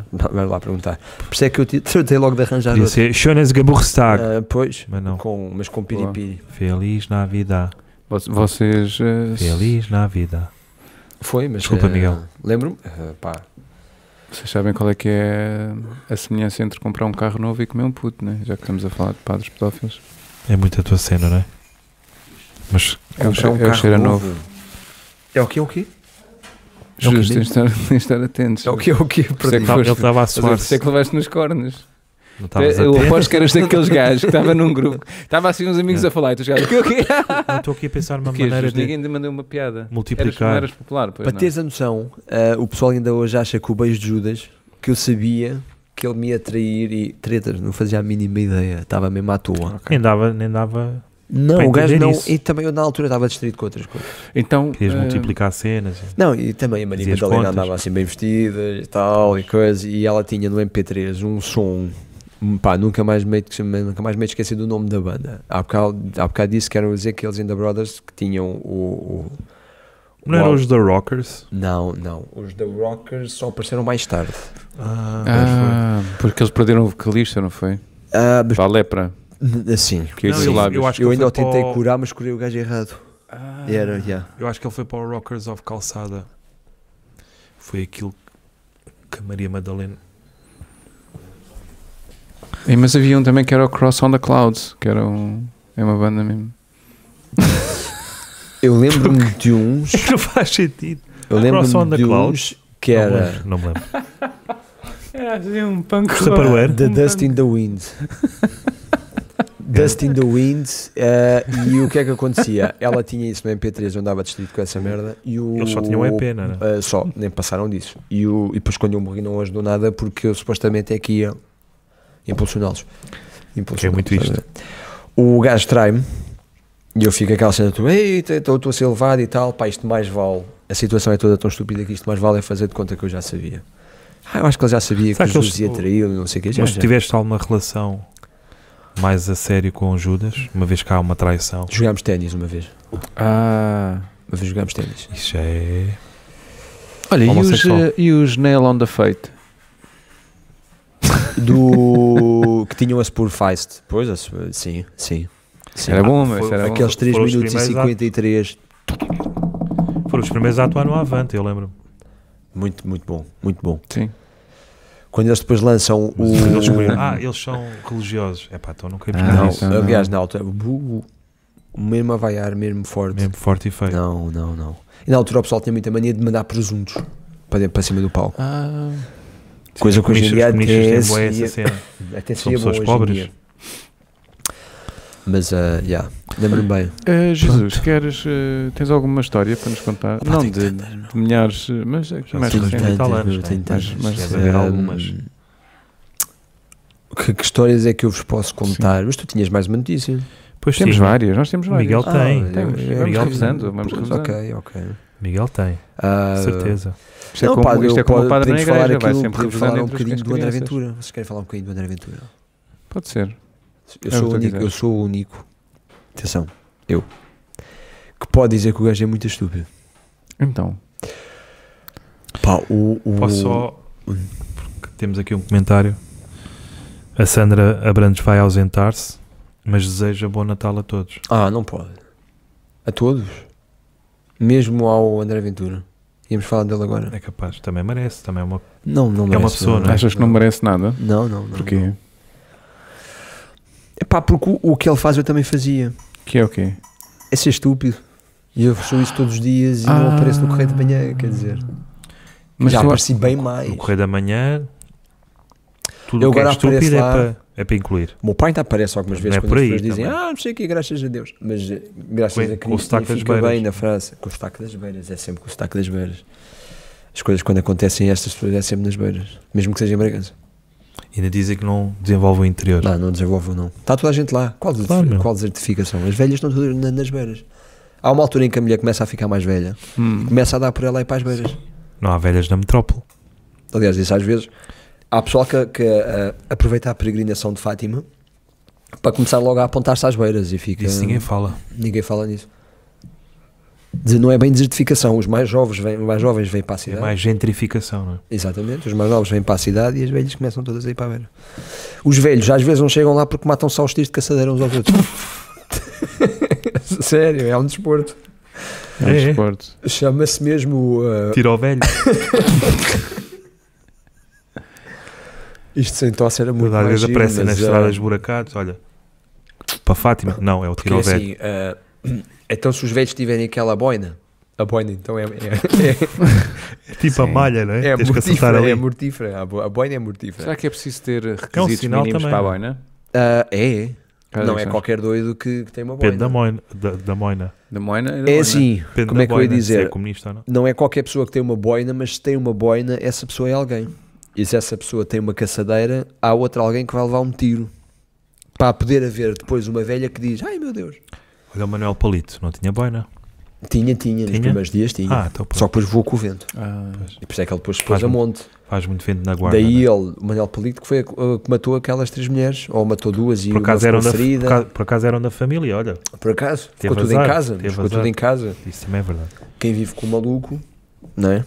[SPEAKER 1] espanhola.
[SPEAKER 3] Não, Vai lá perguntar. Por isso é que eu te- tratei logo de arranjar
[SPEAKER 2] Podia
[SPEAKER 3] outro.
[SPEAKER 2] ser Schönes Geburtstag.
[SPEAKER 3] Ah, pois,
[SPEAKER 2] Mas não.
[SPEAKER 3] com, mas com piripiri.
[SPEAKER 2] Feliz Navidad.
[SPEAKER 1] Vo- Vocês. ah, s-
[SPEAKER 2] Feliz Navidad.
[SPEAKER 3] Foi, mas.
[SPEAKER 2] Desculpa,
[SPEAKER 3] ah,
[SPEAKER 2] Miguel.
[SPEAKER 3] Lembro-me. ah, pá.
[SPEAKER 1] Vocês sabem qual é que é a semelhança entre comprar um carro novo e comer um puto, né? já que estamos a falar de padres pedófilos.
[SPEAKER 2] É muito a tua cena, não é? Mas
[SPEAKER 1] É o, che-
[SPEAKER 3] Comprar
[SPEAKER 1] é o cheiro a novo.
[SPEAKER 3] um É o que é o que?
[SPEAKER 1] É
[SPEAKER 3] É o que
[SPEAKER 1] Justo,
[SPEAKER 3] diz?
[SPEAKER 1] tens de estar, tens de estar atentos.
[SPEAKER 3] É o que é o que?
[SPEAKER 1] Sei que
[SPEAKER 2] Tá-
[SPEAKER 1] foste-
[SPEAKER 2] ele estava a
[SPEAKER 1] Mas eu sei
[SPEAKER 2] suar-se.
[SPEAKER 1] que levaste nos cornos.
[SPEAKER 2] Não estavas
[SPEAKER 1] eu
[SPEAKER 2] atento.
[SPEAKER 1] aposto que eras daqueles gajos que estava num grupo. Estava assim uns amigos a falar e tu chegaste. O que é que é?
[SPEAKER 2] Eu Estou aqui a pensar numa
[SPEAKER 1] O que é,
[SPEAKER 2] maneira
[SPEAKER 1] Jesus?
[SPEAKER 2] de
[SPEAKER 1] Ninguém te mandou uma piada. Eras, não
[SPEAKER 2] multiplicar.
[SPEAKER 1] eras popular, pois
[SPEAKER 3] Para
[SPEAKER 1] não.
[SPEAKER 3] teres a noção, ah, o pessoal ainda hoje acha que o beijo de Judas, que eu sabia que ele me ia trair e tretas, não fazia a mínima ideia, estava mesmo à toa.
[SPEAKER 2] Nem dava, nem dava.
[SPEAKER 3] Não,
[SPEAKER 2] Para
[SPEAKER 3] o gajo
[SPEAKER 2] entender
[SPEAKER 3] não.
[SPEAKER 2] isso.
[SPEAKER 3] E também eu na altura estava distrito com outras coisas.
[SPEAKER 1] Então,
[SPEAKER 2] Querias
[SPEAKER 1] ah,
[SPEAKER 2] multiplicar cenas.
[SPEAKER 3] Não, e também a Maria
[SPEAKER 2] Fazias
[SPEAKER 3] Madalena
[SPEAKER 2] contas.
[SPEAKER 3] andava assim bem vestida e tal e coisa, e ela tinha no MP3 um som. hum, Pá, nunca mais me, nunca mais me esqueci do nome da banda. Há bocado, há bocado disse que eram os aqueles in the Brothers que tinham o. o-
[SPEAKER 2] Não eram
[SPEAKER 3] Uau.
[SPEAKER 2] os The Rockers?
[SPEAKER 3] Não, não. Os The Rockers só apareceram mais tarde.
[SPEAKER 2] Ah,
[SPEAKER 1] ah, porque eles perderam o vocalista, não foi?
[SPEAKER 3] Ah, mas
[SPEAKER 1] Para a lepra.
[SPEAKER 3] n- assim.
[SPEAKER 1] Que
[SPEAKER 2] Não,
[SPEAKER 1] esses
[SPEAKER 2] eu-
[SPEAKER 1] lábios.
[SPEAKER 2] eu acho que
[SPEAKER 3] eu
[SPEAKER 2] ele
[SPEAKER 3] ainda o
[SPEAKER 2] foi
[SPEAKER 3] tentei
[SPEAKER 2] para o-
[SPEAKER 3] curar, mas curei o gajo errado.
[SPEAKER 1] Ah,
[SPEAKER 3] Era, já.
[SPEAKER 2] Eu acho que ele foi para o Rockers of Calçada. Foi aquilo que a Maria Madalena.
[SPEAKER 1] E, mas havia um também que era o Cross on the Clouds, que era um. É uma banda mesmo.
[SPEAKER 3] Eu lembro-me de uns.
[SPEAKER 2] não faz sentido.
[SPEAKER 3] Eu
[SPEAKER 2] Cross on
[SPEAKER 3] lembro-me
[SPEAKER 2] the
[SPEAKER 3] de
[SPEAKER 2] Clouds?
[SPEAKER 3] uns que
[SPEAKER 2] Não me
[SPEAKER 3] era
[SPEAKER 2] lembro, Não me lembro.
[SPEAKER 1] Era assim um punk.
[SPEAKER 2] Tupperware?
[SPEAKER 3] The Dust in the Wind. Dust in the Wind. eh, e o que é que acontecia? Ela tinha isso no MP3, eu andava distrito com essa merda. E o,
[SPEAKER 2] Eles só tinham um EP, não era?
[SPEAKER 3] eh, só, nem passaram disso. E, o, e depois quando eu morri não ajudou nada porque eu supostamente é que ia impulsioná-los.
[SPEAKER 2] Que é muito
[SPEAKER 3] Impulsioná-los,
[SPEAKER 2] isto.
[SPEAKER 3] sabe? O gajo trai-me e eu fico aquela cena, tu, eita, então estou estou a ser levado e tal, pá, isto mais vale. A situação é toda tão estúpida que isto mais vale é fazer de conta que eu já sabia. Ah, eu acho que ele já sabia
[SPEAKER 2] Será
[SPEAKER 3] que,
[SPEAKER 2] que
[SPEAKER 3] o
[SPEAKER 2] eles-
[SPEAKER 3] Jesus ia traí-lo, não sei o que. Já,
[SPEAKER 2] Mas
[SPEAKER 3] já.
[SPEAKER 2] tu tiveste alguma relação mais a sério com o Judas, uma vez que há uma traição,
[SPEAKER 3] Jogámos ténis uma vez.
[SPEAKER 1] Ah.
[SPEAKER 3] Uma vez jogámos ténis.
[SPEAKER 2] isso já é.
[SPEAKER 1] Olha, e os,
[SPEAKER 2] Homossexual.
[SPEAKER 1] eh, e os Nail on the Fate?
[SPEAKER 3] Do. que tinham a Spur Feist. Pois, a Spur- sim, sim. sim. Ah,
[SPEAKER 1] Era bom, mas
[SPEAKER 2] foi-
[SPEAKER 1] era bom.
[SPEAKER 3] Aqueles 3
[SPEAKER 2] Foram os
[SPEAKER 3] minutos e
[SPEAKER 2] primeiros a-
[SPEAKER 3] 53.
[SPEAKER 2] Foram os primeiros a atuar no Avante, eu lembro-me.
[SPEAKER 3] Muito, muito bom, muito bom.
[SPEAKER 1] Sim.
[SPEAKER 3] Quando eles depois lançam o.
[SPEAKER 2] Mas eles descobriram, ah, eles são religiosos. É pá, então não queremos
[SPEAKER 1] Ah,
[SPEAKER 2] nada
[SPEAKER 3] Não,
[SPEAKER 2] disso.
[SPEAKER 1] isso não.
[SPEAKER 3] aliás, na altura. bu- bu- Mesmo a vaiar, mesmo forte.
[SPEAKER 2] Mesmo forte e feio.
[SPEAKER 3] Não, não, não. E na altura o pessoal tinha muita mania de mandar presuntos para, dentro- para cima do palco.
[SPEAKER 1] Ah,
[SPEAKER 3] Coisa que hoje em dia
[SPEAKER 2] Os comunistas
[SPEAKER 3] até
[SPEAKER 2] têm bué
[SPEAKER 3] seria-
[SPEAKER 2] essa cena.
[SPEAKER 3] até
[SPEAKER 2] São
[SPEAKER 3] seria bom
[SPEAKER 2] pessoas
[SPEAKER 3] hoje em
[SPEAKER 2] pobres.
[SPEAKER 3] dia. Mas, ah, já, lembro-me bem.
[SPEAKER 1] eh, Jesus, queres. eh, tens alguma história para nos contar?
[SPEAKER 3] Pá,
[SPEAKER 1] não,
[SPEAKER 3] tenho
[SPEAKER 1] de,
[SPEAKER 3] tantas,
[SPEAKER 1] de milhares, eh, mas é que
[SPEAKER 2] Já
[SPEAKER 1] mais
[SPEAKER 2] sei.
[SPEAKER 1] recente.
[SPEAKER 2] Tem tal anos,
[SPEAKER 3] meu,
[SPEAKER 2] não é?
[SPEAKER 3] tem
[SPEAKER 1] Mas-
[SPEAKER 3] tantos.
[SPEAKER 1] mas
[SPEAKER 2] deve haver
[SPEAKER 3] Hum,
[SPEAKER 2] algumas.
[SPEAKER 3] Que, que histórias é que eu vos posso contar? Mas tu tinhas mais uma notícia. Ah, é,
[SPEAKER 2] Pois
[SPEAKER 1] Temos
[SPEAKER 2] sim,
[SPEAKER 1] várias, nós temos várias. Ah,
[SPEAKER 2] Miguel tem.
[SPEAKER 3] eu-
[SPEAKER 1] Temos.
[SPEAKER 3] eu-
[SPEAKER 1] Vamos
[SPEAKER 3] eu-
[SPEAKER 1] revisando, vamos
[SPEAKER 3] Pois,
[SPEAKER 1] revisando.
[SPEAKER 3] Ok, ok.
[SPEAKER 2] Miguel tem,
[SPEAKER 3] Ah,
[SPEAKER 2] certeza.
[SPEAKER 1] Isto é
[SPEAKER 3] não,
[SPEAKER 1] como,
[SPEAKER 3] pá,
[SPEAKER 1] isto é como
[SPEAKER 3] eu posso-
[SPEAKER 1] o padre na
[SPEAKER 3] podemos falar
[SPEAKER 1] igreja, vai
[SPEAKER 3] aquilo,
[SPEAKER 1] sempre
[SPEAKER 3] podemos falar
[SPEAKER 1] revisando
[SPEAKER 3] um
[SPEAKER 1] entre os
[SPEAKER 3] bocadinho do André
[SPEAKER 1] crianças.
[SPEAKER 3] Ventura. Vocês querem falar um bocadinho do André Ventura?
[SPEAKER 1] Pode ser.
[SPEAKER 3] Eu
[SPEAKER 1] É o
[SPEAKER 3] sou,
[SPEAKER 1] que
[SPEAKER 3] o
[SPEAKER 1] tu
[SPEAKER 3] único, eu
[SPEAKER 1] quiseres.
[SPEAKER 3] sou o único. Atenção, eu. Que pode dizer que o gajo é muito estúpido.
[SPEAKER 1] Então,
[SPEAKER 3] Pá, o, o-
[SPEAKER 2] Posso só. Porque temos aqui um comentário. A Sandra Abrantes vai ausentar-se, mas deseja bom Natal a todos.
[SPEAKER 3] Ah, não pode. A todos. Mesmo ao André Ventura. Íamos falar dele agora.
[SPEAKER 2] É capaz, também merece, também é uma.
[SPEAKER 3] Não, não merece.
[SPEAKER 2] uma pessoa, não é?
[SPEAKER 1] Achas que não merece nada?
[SPEAKER 3] Não, não, não.
[SPEAKER 1] Porquê?
[SPEAKER 3] não. Epá, porque o, o que ele faz eu também fazia.
[SPEAKER 1] Que é o quê?
[SPEAKER 3] É ser estúpido. E eu sou isso todos os dias e não
[SPEAKER 1] Ah.
[SPEAKER 3] apareço no correio de manhã, quer dizer.
[SPEAKER 1] Mas
[SPEAKER 3] já
[SPEAKER 1] tu-
[SPEAKER 3] apareci bem mais.
[SPEAKER 2] No correr da manhã, tudo
[SPEAKER 3] É Eu
[SPEAKER 2] o que é
[SPEAKER 3] agora apareço
[SPEAKER 2] estúpido é
[SPEAKER 3] lá.
[SPEAKER 2] para, é para incluir.
[SPEAKER 3] O meu pai ainda aparece algumas
[SPEAKER 2] Não
[SPEAKER 3] vezes
[SPEAKER 2] é
[SPEAKER 3] quando
[SPEAKER 2] por
[SPEAKER 3] as
[SPEAKER 2] aí
[SPEAKER 3] pessoas dizem
[SPEAKER 2] também.
[SPEAKER 3] Ah, não sei o que, graças a Deus. Mas eh, graças
[SPEAKER 2] Com-
[SPEAKER 3] a
[SPEAKER 2] com o
[SPEAKER 3] Cristo
[SPEAKER 2] sotaque
[SPEAKER 3] ele
[SPEAKER 2] das
[SPEAKER 3] fica
[SPEAKER 2] beiras.
[SPEAKER 3] bem na França. Com o sotaque das beiras, é sempre com o sotaque das beiras. As coisas quando acontecem estas pessoas é sempre nas beiras. Mesmo que seja em Bragança.
[SPEAKER 2] Ainda dizem que não desenvolve o interior.
[SPEAKER 3] Não, não desenvolvam não. Está toda a gente lá. Qual, des-
[SPEAKER 2] Claro, meu.
[SPEAKER 3] qual desertificação? As velhas estão todas na- nas beiras. Há uma altura em que a mulher começa a ficar mais velha.
[SPEAKER 1] Hum.
[SPEAKER 3] Começa a dar por ela e para as beiras.
[SPEAKER 2] Não há velhas na metrópole.
[SPEAKER 3] Aliás, isso às vezes. Há pessoal que, que eh, aproveita a peregrinação de Fátima para começar logo a apontar-se às beiras e fica.
[SPEAKER 2] Disso ninguém fala.
[SPEAKER 3] Ninguém fala nisso. De- Não é bem desertificação. Os mais jovens vêm, os mais jovens vêm para a
[SPEAKER 2] É
[SPEAKER 3] cidade.
[SPEAKER 2] mais gentrificação, não é?
[SPEAKER 3] Exatamente. Os mais novos vêm para a cidade e as velhas começam todas a ir para a beira. Os velhos às vezes não chegam lá porque matam só os tiros de caçadeira uns aos outros. Sério, é um desporto.
[SPEAKER 1] É um
[SPEAKER 2] É, é.
[SPEAKER 1] desporto.
[SPEAKER 3] Chama-se mesmo. uh,
[SPEAKER 2] Tira o velho.
[SPEAKER 3] isto sem tosse era muito
[SPEAKER 2] Às
[SPEAKER 3] mais
[SPEAKER 2] vezes
[SPEAKER 3] giro,
[SPEAKER 2] aparecem
[SPEAKER 3] mas,
[SPEAKER 2] nas
[SPEAKER 3] uh,
[SPEAKER 2] estradas buracados, olha. Para Fátima. Não, é o
[SPEAKER 3] Porque
[SPEAKER 2] tiro
[SPEAKER 3] é
[SPEAKER 2] ao velho.
[SPEAKER 3] assim, ah, então se os velhos tiverem aquela boina, a boina então é, é,
[SPEAKER 2] Tipo a
[SPEAKER 1] Sim.
[SPEAKER 2] malha, não
[SPEAKER 3] é,
[SPEAKER 2] é?
[SPEAKER 3] é
[SPEAKER 2] Tens que acertar
[SPEAKER 3] mortífera,
[SPEAKER 2] ali.
[SPEAKER 3] é mortífera, a bo- a boina é mortífera.
[SPEAKER 1] Será que é preciso ter
[SPEAKER 2] É um
[SPEAKER 1] requisitos
[SPEAKER 2] sinal
[SPEAKER 1] mínimos
[SPEAKER 2] também,
[SPEAKER 1] para a
[SPEAKER 2] não é?
[SPEAKER 1] boina?
[SPEAKER 3] Ah, é, é.
[SPEAKER 1] Cada
[SPEAKER 3] não
[SPEAKER 1] vez
[SPEAKER 3] é
[SPEAKER 1] mais.
[SPEAKER 3] qualquer doido que, que tem uma boina.
[SPEAKER 2] Depende da moina. Da, da moina.
[SPEAKER 1] Da moina e da
[SPEAKER 3] É
[SPEAKER 1] boina.
[SPEAKER 3] assim,
[SPEAKER 2] Depende
[SPEAKER 3] Como
[SPEAKER 2] da
[SPEAKER 3] é que eu ia
[SPEAKER 2] boina, Se
[SPEAKER 3] dizer?
[SPEAKER 2] é comunista ou não.
[SPEAKER 3] não é qualquer pessoa que tem uma boina, mas se tem uma boina, essa pessoa é alguém. E se essa pessoa tem uma caçadeira, há outra alguém que vai levar um tiro. Para poder haver depois uma velha que diz: Ai meu Deus,
[SPEAKER 2] Olha o Manuel Palito, não tinha boina.
[SPEAKER 3] tinha, tinha, nos
[SPEAKER 2] Tinha?
[SPEAKER 3] primeiros dias tinha.
[SPEAKER 2] Ah, então pronto.
[SPEAKER 3] Só que depois voou com o vento.
[SPEAKER 1] Ah,
[SPEAKER 3] E por isso é que ele depois se pôs
[SPEAKER 2] Faz
[SPEAKER 3] a
[SPEAKER 2] muito-
[SPEAKER 3] monte.
[SPEAKER 2] Faz muito vento na guarda.
[SPEAKER 3] Daí
[SPEAKER 2] não é?
[SPEAKER 3] ele, o Manuel Polito, que foi a que a que matou aquelas três mulheres, ou matou duas e
[SPEAKER 2] por, acaso
[SPEAKER 3] uma
[SPEAKER 2] eram
[SPEAKER 3] ficou
[SPEAKER 2] da, por,
[SPEAKER 3] ferida.
[SPEAKER 2] acaso, por acaso eram da família, olha.
[SPEAKER 3] Por acaso,
[SPEAKER 2] Teve
[SPEAKER 3] ficou tudo em
[SPEAKER 2] azar,
[SPEAKER 3] casa.
[SPEAKER 2] teve
[SPEAKER 3] Ficou
[SPEAKER 2] azar.
[SPEAKER 3] tudo em casa.
[SPEAKER 2] Isso também é verdade.
[SPEAKER 3] Quem vive com o maluco, não é?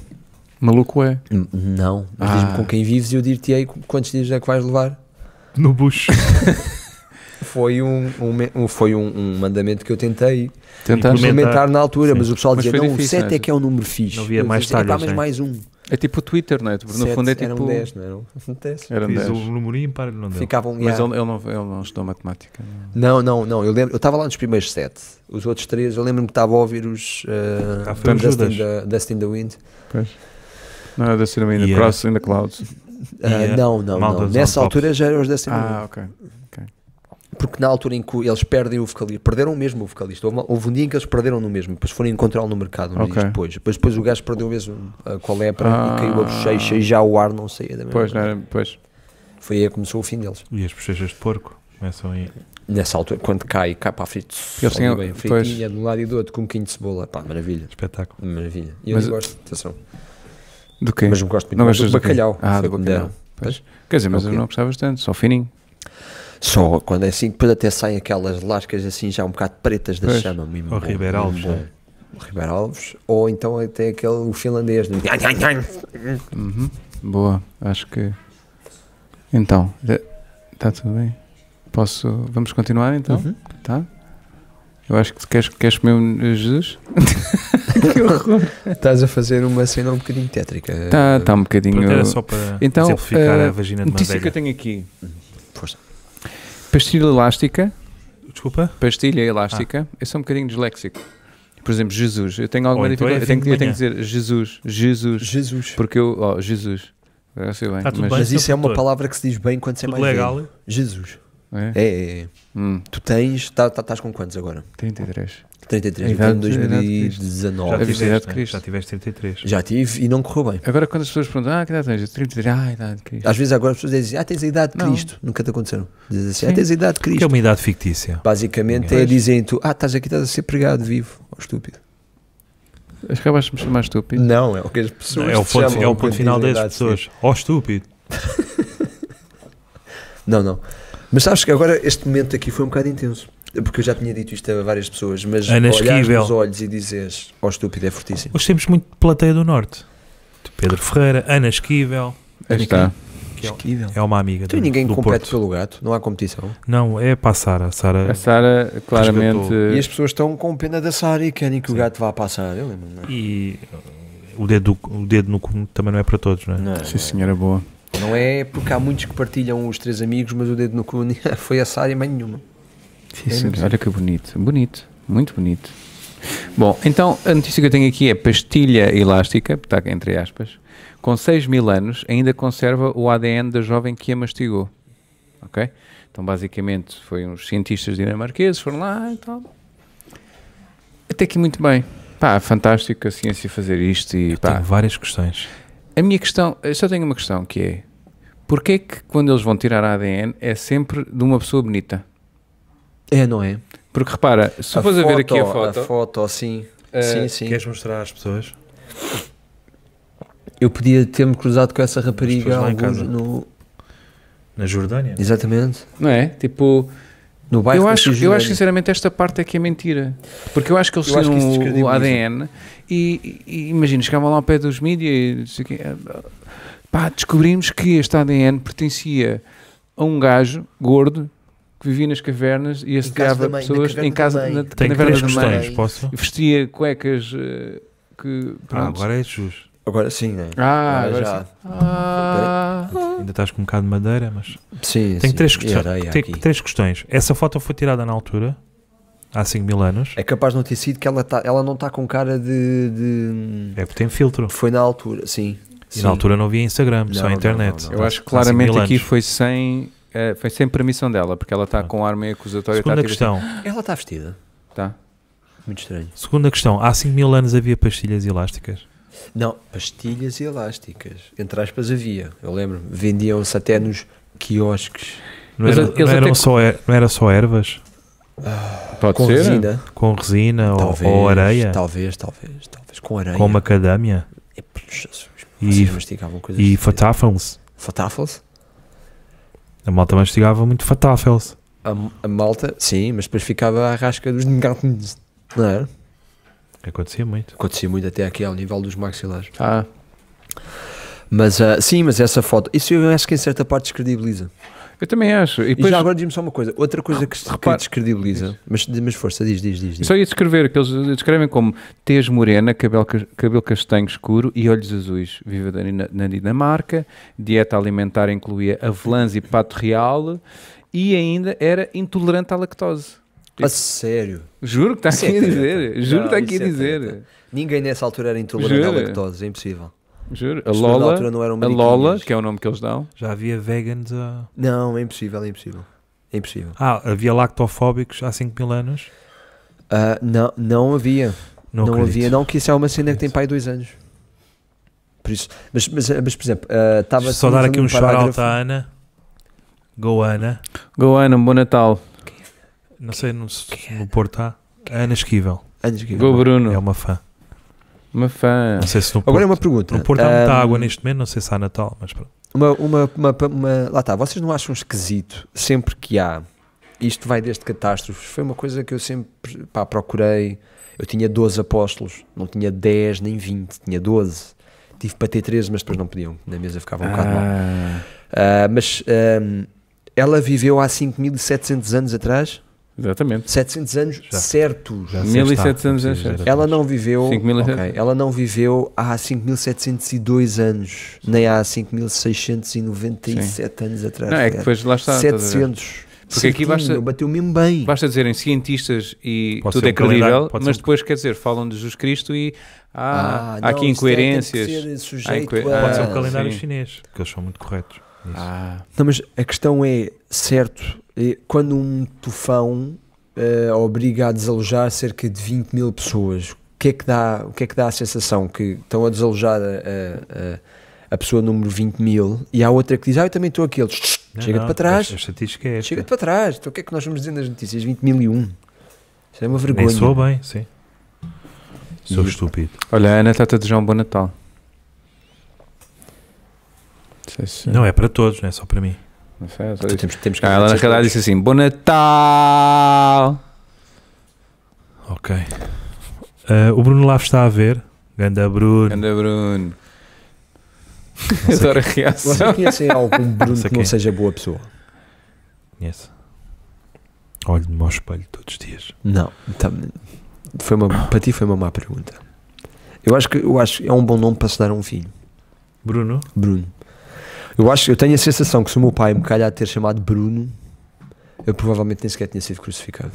[SPEAKER 1] maluco é.
[SPEAKER 3] N- Não, mas
[SPEAKER 1] Ah.
[SPEAKER 3] diz-me com quem vives e eu dir-te-ei qu- quantos dias é que vais levar.
[SPEAKER 2] No bucho.
[SPEAKER 3] Foi um, um me- um- foi um, um mandamento que eu tentei
[SPEAKER 1] Tentaste?
[SPEAKER 2] Implementa-
[SPEAKER 3] implementar na altura,
[SPEAKER 2] tá- Sim.
[SPEAKER 3] mas o pessoal
[SPEAKER 1] Mas
[SPEAKER 3] dizia:
[SPEAKER 1] foi
[SPEAKER 3] não, o
[SPEAKER 1] difícil,
[SPEAKER 3] 7 é
[SPEAKER 1] não é?
[SPEAKER 3] que é um número fixe.
[SPEAKER 2] Não havia
[SPEAKER 3] Eu
[SPEAKER 2] mais
[SPEAKER 3] dizia, "Epá,
[SPEAKER 2] talhas,
[SPEAKER 3] mas
[SPEAKER 2] né?
[SPEAKER 3] mais um.
[SPEAKER 1] É tipo o Twitter, não é? No
[SPEAKER 3] Sete
[SPEAKER 1] fundo é tipo.
[SPEAKER 3] Eram 10, não eram? Não desce.
[SPEAKER 1] Eram
[SPEAKER 2] Fiz
[SPEAKER 1] 10.
[SPEAKER 2] o número ímpar e não deu.
[SPEAKER 3] Ficavam.
[SPEAKER 1] Mas
[SPEAKER 3] já.
[SPEAKER 1] ele, ele não, ele não estudou matemática. não.
[SPEAKER 3] Não, não, não. Eu lembro, eu estava lá nos primeiros sete. Os outros três, eu lembro-me que estava a ouvir os eh,
[SPEAKER 2] Ah, foi o
[SPEAKER 3] Dust, in
[SPEAKER 2] Judas.
[SPEAKER 3] the, Dust in the Wind.
[SPEAKER 1] Não era da Cinema in the
[SPEAKER 2] E era-
[SPEAKER 1] Cross, in the Clouds.
[SPEAKER 3] Ah,
[SPEAKER 2] Yeah.
[SPEAKER 3] Não, não,
[SPEAKER 2] Mal
[SPEAKER 3] não.
[SPEAKER 2] dos
[SPEAKER 3] Nessa
[SPEAKER 2] Altos.
[SPEAKER 3] altura já eram os Dust in the Wind.
[SPEAKER 1] Ah, ok.
[SPEAKER 3] Porque na altura em que eles perdem o vocalista, perderam mesmo o vocalista. Houve, uma- houve um dia em que eles perderam no mesmo, depois foram encontrá-lo no mercado uns
[SPEAKER 1] Ok.
[SPEAKER 3] dias depois. depois. Depois o gajo perdeu mesmo é a colebra
[SPEAKER 1] Ah.
[SPEAKER 3] e caiu a bochecha e já o ar não saía da mesma.
[SPEAKER 1] Pois, não
[SPEAKER 3] maneira.
[SPEAKER 1] era, pois.
[SPEAKER 3] Foi aí que começou o fim deles.
[SPEAKER 2] E as bochechas de porco começam aí.
[SPEAKER 3] Nessa altura, quando cai, cai para a frita,
[SPEAKER 1] eles
[SPEAKER 3] ali
[SPEAKER 1] tinham-
[SPEAKER 3] bem
[SPEAKER 1] pois.
[SPEAKER 3] fritinha de um lado e do outro, com um quinho de cebola. Pá, maravilha,
[SPEAKER 2] Espetáculo.
[SPEAKER 3] maravilha. E eu
[SPEAKER 1] Mas-
[SPEAKER 3] nem gosto, atenção.
[SPEAKER 1] Do quê?
[SPEAKER 3] Mas me gosto muito
[SPEAKER 1] Não
[SPEAKER 3] mais
[SPEAKER 1] gostas
[SPEAKER 3] do
[SPEAKER 1] do quê?
[SPEAKER 3] bacalhau.
[SPEAKER 1] Ah,
[SPEAKER 3] Foi
[SPEAKER 1] do
[SPEAKER 3] o que me
[SPEAKER 1] bacalhau.
[SPEAKER 3] deram.
[SPEAKER 1] Pois. Quer dizer, mas
[SPEAKER 3] É o
[SPEAKER 1] eu
[SPEAKER 3] quê?
[SPEAKER 1] não gostava tanto, só fininho.
[SPEAKER 3] Só quando é assim, depois até saem aquelas lascas assim já um bocado pretas da
[SPEAKER 1] Pois.
[SPEAKER 3] chama. Mesmo
[SPEAKER 2] Ou
[SPEAKER 3] bom,
[SPEAKER 2] Ribeiro
[SPEAKER 3] mesmo
[SPEAKER 2] Alves,
[SPEAKER 3] bom.
[SPEAKER 2] né?
[SPEAKER 3] O Ribeiro Alves, ou então até aquele o finlandês. né?
[SPEAKER 1] Uhum. Boa, acho que. Então, está tudo bem? Posso. Vamos continuar então?
[SPEAKER 3] Uhum.
[SPEAKER 1] Tá? Eu acho que queres, queres comer um eh, Jesus?
[SPEAKER 3] Estás a fazer uma cena um bocadinho tétrica.
[SPEAKER 1] Está tá um
[SPEAKER 2] Pronto,
[SPEAKER 1] bocadinho.
[SPEAKER 2] era só para
[SPEAKER 1] Então,
[SPEAKER 2] exemplificar
[SPEAKER 1] eh,
[SPEAKER 2] a vagina de uma
[SPEAKER 1] Notícia que
[SPEAKER 2] velha.
[SPEAKER 1] eu tenho aqui:
[SPEAKER 3] Uhum. Força.
[SPEAKER 1] pastilha elástica.
[SPEAKER 2] Desculpa?
[SPEAKER 1] Pastilha
[SPEAKER 2] Ah.
[SPEAKER 1] elástica. Eu sou um bocadinho disléxico. Por exemplo, Jesus. Eu tenho alguma
[SPEAKER 2] Ou então é
[SPEAKER 1] dificuldade. eu, tenho,
[SPEAKER 2] fim de
[SPEAKER 1] eu tenho que dizer Jesus. Jesus.
[SPEAKER 3] Jesus.
[SPEAKER 1] Porque eu. Oh, Jesus. Eu sei bem.
[SPEAKER 2] Tá tudo
[SPEAKER 1] mas-
[SPEAKER 3] Mas isso é uma
[SPEAKER 2] doutor.
[SPEAKER 3] palavra que se diz bem quando se é
[SPEAKER 2] Tudo
[SPEAKER 3] mais
[SPEAKER 2] legal.
[SPEAKER 3] velho. Jesus.
[SPEAKER 1] É?
[SPEAKER 3] É, é, é.
[SPEAKER 1] Hum,
[SPEAKER 3] Tu tens, tá- tá- estás com quantos agora?
[SPEAKER 1] 33.
[SPEAKER 3] 33, eu
[SPEAKER 1] A idade-
[SPEAKER 3] tenho
[SPEAKER 1] a idade de Cristo.
[SPEAKER 2] Já,
[SPEAKER 3] 2019.
[SPEAKER 1] tive.
[SPEAKER 2] tiveste,
[SPEAKER 1] Felicidade de
[SPEAKER 2] né?
[SPEAKER 1] Cristo.
[SPEAKER 2] já tiveste 33.
[SPEAKER 3] Já tive e não correu bem.
[SPEAKER 1] Agora, quando as pessoas perguntam, ah, que idade tens? Eu, 33. Ah, idade, querido.
[SPEAKER 3] Às vezes agora as pessoas dizem, ah, tens a idade de
[SPEAKER 1] Não.
[SPEAKER 3] Cristo. Nunca te aconteceu. Dizem assim, ah,
[SPEAKER 1] Sim.
[SPEAKER 3] tens a idade de
[SPEAKER 2] Que é
[SPEAKER 3] Cristo.
[SPEAKER 2] uma idade fictícia.
[SPEAKER 3] Basicamente é
[SPEAKER 2] Pois.
[SPEAKER 3] dizerem tu, ah, estás aqui, estás a ser pregado vivo. Oh, estúpido.
[SPEAKER 1] Acabaste de me chamar estúpido.
[SPEAKER 3] Não, é o que as pessoas
[SPEAKER 2] é o
[SPEAKER 3] te
[SPEAKER 2] ponto, é
[SPEAKER 3] chamam
[SPEAKER 2] o
[SPEAKER 3] quando
[SPEAKER 2] ponto final
[SPEAKER 3] dizem a
[SPEAKER 2] das
[SPEAKER 3] idade de Cristo.
[SPEAKER 2] pessoas. Ó estúpido.
[SPEAKER 3] Não, não. Mas sabes que agora este momento aqui foi um bocado intenso. Porque eu já tinha dito isto a várias pessoas, mas
[SPEAKER 2] Ana
[SPEAKER 3] olhares
[SPEAKER 2] Esquivel.
[SPEAKER 3] nos olhos e dizes, ó estúpido, é fortíssimo.
[SPEAKER 2] Hoje temos muito plateia do Norte. Pedro Ferreira, Ana Esquivel,
[SPEAKER 1] Aí está.
[SPEAKER 2] que é,
[SPEAKER 3] Esquivel.
[SPEAKER 2] é uma amiga
[SPEAKER 3] Então
[SPEAKER 2] do,
[SPEAKER 3] ninguém
[SPEAKER 2] do
[SPEAKER 3] compete
[SPEAKER 2] Porto.
[SPEAKER 3] pelo gato, não há competição.
[SPEAKER 2] Não, é para a Sara. A Sara
[SPEAKER 1] A Sara, claramente.
[SPEAKER 3] E as pessoas estão com pena da Sara e querem que
[SPEAKER 2] Sim.
[SPEAKER 3] o gato vá passar. Eu lembro, não é?
[SPEAKER 2] e uh, o dedo, o dedo no cu também não é para todos, não é?
[SPEAKER 3] Não,
[SPEAKER 1] Sim, senhora, boa.
[SPEAKER 3] não. Não é porque há muitos que partilham os três amigos, mas o dedo no cu foi a Sara e mais nenhuma.
[SPEAKER 1] Sim, senhor. Olha que bonito. Bonito. Muito bonito. Bom, então a notícia que eu tenho aqui é pastilha elástica, está entre aspas, com 6 mil anos ainda conserva o ADN da jovem que a mastigou. Ok? Então basicamente foi uns cientistas dinamarqueses, foram lá e tal. Até aqui muito bem. Pá, fantástico a ciência fazer isto e pá.
[SPEAKER 2] Tenho várias questões.
[SPEAKER 1] A minha questão, eu só tenho uma questão que é, porquê que quando eles vão tirar ADN é sempre de uma pessoa bonita?
[SPEAKER 3] É, não é?
[SPEAKER 1] Porque repara, se fores a ver aqui a foto,
[SPEAKER 3] A foto, sim.
[SPEAKER 1] eh,
[SPEAKER 3] sim, sim.
[SPEAKER 2] Queres mostrar às pessoas?
[SPEAKER 3] Eu podia ter-me cruzado com essa
[SPEAKER 2] pessoas
[SPEAKER 3] rapariga
[SPEAKER 2] lá em
[SPEAKER 3] alguns
[SPEAKER 2] casa.
[SPEAKER 3] no...
[SPEAKER 2] Na Jordânia?
[SPEAKER 3] Exatamente.
[SPEAKER 1] não é? Tipo,
[SPEAKER 3] No bairro
[SPEAKER 1] eu
[SPEAKER 3] da
[SPEAKER 1] acho, eu
[SPEAKER 3] Cisjordânia.
[SPEAKER 1] acho sinceramente esta parte é que é mentira. Porque eu acho que eles um
[SPEAKER 3] Eu acho que isso
[SPEAKER 1] tinham o- o
[SPEAKER 3] descredibiliza.
[SPEAKER 1] ADN e, e imagina, chegavam lá ao pé dos mídias e não sei o quê, pá, descobrimos que este ADN pertencia a um gajo gordo que vivia nas cavernas e assediava
[SPEAKER 4] da mãe, na
[SPEAKER 1] pessoas
[SPEAKER 4] caverna
[SPEAKER 1] em
[SPEAKER 4] da
[SPEAKER 1] casa
[SPEAKER 4] mãe.
[SPEAKER 1] na,
[SPEAKER 2] Tenho
[SPEAKER 1] na caverna
[SPEAKER 2] três
[SPEAKER 1] da
[SPEAKER 4] mãe.
[SPEAKER 2] questões, posso?
[SPEAKER 1] E vestia cuecas eh, que.
[SPEAKER 2] Ah,
[SPEAKER 1] Pronto.
[SPEAKER 2] agora é justo.
[SPEAKER 3] Agora sim, né?
[SPEAKER 1] Ah,
[SPEAKER 3] Agora
[SPEAKER 1] agora
[SPEAKER 3] já.
[SPEAKER 1] sim. Ah,
[SPEAKER 2] Ainda estás com um bocado de madeira, mas...
[SPEAKER 3] Sim,
[SPEAKER 2] Tenho
[SPEAKER 3] sim.
[SPEAKER 2] três,
[SPEAKER 3] E
[SPEAKER 2] questões,
[SPEAKER 3] areia
[SPEAKER 2] tenho
[SPEAKER 3] aqui.
[SPEAKER 2] três questões. Essa foto foi tirada na altura, há 5 mil anos.
[SPEAKER 3] É capaz de não ter sido que ela, tá, ela não está com cara de, de-
[SPEAKER 2] É que tem filtro.
[SPEAKER 3] Foi na altura, sim.
[SPEAKER 2] E
[SPEAKER 3] Sim.
[SPEAKER 2] na altura não havia Instagram, só
[SPEAKER 3] Não, não,
[SPEAKER 2] internet.
[SPEAKER 3] não, não.
[SPEAKER 1] eu acho que
[SPEAKER 2] Há 5 mil
[SPEAKER 1] claramente aqui
[SPEAKER 2] anos.
[SPEAKER 1] foi sem. eh, foi sem permissão dela, porque ela está
[SPEAKER 2] Pronto.
[SPEAKER 1] com um ar meio acusatório.
[SPEAKER 2] Segunda
[SPEAKER 1] está a tirar-
[SPEAKER 2] questão.
[SPEAKER 3] Ela está vestida.
[SPEAKER 1] Tá.
[SPEAKER 3] Muito estranho.
[SPEAKER 2] Segunda questão. Há 5 mil anos havia pastilhas elásticas.
[SPEAKER 3] Não, pastilhas elásticas. Entre aspas havia. Eu lembro. Vendiam-se até nos quiosques.
[SPEAKER 2] Não,
[SPEAKER 1] Mas
[SPEAKER 2] era-
[SPEAKER 1] eles
[SPEAKER 2] não eram
[SPEAKER 1] até-
[SPEAKER 2] só, er- não era só ervas?
[SPEAKER 1] Pode
[SPEAKER 3] com
[SPEAKER 1] ser?
[SPEAKER 3] resina.
[SPEAKER 2] Com resina né? ou- ou, areia?
[SPEAKER 3] Talvez, talvez, talvez. Com areia.
[SPEAKER 2] Com macadâmia?
[SPEAKER 3] É, pô, Jesus,
[SPEAKER 2] E-
[SPEAKER 3] vocês mastigavam coisas.
[SPEAKER 2] E fatáfels?
[SPEAKER 3] Fatáfels?
[SPEAKER 2] A malta mastigava muito fatáfels.
[SPEAKER 3] A, a malta, sim, mas depois ficava à rasca dos negativos. Não era?
[SPEAKER 2] Acontecia muito.
[SPEAKER 3] Acontecia muito até aqui ao nível dos maxilares.
[SPEAKER 1] Ah,
[SPEAKER 3] Mas ah, sim, mas essa foto, isso eu acho que em certa parte descredibiliza.
[SPEAKER 1] eu também acho. E
[SPEAKER 3] E,
[SPEAKER 1] depois,
[SPEAKER 3] já agora diz-me só uma coisa, outra coisa que, se- que
[SPEAKER 1] Repara-
[SPEAKER 3] descredibiliza, mas, mas força, diz, diz, diz. diz.
[SPEAKER 1] só ia descrever, que eles descrevem como tez morena, cabelo, cas- cabelo castanho escuro e olhos azuis. Vive da- na, na Dinamarca, dieta alimentar incluía avelãs e pato real e ainda era intolerante à lactose.
[SPEAKER 3] A sério,
[SPEAKER 1] Juro que está
[SPEAKER 3] Isso é
[SPEAKER 1] aqui a
[SPEAKER 3] treta.
[SPEAKER 1] dizer. Juro que está
[SPEAKER 3] Não,
[SPEAKER 1] aqui a
[SPEAKER 3] isso é
[SPEAKER 1] dizer.
[SPEAKER 3] treta. ninguém nessa altura era intolerante à
[SPEAKER 1] Jura?
[SPEAKER 3] lactose, é impossível.
[SPEAKER 1] Juro. A
[SPEAKER 3] As pessoas na altura
[SPEAKER 1] Lola,
[SPEAKER 3] não eram
[SPEAKER 1] a Lola,
[SPEAKER 3] mariquinhas.
[SPEAKER 1] que é o nome que eles dão.
[SPEAKER 2] Já havia vegans a...
[SPEAKER 3] Não, é impossível, é impossível. É impossível.
[SPEAKER 2] Ah, havia lactofóbicos há 5 mil anos?
[SPEAKER 3] Ah, não, não havia.
[SPEAKER 2] Não,
[SPEAKER 3] Não,
[SPEAKER 2] acredito.
[SPEAKER 3] havia, não, que isso é uma cena que tem pai dois anos. Por isso, mas, mas, mas por exemplo, ah, estava
[SPEAKER 2] Só dar aqui um shout-out
[SPEAKER 3] parágrafo-
[SPEAKER 2] à Ana. Go Ana.
[SPEAKER 1] Goana, bom Natal.
[SPEAKER 2] Não sei no,
[SPEAKER 3] é?
[SPEAKER 2] no Porto há. Ana Esquivel.
[SPEAKER 3] Antes que-
[SPEAKER 1] Go Bruno.
[SPEAKER 2] É uma fã.
[SPEAKER 1] Uma fã.
[SPEAKER 2] Não sei se no Porto,
[SPEAKER 3] Agora é uma pergunta.
[SPEAKER 2] no Porto há muita
[SPEAKER 3] Ah,
[SPEAKER 2] água né? neste momento, não sei se há Natal, mas pronto.
[SPEAKER 3] Uma, uma, uma- uma- lá está, vocês não acham esquisito sempre que há isto vai desde catástrofes? Foi uma coisa que eu sempre pá, procurei. Eu tinha 12 apóstolos, não tinha 10 nem 20, tinha 12. Tive para ter 13, mas depois não podiam, na mesa ficava um bocado mal.
[SPEAKER 1] Ah,
[SPEAKER 3] Ah, mas ahm, ela viveu há 5700 anos atrás,
[SPEAKER 1] exatamente.
[SPEAKER 3] 700 anos
[SPEAKER 2] Já.
[SPEAKER 3] certos.
[SPEAKER 2] Já sei
[SPEAKER 1] 1700
[SPEAKER 2] está, não
[SPEAKER 1] anos
[SPEAKER 2] preciso
[SPEAKER 1] antes.
[SPEAKER 2] dizer
[SPEAKER 3] Ela
[SPEAKER 2] atrás.
[SPEAKER 3] não viveu,
[SPEAKER 1] 5.700.
[SPEAKER 3] ok, ela não viveu há 5702 anos, nem há 5697 anos atrás.
[SPEAKER 1] Não, é que
[SPEAKER 3] cara.
[SPEAKER 1] depois lá está. estás a ver.
[SPEAKER 3] 700.
[SPEAKER 1] Porque aqui
[SPEAKER 3] Certinho,
[SPEAKER 1] basta-
[SPEAKER 3] bateu mesmo bem.
[SPEAKER 1] Basta dizerem cientistas e
[SPEAKER 2] Pode
[SPEAKER 1] tudo
[SPEAKER 2] ser
[SPEAKER 1] é
[SPEAKER 2] um calendário,
[SPEAKER 1] credível,
[SPEAKER 2] pode ser
[SPEAKER 1] mas
[SPEAKER 2] um-
[SPEAKER 1] depois, quer dizer, falam de Jesus Cristo e ah, há aqui
[SPEAKER 3] não, isto é- tem que
[SPEAKER 1] incoerências.
[SPEAKER 3] ser sujeito
[SPEAKER 1] Há incoer-
[SPEAKER 3] a-
[SPEAKER 2] Pode ser um
[SPEAKER 1] Ah,
[SPEAKER 2] calendário
[SPEAKER 1] sim.
[SPEAKER 2] chinês, porque eles são muito corretos. nisso.
[SPEAKER 1] Ah,
[SPEAKER 3] Não, mas a questão é, certo, é, quando um tufão eh, obriga a desalojar cerca de 20 mil pessoas, o que é que dá, o que é que dá a sensação? Que estão a desalojar a, a- a- a pessoa número 20 mil e há outra que diz, ah, eu também estou aqui. Eles,
[SPEAKER 2] Não,
[SPEAKER 3] chega-te
[SPEAKER 2] não,
[SPEAKER 3] para trás,
[SPEAKER 2] A estatística é esta.
[SPEAKER 3] chega-te para trás. Então o que é que nós vamos dizer nas notícias? 20 mil e um. Isso é uma vergonha.
[SPEAKER 2] Nem sou bem, sim. Sou estúpido.
[SPEAKER 1] olha, a Ana está-te a desejar um bom Natal. Não sei se.
[SPEAKER 2] Não é para todos, não é só para mim.
[SPEAKER 1] não sei, eu só
[SPEAKER 3] Então
[SPEAKER 1] disse-
[SPEAKER 3] temos, temos que
[SPEAKER 1] Ah, ela na
[SPEAKER 3] agradecer
[SPEAKER 1] realidade disse assim: Bom Natal!
[SPEAKER 2] Ok. Ah, o Bruno Lavo está a ver. Ganda Bruno.
[SPEAKER 1] Anda Bruno. Adoro a reação.
[SPEAKER 3] Vocês conhecem é algum Bruno
[SPEAKER 2] sei
[SPEAKER 3] que não
[SPEAKER 2] quem.
[SPEAKER 3] seja boa pessoa?
[SPEAKER 2] Conhece? Olho-me ao espelho todos os dias.
[SPEAKER 3] Não. tam- foi uma, para ti foi uma má pergunta. Eu acho que eu acho, que é um bom nome para se dar a um filho.
[SPEAKER 2] Bruno?
[SPEAKER 3] Bruno. Eu acho, eu tenho a sensação que se o meu pai me calhar ter chamado Bruno, eu provavelmente nem sequer tinha sido crucificado.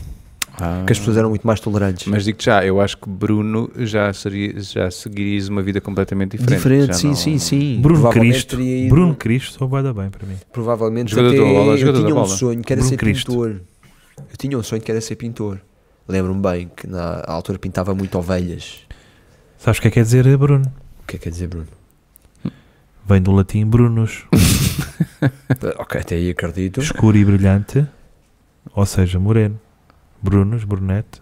[SPEAKER 1] Ah,
[SPEAKER 3] Porque as pessoas eram muito mais tolerantes.
[SPEAKER 1] mas digo-te já, eu acho que Bruno já, seria, já seguirias uma vida completamente diferente.
[SPEAKER 3] Diferente,
[SPEAKER 1] Já
[SPEAKER 3] sim,
[SPEAKER 1] não-
[SPEAKER 3] sim, sim.
[SPEAKER 2] Bruno
[SPEAKER 3] Provavelmente
[SPEAKER 2] Cristo.
[SPEAKER 3] teria ido-
[SPEAKER 2] Bruno Cristo só vai dar bem para mim.
[SPEAKER 3] Provavelmente
[SPEAKER 1] Jogador
[SPEAKER 3] até
[SPEAKER 1] da bola,
[SPEAKER 3] eu
[SPEAKER 1] jogador da
[SPEAKER 3] tinha um
[SPEAKER 1] bola.
[SPEAKER 3] sonho que era
[SPEAKER 2] Bruno
[SPEAKER 3] ser
[SPEAKER 2] Cristo.
[SPEAKER 3] pintor. Eu tinha um sonho que era ser pintor. Lembro-me bem que na altura pintava muito ovelhas.
[SPEAKER 2] Sabes o que é que quer dizer Bruno?
[SPEAKER 3] O que é que quer dizer, Bruno?
[SPEAKER 2] Vem do latim Brunos,
[SPEAKER 3] Eh, ok, até aí acredito.
[SPEAKER 2] escuro e brilhante, ou seja, moreno. Brunos, brunete.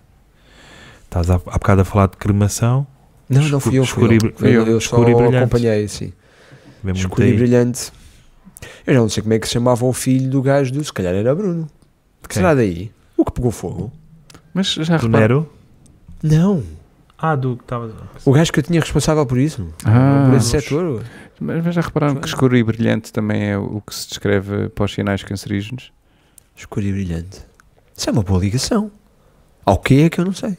[SPEAKER 2] Estás há, há bocado a falar de cremação,
[SPEAKER 3] Não, não fui eu, fui
[SPEAKER 2] Escuro e bri-
[SPEAKER 3] eu.
[SPEAKER 1] fui eu.
[SPEAKER 3] Eu, É eu só
[SPEAKER 2] Escuro e brilhante.
[SPEAKER 3] acompanhei, sim.
[SPEAKER 2] vem muito
[SPEAKER 3] Escuro e
[SPEAKER 2] aí.
[SPEAKER 3] brilhante. Eu já não sei como é que se chamava o filho do gajo do, se calhar era Bruno.
[SPEAKER 2] Quem?
[SPEAKER 3] Será daí? O que pegou fogo?
[SPEAKER 1] Mas já
[SPEAKER 2] Do
[SPEAKER 1] repara-
[SPEAKER 2] Nero?
[SPEAKER 3] Não.
[SPEAKER 2] Ah, do que estava.
[SPEAKER 3] O gajo que eu tinha responsável por isso.
[SPEAKER 1] Ah,
[SPEAKER 3] por esse setor.
[SPEAKER 1] mas mas já repararam
[SPEAKER 3] Foi.
[SPEAKER 1] que escuro e brilhante também é o que se descreve para os sinais cancerígenos?
[SPEAKER 3] Escuro e brilhante. Isso é uma boa ligação. Ao que é que eu não sei.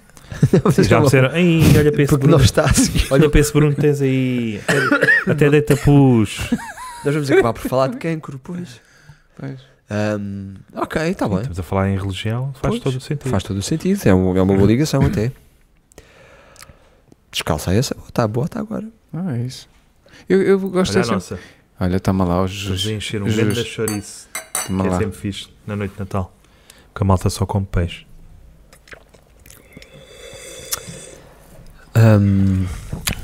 [SPEAKER 2] Já me disseram, "Ei, olha para esse
[SPEAKER 3] Porque
[SPEAKER 2] Bruno.
[SPEAKER 3] não está assim.
[SPEAKER 2] Olha para esse Bruno que tens aí. Até, até deita pus.
[SPEAKER 3] Nós vamos acabar por falar de cancro, pois.
[SPEAKER 1] Pois.
[SPEAKER 3] Ahm, ok, está
[SPEAKER 2] Sim,
[SPEAKER 3] bem.
[SPEAKER 2] Estamos a falar em religião, faz
[SPEAKER 3] Pois,
[SPEAKER 2] todo o sentido.
[SPEAKER 3] Faz todo o sentido. É, um- é uma boa ligação até. Descalça essa. Está boa, está agora.
[SPEAKER 1] Ah, é isso. Eu, eu gosto
[SPEAKER 2] Olha a
[SPEAKER 1] de sempre...
[SPEAKER 2] nossa,
[SPEAKER 1] Olha, toma lá, os
[SPEAKER 2] vamos
[SPEAKER 1] Jesus.
[SPEAKER 2] encher um
[SPEAKER 1] Justo.
[SPEAKER 2] grande chouriço,
[SPEAKER 1] Toma
[SPEAKER 2] que é
[SPEAKER 1] lá.
[SPEAKER 2] sempre fixe, na noite de Natal. Porque a malta só come peixe.
[SPEAKER 3] Ahm,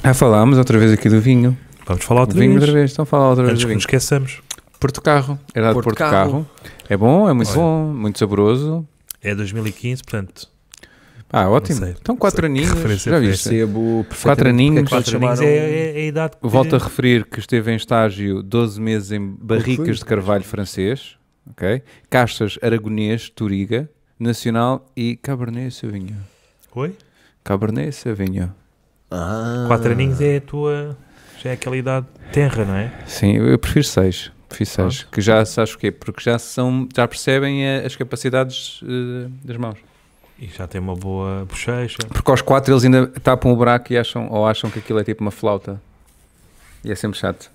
[SPEAKER 1] Ah, falámos outra vez aqui do vinho.
[SPEAKER 2] Vamos falar outra
[SPEAKER 1] vinho
[SPEAKER 2] vez.
[SPEAKER 1] outra vez, então fala outra vez
[SPEAKER 2] Antes
[SPEAKER 1] do
[SPEAKER 2] que
[SPEAKER 1] vinho.
[SPEAKER 2] nos esqueçamos.
[SPEAKER 1] Porto Carro, era de
[SPEAKER 3] Porto
[SPEAKER 1] Porto
[SPEAKER 3] Carro.
[SPEAKER 1] Carro. É bom, é muito
[SPEAKER 2] Olha.
[SPEAKER 1] bom, muito saboroso.
[SPEAKER 2] É 2015, portanto,
[SPEAKER 1] Ah, ótimo.
[SPEAKER 2] sei,
[SPEAKER 1] Então,
[SPEAKER 2] não
[SPEAKER 1] quatro
[SPEAKER 2] sei que
[SPEAKER 1] aninhos,
[SPEAKER 2] referência
[SPEAKER 1] já
[SPEAKER 2] foi
[SPEAKER 1] viste?
[SPEAKER 3] percebo
[SPEAKER 1] Quatro aninhos.
[SPEAKER 3] perfeitamente porque é que
[SPEAKER 2] quatro
[SPEAKER 3] eles
[SPEAKER 2] aninhos
[SPEAKER 3] chamaram-
[SPEAKER 2] é, é- é a idade que...
[SPEAKER 1] Volto a referir que esteve em estágio 12 meses em
[SPEAKER 3] O que foi?
[SPEAKER 1] barricas de carvalho francês, ok? Caixas aragonês, Turiga, Nacional e Cabernet Sauvignon.
[SPEAKER 2] Oi?
[SPEAKER 1] Cabernet Sauvignon.
[SPEAKER 3] Ah.
[SPEAKER 2] Quatro aninhos é a tua... Já é aquela idade terra, não é?
[SPEAKER 1] Sim, eu eu prefiro seis. Prefiro seis. Que já sabes o quê? Porque já são, já percebem eh, as capacidades eh, das mãos.
[SPEAKER 2] E já tem uma boa bochecha.
[SPEAKER 1] Porque aos quatro eles ainda tapam o buraco e acham, ou acham que aquilo é tipo uma flauta. E é sempre chato.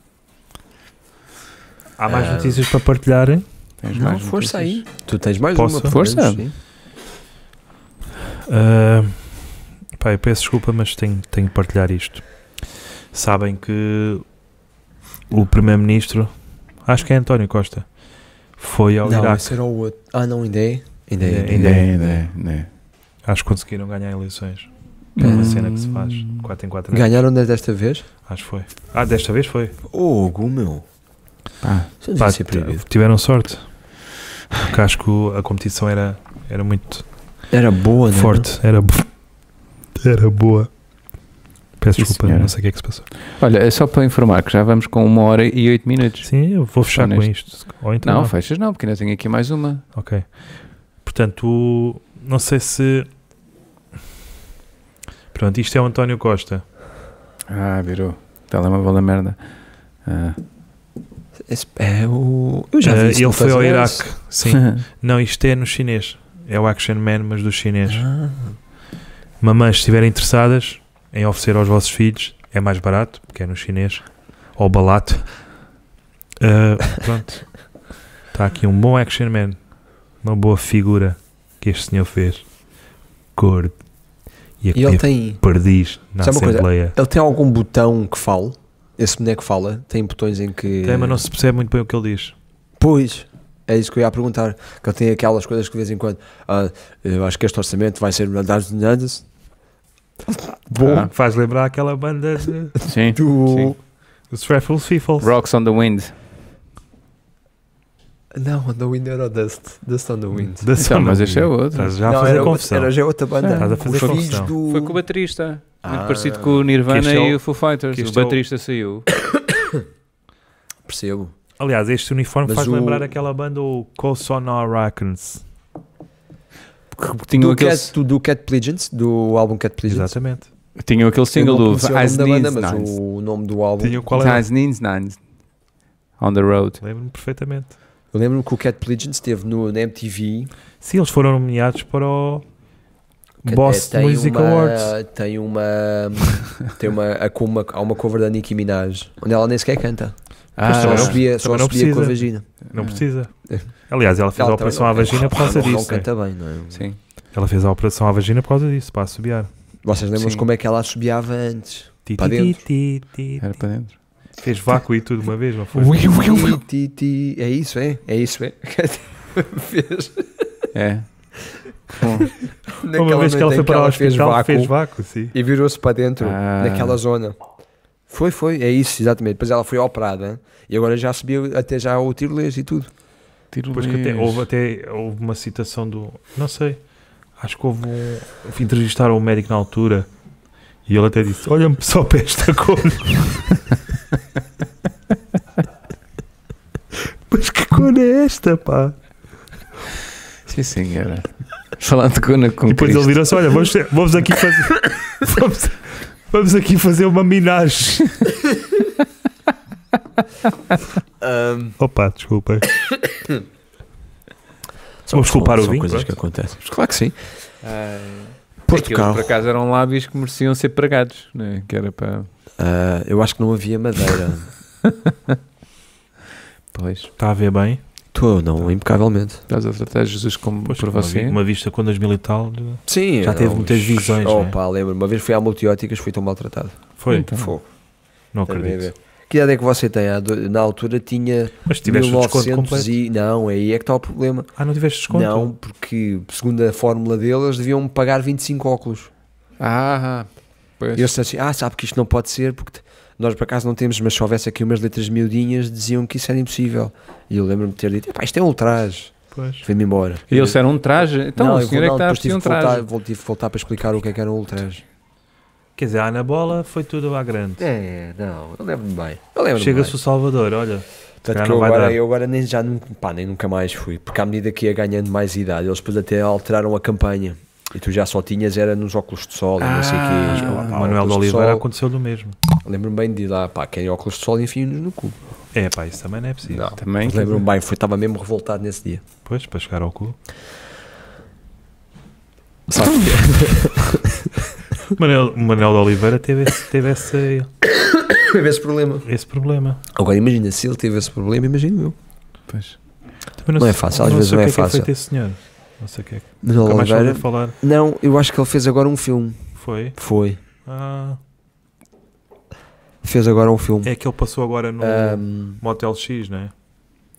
[SPEAKER 2] Há mais
[SPEAKER 3] Ah.
[SPEAKER 2] notícias para partilhar?
[SPEAKER 1] Tens
[SPEAKER 3] Não,
[SPEAKER 2] um,
[SPEAKER 1] mais
[SPEAKER 3] força aí.
[SPEAKER 1] notícias?
[SPEAKER 3] Tu tens mais
[SPEAKER 2] Posso?
[SPEAKER 3] uma. pelo
[SPEAKER 1] Força.
[SPEAKER 3] menos, sim.
[SPEAKER 2] Ah, pá, eu peço desculpa, mas tenho, tenho que partilhar isto. Sabem que o Primeiro-Ministro, acho que é António Costa, foi ao
[SPEAKER 3] Não,
[SPEAKER 2] Iraque.
[SPEAKER 3] esse era É o outro. Ah, não, ainda é? Ainda
[SPEAKER 2] Ainda
[SPEAKER 3] é.
[SPEAKER 2] é,
[SPEAKER 3] ainda é.
[SPEAKER 2] ainda
[SPEAKER 1] Ideia, ideia, ideia.
[SPEAKER 2] Acho que conseguiram ganhar eleições. É uma
[SPEAKER 3] Hum.
[SPEAKER 2] cena que se faz 4 em 4 anos.
[SPEAKER 3] é. Ganharam desta vez?
[SPEAKER 2] Acho que foi. Ah, desta vez foi.
[SPEAKER 3] Oh, Hugo, meu.
[SPEAKER 1] Pá,
[SPEAKER 3] Isso não
[SPEAKER 2] Pá,
[SPEAKER 3] devia ser proibido.
[SPEAKER 2] tiveram sorte. Porque acho que o- a competição era, era muito
[SPEAKER 3] Era boa, não é?
[SPEAKER 2] uh, forte. Era, bo- era boa. Peço
[SPEAKER 1] Sim,
[SPEAKER 2] desculpa,
[SPEAKER 1] senhora.
[SPEAKER 2] não sei o que é que se passou.
[SPEAKER 1] Olha, é só para informar que já vamos com uma hora e oito minutos.
[SPEAKER 2] Sim, eu vou fechar com
[SPEAKER 1] neste.
[SPEAKER 2] isto. Ou então
[SPEAKER 1] Não,
[SPEAKER 2] não.
[SPEAKER 1] fechas não, porque ainda tenho aqui mais uma.
[SPEAKER 2] Ok. Portanto, o- não sei se. Pronto, isto é o António Costa.
[SPEAKER 1] Ah, virou. Telemóvel da merda. Ah.
[SPEAKER 3] Esse- É o. Eu já
[SPEAKER 2] Eh,
[SPEAKER 3] vi isso
[SPEAKER 2] ele
[SPEAKER 3] no
[SPEAKER 2] foi ao Iraque.
[SPEAKER 3] Tazos.
[SPEAKER 2] Sim.
[SPEAKER 1] Ah.
[SPEAKER 2] não, isto é no chinês. É o Action Man, mas do chinês.
[SPEAKER 3] Ah,
[SPEAKER 2] Mamães, se estiverem interessadas em oferecer aos vossos filhos, é mais barato, porque é no chinês. Ou balato. Ah, pronto. Está aqui um bom Action Man. Uma boa figura que este senhor fez. Gordo. E a
[SPEAKER 3] e ele
[SPEAKER 2] comer
[SPEAKER 3] tem.
[SPEAKER 2] perdiz na
[SPEAKER 3] Sabe uma coisa?
[SPEAKER 2] Assembleia.
[SPEAKER 3] Ele tem algum botão que fale? Esse boneco fala? Tem botões em que.
[SPEAKER 2] Tem, mas não se percebe muito bem o que ele diz.
[SPEAKER 3] Pois. É isso que eu ia perguntar. Que ele tem aquelas coisas que de vez em quando. Ah, eu acho que este orçamento vai ser. Bom.
[SPEAKER 1] Bom. Ah.
[SPEAKER 2] Faz lembrar aquela banda de
[SPEAKER 1] Sim.
[SPEAKER 3] Do.
[SPEAKER 1] Sim.
[SPEAKER 2] os Raffles Fiffles.
[SPEAKER 1] Rocks on the Wind.
[SPEAKER 3] Não, on the wind era o Dust. Dust on the wind.
[SPEAKER 2] Da
[SPEAKER 1] Então,
[SPEAKER 2] Sona
[SPEAKER 1] mas
[SPEAKER 2] Wii.
[SPEAKER 1] este é outro.
[SPEAKER 2] Estás já a
[SPEAKER 3] não,
[SPEAKER 2] fazer
[SPEAKER 3] era,
[SPEAKER 2] confusão.
[SPEAKER 3] era já outra banda.
[SPEAKER 1] Sim. Estás
[SPEAKER 2] a fazer
[SPEAKER 3] Os filhos
[SPEAKER 2] confusão.
[SPEAKER 3] do-
[SPEAKER 1] Foi com o baterista.
[SPEAKER 3] Ah.
[SPEAKER 1] Muito parecido com o
[SPEAKER 2] Que
[SPEAKER 1] Nirvana
[SPEAKER 2] este é
[SPEAKER 1] e
[SPEAKER 2] o-
[SPEAKER 1] o Foo Fighters.
[SPEAKER 2] que
[SPEAKER 1] O
[SPEAKER 2] este é o-
[SPEAKER 1] baterista saiu.
[SPEAKER 3] Percebo.
[SPEAKER 2] Aliás, este uniforme
[SPEAKER 3] Mas
[SPEAKER 2] faz
[SPEAKER 3] o-
[SPEAKER 2] lembrar aquela banda, o Colsonor Raccoons.
[SPEAKER 1] Porque
[SPEAKER 3] Do,
[SPEAKER 1] tinham aquele,
[SPEAKER 3] Cat, do, do Cat Pleasants, do álbum Cat Pleasants.
[SPEAKER 2] Exatamente.
[SPEAKER 1] tinham aquele
[SPEAKER 3] Eu
[SPEAKER 1] single
[SPEAKER 3] não
[SPEAKER 1] do
[SPEAKER 3] conhecia o nome
[SPEAKER 1] As
[SPEAKER 3] da banda,
[SPEAKER 1] Nines
[SPEAKER 3] mas
[SPEAKER 1] Nines.
[SPEAKER 3] o nome do álbum.
[SPEAKER 2] Tinha qual é? era?
[SPEAKER 1] As Nines Nines. on the road.
[SPEAKER 2] Lembro-me perfeitamente.
[SPEAKER 3] Eu lembro-me que o Cat Pigeons esteve no, na MTV.
[SPEAKER 2] Sim, eles foram nomeados para o
[SPEAKER 3] que
[SPEAKER 2] Boss
[SPEAKER 3] até tem
[SPEAKER 2] Music
[SPEAKER 3] uma-
[SPEAKER 2] Awards.
[SPEAKER 3] Tem uma. tem uma, a- com uma. Há uma cover da Nicki Minaj, onde ela nem sequer canta.
[SPEAKER 2] Ah,
[SPEAKER 3] só
[SPEAKER 2] não.
[SPEAKER 3] subia, só
[SPEAKER 2] também não
[SPEAKER 3] subia com a
[SPEAKER 2] precisa.
[SPEAKER 3] vagina.
[SPEAKER 2] Não
[SPEAKER 1] Ah,
[SPEAKER 2] precisa. Aliás, ela fez a
[SPEAKER 3] Ela
[SPEAKER 2] operação à
[SPEAKER 3] também não-
[SPEAKER 2] vagina por causa
[SPEAKER 3] ela Ah, não-
[SPEAKER 2] disso.
[SPEAKER 3] Não
[SPEAKER 2] né?
[SPEAKER 3] canta bem, não é?
[SPEAKER 1] Sim.
[SPEAKER 2] Ela fez a operação à vagina por causa disso, para assobiar.
[SPEAKER 3] Vocês lembram-se
[SPEAKER 1] Sim.
[SPEAKER 3] como é que ela assobiava antes?
[SPEAKER 2] Ti,
[SPEAKER 3] Para
[SPEAKER 2] ti,
[SPEAKER 3] dentro.
[SPEAKER 2] ti, ti,
[SPEAKER 1] Era
[SPEAKER 2] ti.
[SPEAKER 1] para dentro.
[SPEAKER 2] Fez vácuo e tudo de uma vez, não foi?
[SPEAKER 3] Ti, ti, ti. É isso, é? É isso, é? Fez.
[SPEAKER 1] É. Bom,
[SPEAKER 2] Uma vez que ela foi para o hospital, fez
[SPEAKER 3] vácuo
[SPEAKER 2] vácuo, sim.
[SPEAKER 3] e virou-se para dentro,
[SPEAKER 1] Ah.
[SPEAKER 3] naquela zona. Foi, foi, é isso, exatamente. Depois ela foi operada e agora já subiu até já o tirolês e tudo.
[SPEAKER 1] tiro
[SPEAKER 2] Depois que até houve, até houve uma citação do. Não sei. Acho que houve um. fui Entrevistaram o médico na altura e ele até disse: Olha-me só para esta cor. Mas que cor é esta, pá?
[SPEAKER 1] Sim, sim, era. Falando de cona com
[SPEAKER 2] e depois
[SPEAKER 1] Cristo.
[SPEAKER 2] ele virou-se: Olha, vamos, vamos aqui fazer. Vamos, vamos aqui fazer uma minagem. Opa, desculpem. Vamos desculpar o
[SPEAKER 3] são
[SPEAKER 2] vinho,
[SPEAKER 3] coisas
[SPEAKER 2] pronto.
[SPEAKER 3] que acontecem. Claro que sim.
[SPEAKER 1] Ah,
[SPEAKER 3] É
[SPEAKER 1] Aquilo,
[SPEAKER 3] Portugal.
[SPEAKER 1] é por acaso eram lábios que mereciam ser pregados, né? que era para.
[SPEAKER 3] Ah, eu acho que não havia madeira.
[SPEAKER 1] Pois.
[SPEAKER 2] Está tá a ver bem?
[SPEAKER 3] Estou, não, impecavelmente.
[SPEAKER 1] Estás a tratar Jesus como
[SPEAKER 2] Pois,
[SPEAKER 1] por
[SPEAKER 2] uma vi-
[SPEAKER 1] você.
[SPEAKER 2] Uma vista com 2000 e tal. de-
[SPEAKER 3] Sim,
[SPEAKER 2] Já teve muitas visões, não é?
[SPEAKER 3] Opa, lembro-me. Uma vez fui à multióticas, fui tão maltratado.
[SPEAKER 2] Foi,
[SPEAKER 1] Então.
[SPEAKER 3] Fogo.
[SPEAKER 2] não
[SPEAKER 3] Tem bem a ver.
[SPEAKER 2] acredito.
[SPEAKER 3] Que idade é que você tem? Ah, do- Na altura tinha
[SPEAKER 2] Mas tiveste o desconto
[SPEAKER 3] 1900
[SPEAKER 2] completo.
[SPEAKER 3] e... Não, aí é que está o problema.
[SPEAKER 2] Ah, não tiveste desconto?
[SPEAKER 3] Não, porque segundo a fórmula deles deviam me pagar 25 óculos.
[SPEAKER 1] Ah, pois.
[SPEAKER 3] E eu disse assim, ah, sabe que isto não pode ser porque te- nós por acaso não temos, mas se houvesse aqui umas letras miudinhas diziam que isso era impossível. E eu lembro-me de ter dito, "Epá, isto é um ultraje.
[SPEAKER 2] Pois.
[SPEAKER 3] Foi-me embora.
[SPEAKER 1] E eles eram um traje. Então,
[SPEAKER 3] Não,
[SPEAKER 1] o
[SPEAKER 3] eu
[SPEAKER 1] senhor é que
[SPEAKER 3] vou-
[SPEAKER 1] está
[SPEAKER 3] não,
[SPEAKER 1] a
[SPEAKER 3] depois
[SPEAKER 1] vestir
[SPEAKER 3] tive
[SPEAKER 1] um
[SPEAKER 3] que voltar-
[SPEAKER 1] traje.
[SPEAKER 3] vou- Tive que voltar para explicar o que é que era um ultraje.
[SPEAKER 2] Quer dizer, ah, na bola foi tudo à grande.
[SPEAKER 3] É, não, eu lembro-me bem. Eu lembro-me
[SPEAKER 2] Chega-se
[SPEAKER 3] bem.
[SPEAKER 2] o Salvador, olha.
[SPEAKER 3] Tanto
[SPEAKER 2] calhar
[SPEAKER 3] que
[SPEAKER 2] não
[SPEAKER 3] eu
[SPEAKER 2] vai
[SPEAKER 3] agora,
[SPEAKER 2] dar.
[SPEAKER 3] eu agora nem, já nunca, pá, nem nunca mais fui, porque à medida que ia ganhando mais idade, eles depois até alteraram a campanha. E tu já só tinhas, era nos óculos de sol, e não sei o quê. Eu,
[SPEAKER 2] Ah,
[SPEAKER 3] pá,
[SPEAKER 2] Manuel de
[SPEAKER 3] óculos
[SPEAKER 2] Oliveira
[SPEAKER 3] sol.
[SPEAKER 2] aconteceu do mesmo.
[SPEAKER 3] Lembro-me bem de ir lá, pá, querem óculos de sol e enfiam-nos no cu.
[SPEAKER 2] É, pá, isso também não é possível.
[SPEAKER 3] Não.
[SPEAKER 1] Também.
[SPEAKER 3] Mas Lembro-me bem, foi- estava mesmo revoltado nesse dia.
[SPEAKER 2] Pois, para chegar ao cu.
[SPEAKER 3] Sabe?
[SPEAKER 2] Manuel, Manuel de Oliveira teve, esse, teve esse,
[SPEAKER 3] Teve esse problema.
[SPEAKER 2] esse problema.
[SPEAKER 3] Agora imagina, se ele teve esse problema, imagino eu.
[SPEAKER 1] Pois.
[SPEAKER 2] Também
[SPEAKER 3] Não é
[SPEAKER 2] sei-
[SPEAKER 3] fácil, às vezes
[SPEAKER 2] sei o
[SPEAKER 3] não é
[SPEAKER 2] que que
[SPEAKER 3] fácil.
[SPEAKER 2] foi desse senhor. Não sei o que é. que-
[SPEAKER 3] Manuel
[SPEAKER 2] Nunca mais
[SPEAKER 3] Oliveira-
[SPEAKER 2] ouvi falar.
[SPEAKER 3] Não, eu acho que ele fez agora um filme.
[SPEAKER 2] Foi.
[SPEAKER 3] Foi.
[SPEAKER 2] Ah,
[SPEAKER 3] Fez agora um filme.
[SPEAKER 2] é que ele passou agora no
[SPEAKER 3] Ahm,
[SPEAKER 2] Motel X, não é?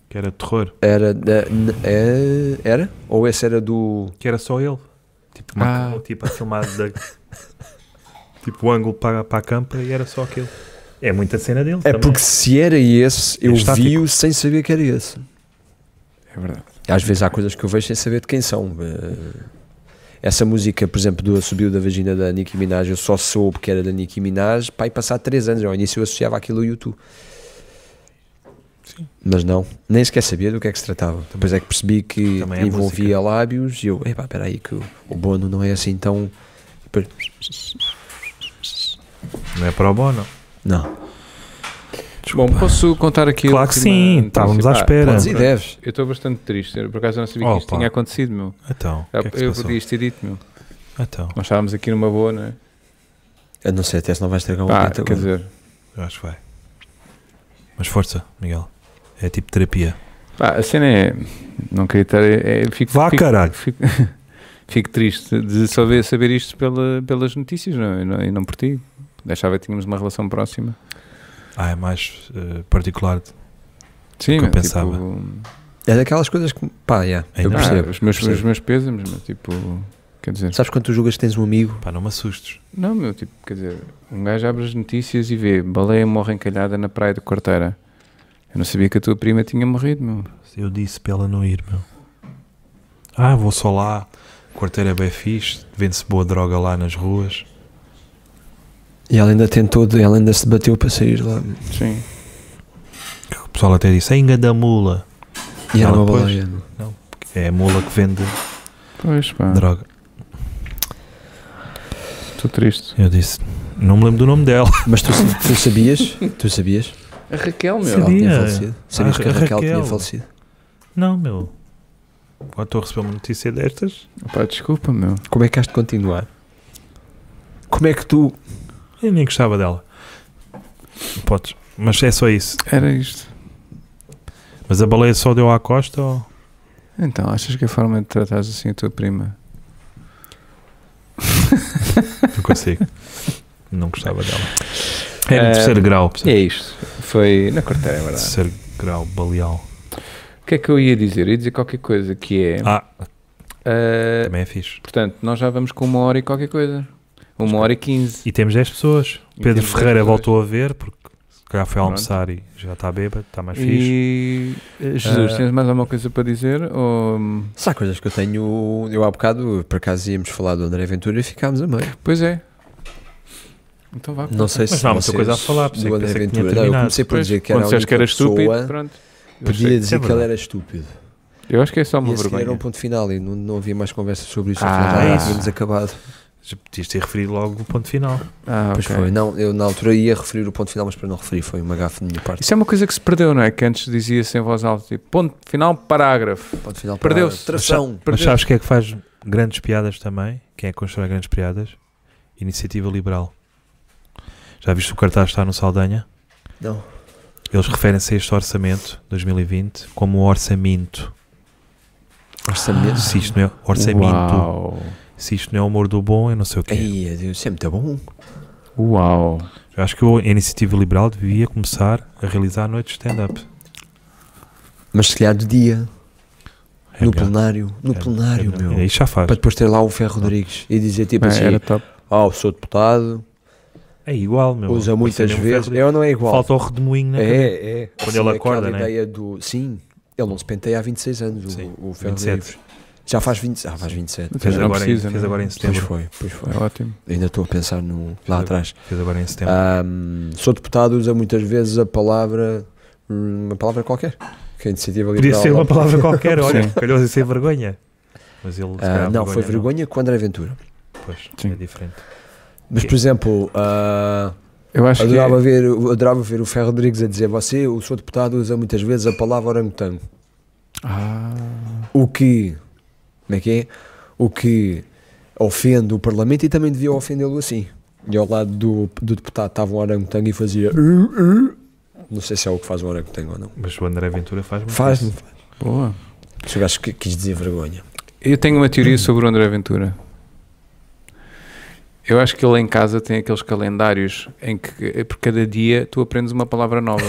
[SPEAKER 2] Que era terror.
[SPEAKER 3] era, da- n- é- era? Ou esse era do.
[SPEAKER 2] Que era só ele. Tipo, uma,
[SPEAKER 1] Ah.
[SPEAKER 2] tipo a filmada da. tipo o ângulo para, para a câmara e era só aquele. É muita cena dele.
[SPEAKER 3] É
[SPEAKER 2] também.
[SPEAKER 3] porque se era esse, eu
[SPEAKER 2] Estático.
[SPEAKER 3] vi-o sem saber que era esse.
[SPEAKER 1] É verdade.
[SPEAKER 3] Às vezes há coisas que eu vejo sem saber de quem são. Eh, Essa música, por exemplo, do Subiu da Vagina da Nicki Minaj, eu só soube que era da Nicki Minaj para ir passar 3 anos. Ao início eu associava aquilo ao YouTube. Mas não, nem sequer sabia do que é que se tratava. Depois é que percebi que
[SPEAKER 2] Também é
[SPEAKER 3] envolvia lábios e eu, epá, peraí, que o o Bono não é assim tão. Depois,
[SPEAKER 2] Não é para o Bono.
[SPEAKER 3] Não,
[SPEAKER 1] Bom, posso contar aqui. a
[SPEAKER 2] Claro que
[SPEAKER 1] última
[SPEAKER 2] sim,
[SPEAKER 1] notícia?
[SPEAKER 2] estávamos à
[SPEAKER 1] Ah,
[SPEAKER 2] espera.
[SPEAKER 3] podes e
[SPEAKER 1] pronto.
[SPEAKER 3] deves.
[SPEAKER 1] Eu estou bastante triste. Eu, Por acaso eu não sabia que isto
[SPEAKER 2] Opa.
[SPEAKER 1] tinha acontecido, meu.
[SPEAKER 2] Então, o que é que se
[SPEAKER 1] eu
[SPEAKER 2] passou?
[SPEAKER 1] podia isto ter dito, meu.
[SPEAKER 2] Então,
[SPEAKER 1] Nós estávamos aqui numa boa, não é?
[SPEAKER 3] Eu não sei até se não vais estragar um
[SPEAKER 1] Pá,
[SPEAKER 3] dente
[SPEAKER 1] quer
[SPEAKER 3] agora.
[SPEAKER 1] dizer,
[SPEAKER 2] eu acho que vai. Mas força, Miguel. É tipo terapia.
[SPEAKER 1] pá, a cena é. Não queria estar. É, é- fico,
[SPEAKER 2] Vá,
[SPEAKER 1] fico,
[SPEAKER 2] caralho.
[SPEAKER 1] fico, fico triste de só ver, saber isto pela, pelas notícias não, é? e, não, e não por ti. Achava que tínhamos uma relação próxima.
[SPEAKER 2] Ah, é mais eh, particular.
[SPEAKER 1] Sim,
[SPEAKER 2] que eu
[SPEAKER 1] meu,
[SPEAKER 2] pensava.
[SPEAKER 1] Tipo,
[SPEAKER 3] É daquelas coisas que. Pá, yeah, eu
[SPEAKER 2] Ainda-
[SPEAKER 1] Ah,
[SPEAKER 3] percebo.
[SPEAKER 1] os, meus,
[SPEAKER 3] percebo.
[SPEAKER 1] os meus pésames, meu, tipo, quer dizer,
[SPEAKER 3] Sabes quando tu julgas que tens um amigo?
[SPEAKER 2] Pá, não me assustes.
[SPEAKER 1] não, meu, tipo, quer dizer, um gajo abre as notícias e vê baleia morre encalhada na praia do Quarteira. Eu não sabia que a tua prima tinha morrido, meu.
[SPEAKER 2] Eu disse para ela não ir, meu. Ah, vou só lá. O quarteiro é bem fixe. Vende-se boa droga lá nas ruas.
[SPEAKER 3] E ela ainda tentou, de- ela ainda se bateu para sair lá.
[SPEAKER 1] Sim.
[SPEAKER 2] O pessoal até disse: Enga da mula.
[SPEAKER 3] E era
[SPEAKER 2] Ela
[SPEAKER 3] uma
[SPEAKER 2] depois-
[SPEAKER 3] baleia.
[SPEAKER 2] É a mula que vende
[SPEAKER 1] Pois pá,
[SPEAKER 2] droga.
[SPEAKER 1] estou triste.
[SPEAKER 2] Eu disse: Não me lembro do nome dela.
[SPEAKER 3] Mas tu, tu sabias? Tu sabias?
[SPEAKER 1] A Raquel, meu.
[SPEAKER 2] Sim.
[SPEAKER 3] Ela tinha
[SPEAKER 2] Sabia.
[SPEAKER 3] falecido. Sabias
[SPEAKER 2] Ah,
[SPEAKER 3] que a
[SPEAKER 2] a
[SPEAKER 3] Raquel tinha
[SPEAKER 2] Raquel.
[SPEAKER 3] falecido?
[SPEAKER 2] Não, meu. Agora estou a receber uma notícia destas.
[SPEAKER 1] Pá, desculpa, meu.
[SPEAKER 3] Como é que has de continuar? Como é que tu.
[SPEAKER 2] Eu nem gostava dela. Podes. Mas é só isso.
[SPEAKER 1] Era isto.
[SPEAKER 2] Mas a baleia só deu à costa ou.
[SPEAKER 1] Então, achas que a forma de tratares assim a tua prima?
[SPEAKER 2] Não consigo. não gostava dela. Era
[SPEAKER 1] Eh,
[SPEAKER 2] em terceiro grau, percebes?
[SPEAKER 1] É isto. Foi na quarteira, é verdade.
[SPEAKER 2] Terceiro grau, baleal.
[SPEAKER 1] O que é que eu ia dizer? Eu ia dizer qualquer coisa que é.
[SPEAKER 2] Ah,
[SPEAKER 1] ah,
[SPEAKER 2] também é fixe.
[SPEAKER 1] portanto, nós já vamos com uma hora e qualquer coisa. Uma hora e quinze.
[SPEAKER 2] E temos 10 pessoas.
[SPEAKER 1] E
[SPEAKER 2] Pedro
[SPEAKER 1] temos dez
[SPEAKER 2] Ferreira
[SPEAKER 1] pessoas.
[SPEAKER 2] voltou a ver, porque se calhar foi
[SPEAKER 1] Pronto.
[SPEAKER 2] almoçar e já está bêbado, está
[SPEAKER 1] é
[SPEAKER 2] mais fixe.
[SPEAKER 1] E. eh, Jesus,
[SPEAKER 2] Ah.
[SPEAKER 1] tens mais alguma coisa para dizer? Ou...
[SPEAKER 3] Sabe coisas que eu tenho. Eu há bocado, por acaso, íamos falar do André Ventura e ficámos a meio.
[SPEAKER 1] Pois é. Então vá.
[SPEAKER 3] Não sei
[SPEAKER 2] Mas
[SPEAKER 3] se.
[SPEAKER 2] não há muita
[SPEAKER 3] vocês-
[SPEAKER 2] coisa a falar, por isso é
[SPEAKER 3] do
[SPEAKER 2] que
[SPEAKER 3] André
[SPEAKER 2] pensei que tinha
[SPEAKER 3] Ventura. Não, eu
[SPEAKER 2] terminado.
[SPEAKER 3] comecei por
[SPEAKER 1] Pois,
[SPEAKER 3] dizer que
[SPEAKER 1] quando
[SPEAKER 3] era é a única
[SPEAKER 1] disseste que era estúpido,
[SPEAKER 3] pessoa.
[SPEAKER 1] pronto. Eu achei-
[SPEAKER 3] Podia dizer que ele
[SPEAKER 2] verdade.
[SPEAKER 3] era estúpido.
[SPEAKER 1] Eu acho que é só
[SPEAKER 3] E
[SPEAKER 1] uma
[SPEAKER 3] esse era
[SPEAKER 1] vergonha.
[SPEAKER 3] um ponto final e não, não havia mais conversa sobre isso.
[SPEAKER 1] Ah,
[SPEAKER 3] afinal, já
[SPEAKER 2] é
[SPEAKER 1] isso.
[SPEAKER 3] tínhamos acabado.
[SPEAKER 2] Já podias ter referido logo o ponto final.
[SPEAKER 1] Ah,
[SPEAKER 3] Pois
[SPEAKER 1] ok.
[SPEAKER 3] foi. Não, eu na altura ia referir o ponto final, mas para não referir, foi uma gafa da minha parte.
[SPEAKER 1] Isso é uma coisa que se perdeu, não é? Que antes dizia-se em voz alta, tipo, ponto final, parágrafo.
[SPEAKER 3] Ponto final.
[SPEAKER 1] Perdeu-se.
[SPEAKER 3] para- Tração.
[SPEAKER 2] Mas
[SPEAKER 1] Perdeu.
[SPEAKER 2] sabes quem é que faz grandes piadas também? Quem é que constrói grandes piadas? Iniciativa Liberal. Já viste o cartaz que está no Saldanha?
[SPEAKER 3] Não.
[SPEAKER 2] Eles referem-se a este orçamento 2020 como um orçamento.
[SPEAKER 3] Orçamento.
[SPEAKER 2] Se isto não é orçamento,
[SPEAKER 1] Uau.
[SPEAKER 2] se isto não é humor do bom, eu não sei o que é.
[SPEAKER 3] Ai, Deus, isso é muito bom.
[SPEAKER 1] Uau.
[SPEAKER 2] Eu acho que a Iniciativa Liberal devia começar a realizar noites de stand-up.
[SPEAKER 3] Mas se calhar de dia,
[SPEAKER 2] É
[SPEAKER 3] no
[SPEAKER 2] melhor.
[SPEAKER 3] plenário, no
[SPEAKER 2] É-
[SPEAKER 3] plenário,
[SPEAKER 2] é melhor.
[SPEAKER 3] meu.
[SPEAKER 2] Isso já faz.
[SPEAKER 3] Para depois ter lá o Ferro Rodrigues e dizer tipo
[SPEAKER 1] Bem,
[SPEAKER 3] assim:
[SPEAKER 1] É, era top.
[SPEAKER 3] Ah, eu sou deputado,
[SPEAKER 2] É igual, meu.
[SPEAKER 3] usa muitas
[SPEAKER 2] Parece mesmo
[SPEAKER 3] vezes.
[SPEAKER 2] ferro-
[SPEAKER 3] Eu não é igual.
[SPEAKER 2] Falta o redemoinho, né?
[SPEAKER 3] É, é.
[SPEAKER 2] Quando
[SPEAKER 3] Assim,
[SPEAKER 2] ele
[SPEAKER 3] aquela
[SPEAKER 2] acorda, né?
[SPEAKER 3] ideia do. Sim, ele não se penteia há 26 anos,
[SPEAKER 2] Sim,
[SPEAKER 3] o, o Ferro
[SPEAKER 2] 27.
[SPEAKER 3] Rodrigues. Já faz 20, ah, faz 27.
[SPEAKER 2] Fez,
[SPEAKER 1] Não
[SPEAKER 2] agora,
[SPEAKER 1] precisa,
[SPEAKER 2] em, fez
[SPEAKER 1] né?
[SPEAKER 2] agora em
[SPEAKER 3] Pois
[SPEAKER 2] setembro.
[SPEAKER 3] foi, pois foi.
[SPEAKER 1] É ótimo.
[SPEAKER 3] Ainda estou a pensar no, lá
[SPEAKER 2] Sim.
[SPEAKER 3] atrás.
[SPEAKER 2] Fez agora em
[SPEAKER 3] Ah.
[SPEAKER 2] setembro.
[SPEAKER 3] Ahm, sou deputado, usa muitas vezes a palavra. hum, Uma palavra qualquer. Que a iniciativa
[SPEAKER 2] Podia
[SPEAKER 3] liberal-
[SPEAKER 2] ser uma palavra qualquer, olha,
[SPEAKER 1] Sim.
[SPEAKER 2] calhou sem vergonha. Mas ele se
[SPEAKER 3] Ah,
[SPEAKER 2] calhar,
[SPEAKER 3] não, foi vergonha com André Ventura.
[SPEAKER 2] não. Pois,
[SPEAKER 1] Sim.
[SPEAKER 2] é diferente.
[SPEAKER 3] Mas, por exemplo, ah,
[SPEAKER 1] Eu acho que
[SPEAKER 3] adorava, ver, adorava ver o Ferro Rodrigues a dizer: Você, o seu deputado, usa muitas vezes a palavra orangotango.
[SPEAKER 1] Ah,
[SPEAKER 3] O que. Como é que é? O que ofende o Parlamento e também devia ofendê-lo assim. E ao lado do, do deputado estava um orangotango e fazia. "Uh, uh". Não sei se é o que faz um orangotango ou não.
[SPEAKER 2] Mas o André Ventura faz muito
[SPEAKER 3] Faz,
[SPEAKER 2] isso.
[SPEAKER 1] boa.
[SPEAKER 3] se o gajo que- quis dizer vergonha.
[SPEAKER 1] Eu tenho uma teoria sobre o André Ventura. Eu acho que ele em casa tem aqueles calendários em que eh, por cada dia tu aprendes uma palavra nova.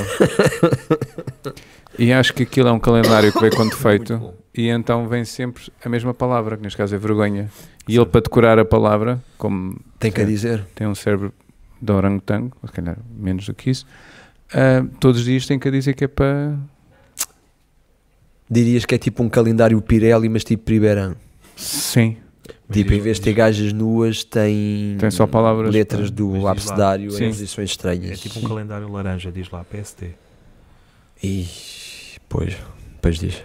[SPEAKER 1] e acho que aquilo é um calendário que veio com defeito e então vem sempre a mesma palavra, que neste caso é vergonha. E ele para decorar a palavra, como
[SPEAKER 3] Tem que a
[SPEAKER 1] Sim.
[SPEAKER 3] dizer.
[SPEAKER 1] tem um cérebro de orangotango, ou se calhar menos do que isso, ah, todos os dias tem que dizer que é para...
[SPEAKER 3] Dirias que é tipo um calendário Pirelli, mas tipo Pribeirão.
[SPEAKER 1] Sim.
[SPEAKER 2] Mas
[SPEAKER 3] Tipo,
[SPEAKER 2] diz-
[SPEAKER 3] em vez de ter gajas nuas, tem,
[SPEAKER 1] Tem só palavras,
[SPEAKER 3] letras
[SPEAKER 1] pá.
[SPEAKER 3] do
[SPEAKER 2] Mas diz lá.
[SPEAKER 3] abecedário
[SPEAKER 1] Sim.
[SPEAKER 3] em posições
[SPEAKER 2] É
[SPEAKER 3] estranhas.
[SPEAKER 2] tipo um calendário laranja, diz lá, PST.
[SPEAKER 3] E pois, pois diz.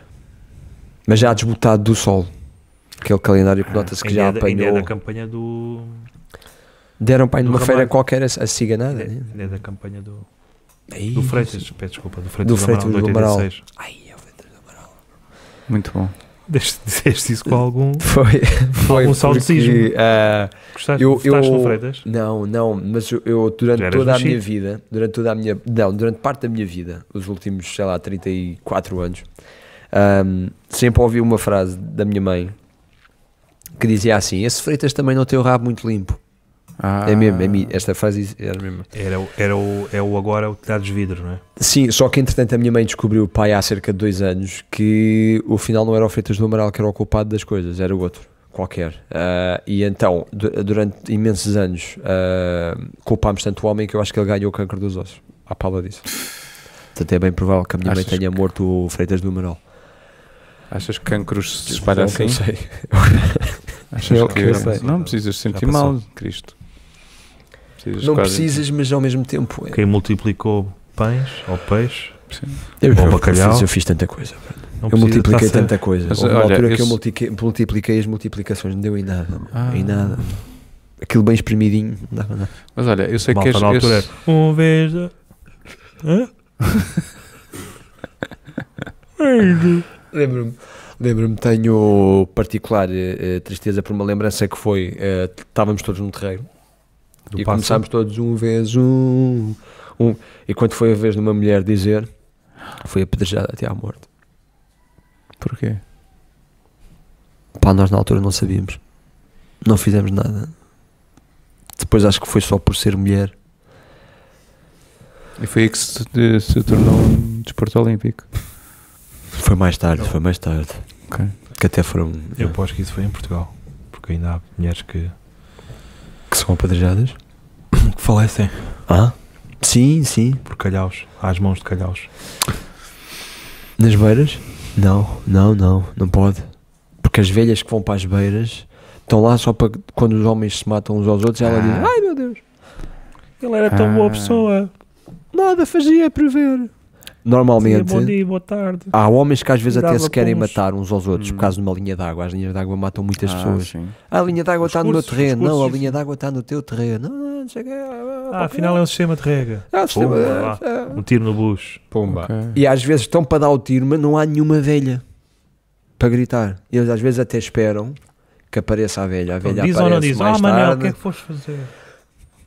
[SPEAKER 3] Mas já desbotado do sol. Aquele calendário que nota-se que
[SPEAKER 2] Ainda
[SPEAKER 3] já
[SPEAKER 2] é da- ainda é
[SPEAKER 3] apanhou.
[SPEAKER 2] da campanha do.
[SPEAKER 3] Deram para ir
[SPEAKER 2] do
[SPEAKER 3] numa feira
[SPEAKER 2] Ramalho.
[SPEAKER 3] qualquer a, a ciganada.
[SPEAKER 2] Ainda
[SPEAKER 3] né?
[SPEAKER 2] ainda é da campanha do.
[SPEAKER 3] Ai,
[SPEAKER 2] Do Freitas, peço desculpa, do Freitas
[SPEAKER 3] Do Freitas
[SPEAKER 2] Amaral, de
[SPEAKER 3] do Amaral.
[SPEAKER 2] 86.
[SPEAKER 3] Ai, eu vou ter-
[SPEAKER 1] Muito bom.
[SPEAKER 2] Deste- Disseste isso com algum.
[SPEAKER 3] Foi, foi
[SPEAKER 2] Algum
[SPEAKER 3] porque,
[SPEAKER 2] saudosismo.
[SPEAKER 3] ah,
[SPEAKER 2] Gostaste?
[SPEAKER 3] Eu-
[SPEAKER 2] Votaste
[SPEAKER 3] eu-
[SPEAKER 2] no Freitas?
[SPEAKER 3] Não, não, mas eu, eu
[SPEAKER 2] Já
[SPEAKER 3] durante
[SPEAKER 2] eras
[SPEAKER 3] toda a
[SPEAKER 2] mexido.
[SPEAKER 3] minha vida, durante toda a minha, não, durante parte da minha vida, os últimos, sei lá, 34 anos, ahm, sempre ouvi uma frase da minha mãe que dizia assim: Esse Freitas também não tem o rabo muito limpo.
[SPEAKER 1] Ah.
[SPEAKER 3] É mesmo, é mi- esta frase era mesmo.
[SPEAKER 2] Era, o- era o, é o agora o telhados de vidro, não é?
[SPEAKER 3] Sim, só que entretanto a minha mãe descobriu, o pai, há cerca de dois anos, que o final não era o Freitas do Amaral que era o culpado das coisas, era o outro, qualquer. Ah, e então, du- durante imensos anos, ah, culpámos tanto o homem que eu acho que ele ganhou o cancro dos ossos, à pala disso. Portanto, é bem provável que a minha
[SPEAKER 1] Achas
[SPEAKER 3] mãe tenha morto o Freitas do Amaral.
[SPEAKER 1] Achas que cancros se espalha
[SPEAKER 3] Não que
[SPEAKER 1] assim?
[SPEAKER 3] eu sei.
[SPEAKER 1] Achas
[SPEAKER 3] É o
[SPEAKER 1] que,
[SPEAKER 3] que eu
[SPEAKER 1] não,
[SPEAKER 3] sei.
[SPEAKER 1] não precisas sentir
[SPEAKER 2] passou.
[SPEAKER 1] mal, Cristo. Precisas
[SPEAKER 3] Não
[SPEAKER 1] quase-
[SPEAKER 3] precisas, mas ao mesmo tempo. é.
[SPEAKER 2] Quem multiplicou pães ou peixe.
[SPEAKER 3] Eu,
[SPEAKER 2] Bom,
[SPEAKER 3] eu
[SPEAKER 2] bacalhau.
[SPEAKER 3] fiz- eu fiz tanta coisa.
[SPEAKER 2] Não
[SPEAKER 3] eu
[SPEAKER 2] precisa
[SPEAKER 3] multipliquei
[SPEAKER 2] estar-se a-
[SPEAKER 3] tanta coisa.
[SPEAKER 1] Mas,
[SPEAKER 3] Houve uma
[SPEAKER 1] olha,
[SPEAKER 3] altura que eu
[SPEAKER 1] esse-
[SPEAKER 3] multipliquei, multipliquei as multiplicações, não deu em nada. mano.
[SPEAKER 1] Ah.
[SPEAKER 3] Em nada. Aquilo bem espremidinho, não dava nada.
[SPEAKER 1] Mas olha, eu sei
[SPEAKER 2] Malta,
[SPEAKER 1] que és,
[SPEAKER 2] na altura
[SPEAKER 1] esse-
[SPEAKER 2] era, Um vez. Hã?
[SPEAKER 3] Lembro-me. Lembro-me, tenho particular eh, eh, tristeza por uma lembrança que foi: eh, estávamos todos no terreiro
[SPEAKER 2] Do
[SPEAKER 3] e
[SPEAKER 2] passo.
[SPEAKER 3] começámos todos um vez um, um. E quando foi a vez de uma mulher dizer, foi apedrejada até à morte.
[SPEAKER 1] Porquê?
[SPEAKER 3] Pá, nós na altura não sabíamos, não fizemos nada. Depois acho que foi só por ser mulher.
[SPEAKER 1] E foi aí que se, de- se tornou um desporto olímpico.
[SPEAKER 3] Foi mais tarde, foi mais tarde.
[SPEAKER 1] Ok.
[SPEAKER 3] Que até foram.
[SPEAKER 2] Eu aposto que isso foi em Portugal. Porque ainda há mulheres que,
[SPEAKER 3] que são apedrejadas?
[SPEAKER 2] que falecem
[SPEAKER 3] Ah? Sim, sim.
[SPEAKER 2] por calhaus, às mãos de calhaus.
[SPEAKER 3] Nas beiras? Não, não, não, não pode. Porque as velhas que vão para as beiras estão lá só para quando os homens se matam uns aos outros, ela diz:
[SPEAKER 1] Ah.
[SPEAKER 3] Ai meu Deus,
[SPEAKER 2] Ele era
[SPEAKER 1] tão boa pessoa.
[SPEAKER 3] nada fazia prever. Normalmente,
[SPEAKER 2] é dia, boa tarde.
[SPEAKER 3] há homens que às vezes até
[SPEAKER 2] Dava
[SPEAKER 3] se querem
[SPEAKER 2] pulos.
[SPEAKER 3] matar uns aos outros
[SPEAKER 1] Hum.
[SPEAKER 3] por causa de uma linha d'água. As linhas d'água matam muitas
[SPEAKER 1] Ah,
[SPEAKER 3] pessoas.
[SPEAKER 1] sim.
[SPEAKER 3] Ah, A linha d'água
[SPEAKER 2] Os
[SPEAKER 3] está no meu
[SPEAKER 2] cursos, os
[SPEAKER 3] terreno, não, a
[SPEAKER 2] cursos.
[SPEAKER 3] linha d'água está no teu terreno. Não, não, não sei o quê. Ah,
[SPEAKER 2] Ah, afinal é um sistema de rega.
[SPEAKER 3] Ah, o sistema-
[SPEAKER 2] Pumba, lá.
[SPEAKER 3] ah,
[SPEAKER 2] Um tiro no bucho.
[SPEAKER 3] Pumba.
[SPEAKER 1] Ok.
[SPEAKER 3] E às vezes estão para dar o tiro, mas não há nenhuma velha para gritar. Eles às vezes até esperam que apareça a velha. A velha
[SPEAKER 2] Diz
[SPEAKER 3] aparece
[SPEAKER 2] ou não diz?
[SPEAKER 3] mais
[SPEAKER 2] Ah, Manel, o
[SPEAKER 3] tarde.
[SPEAKER 2] que é que foste fazer?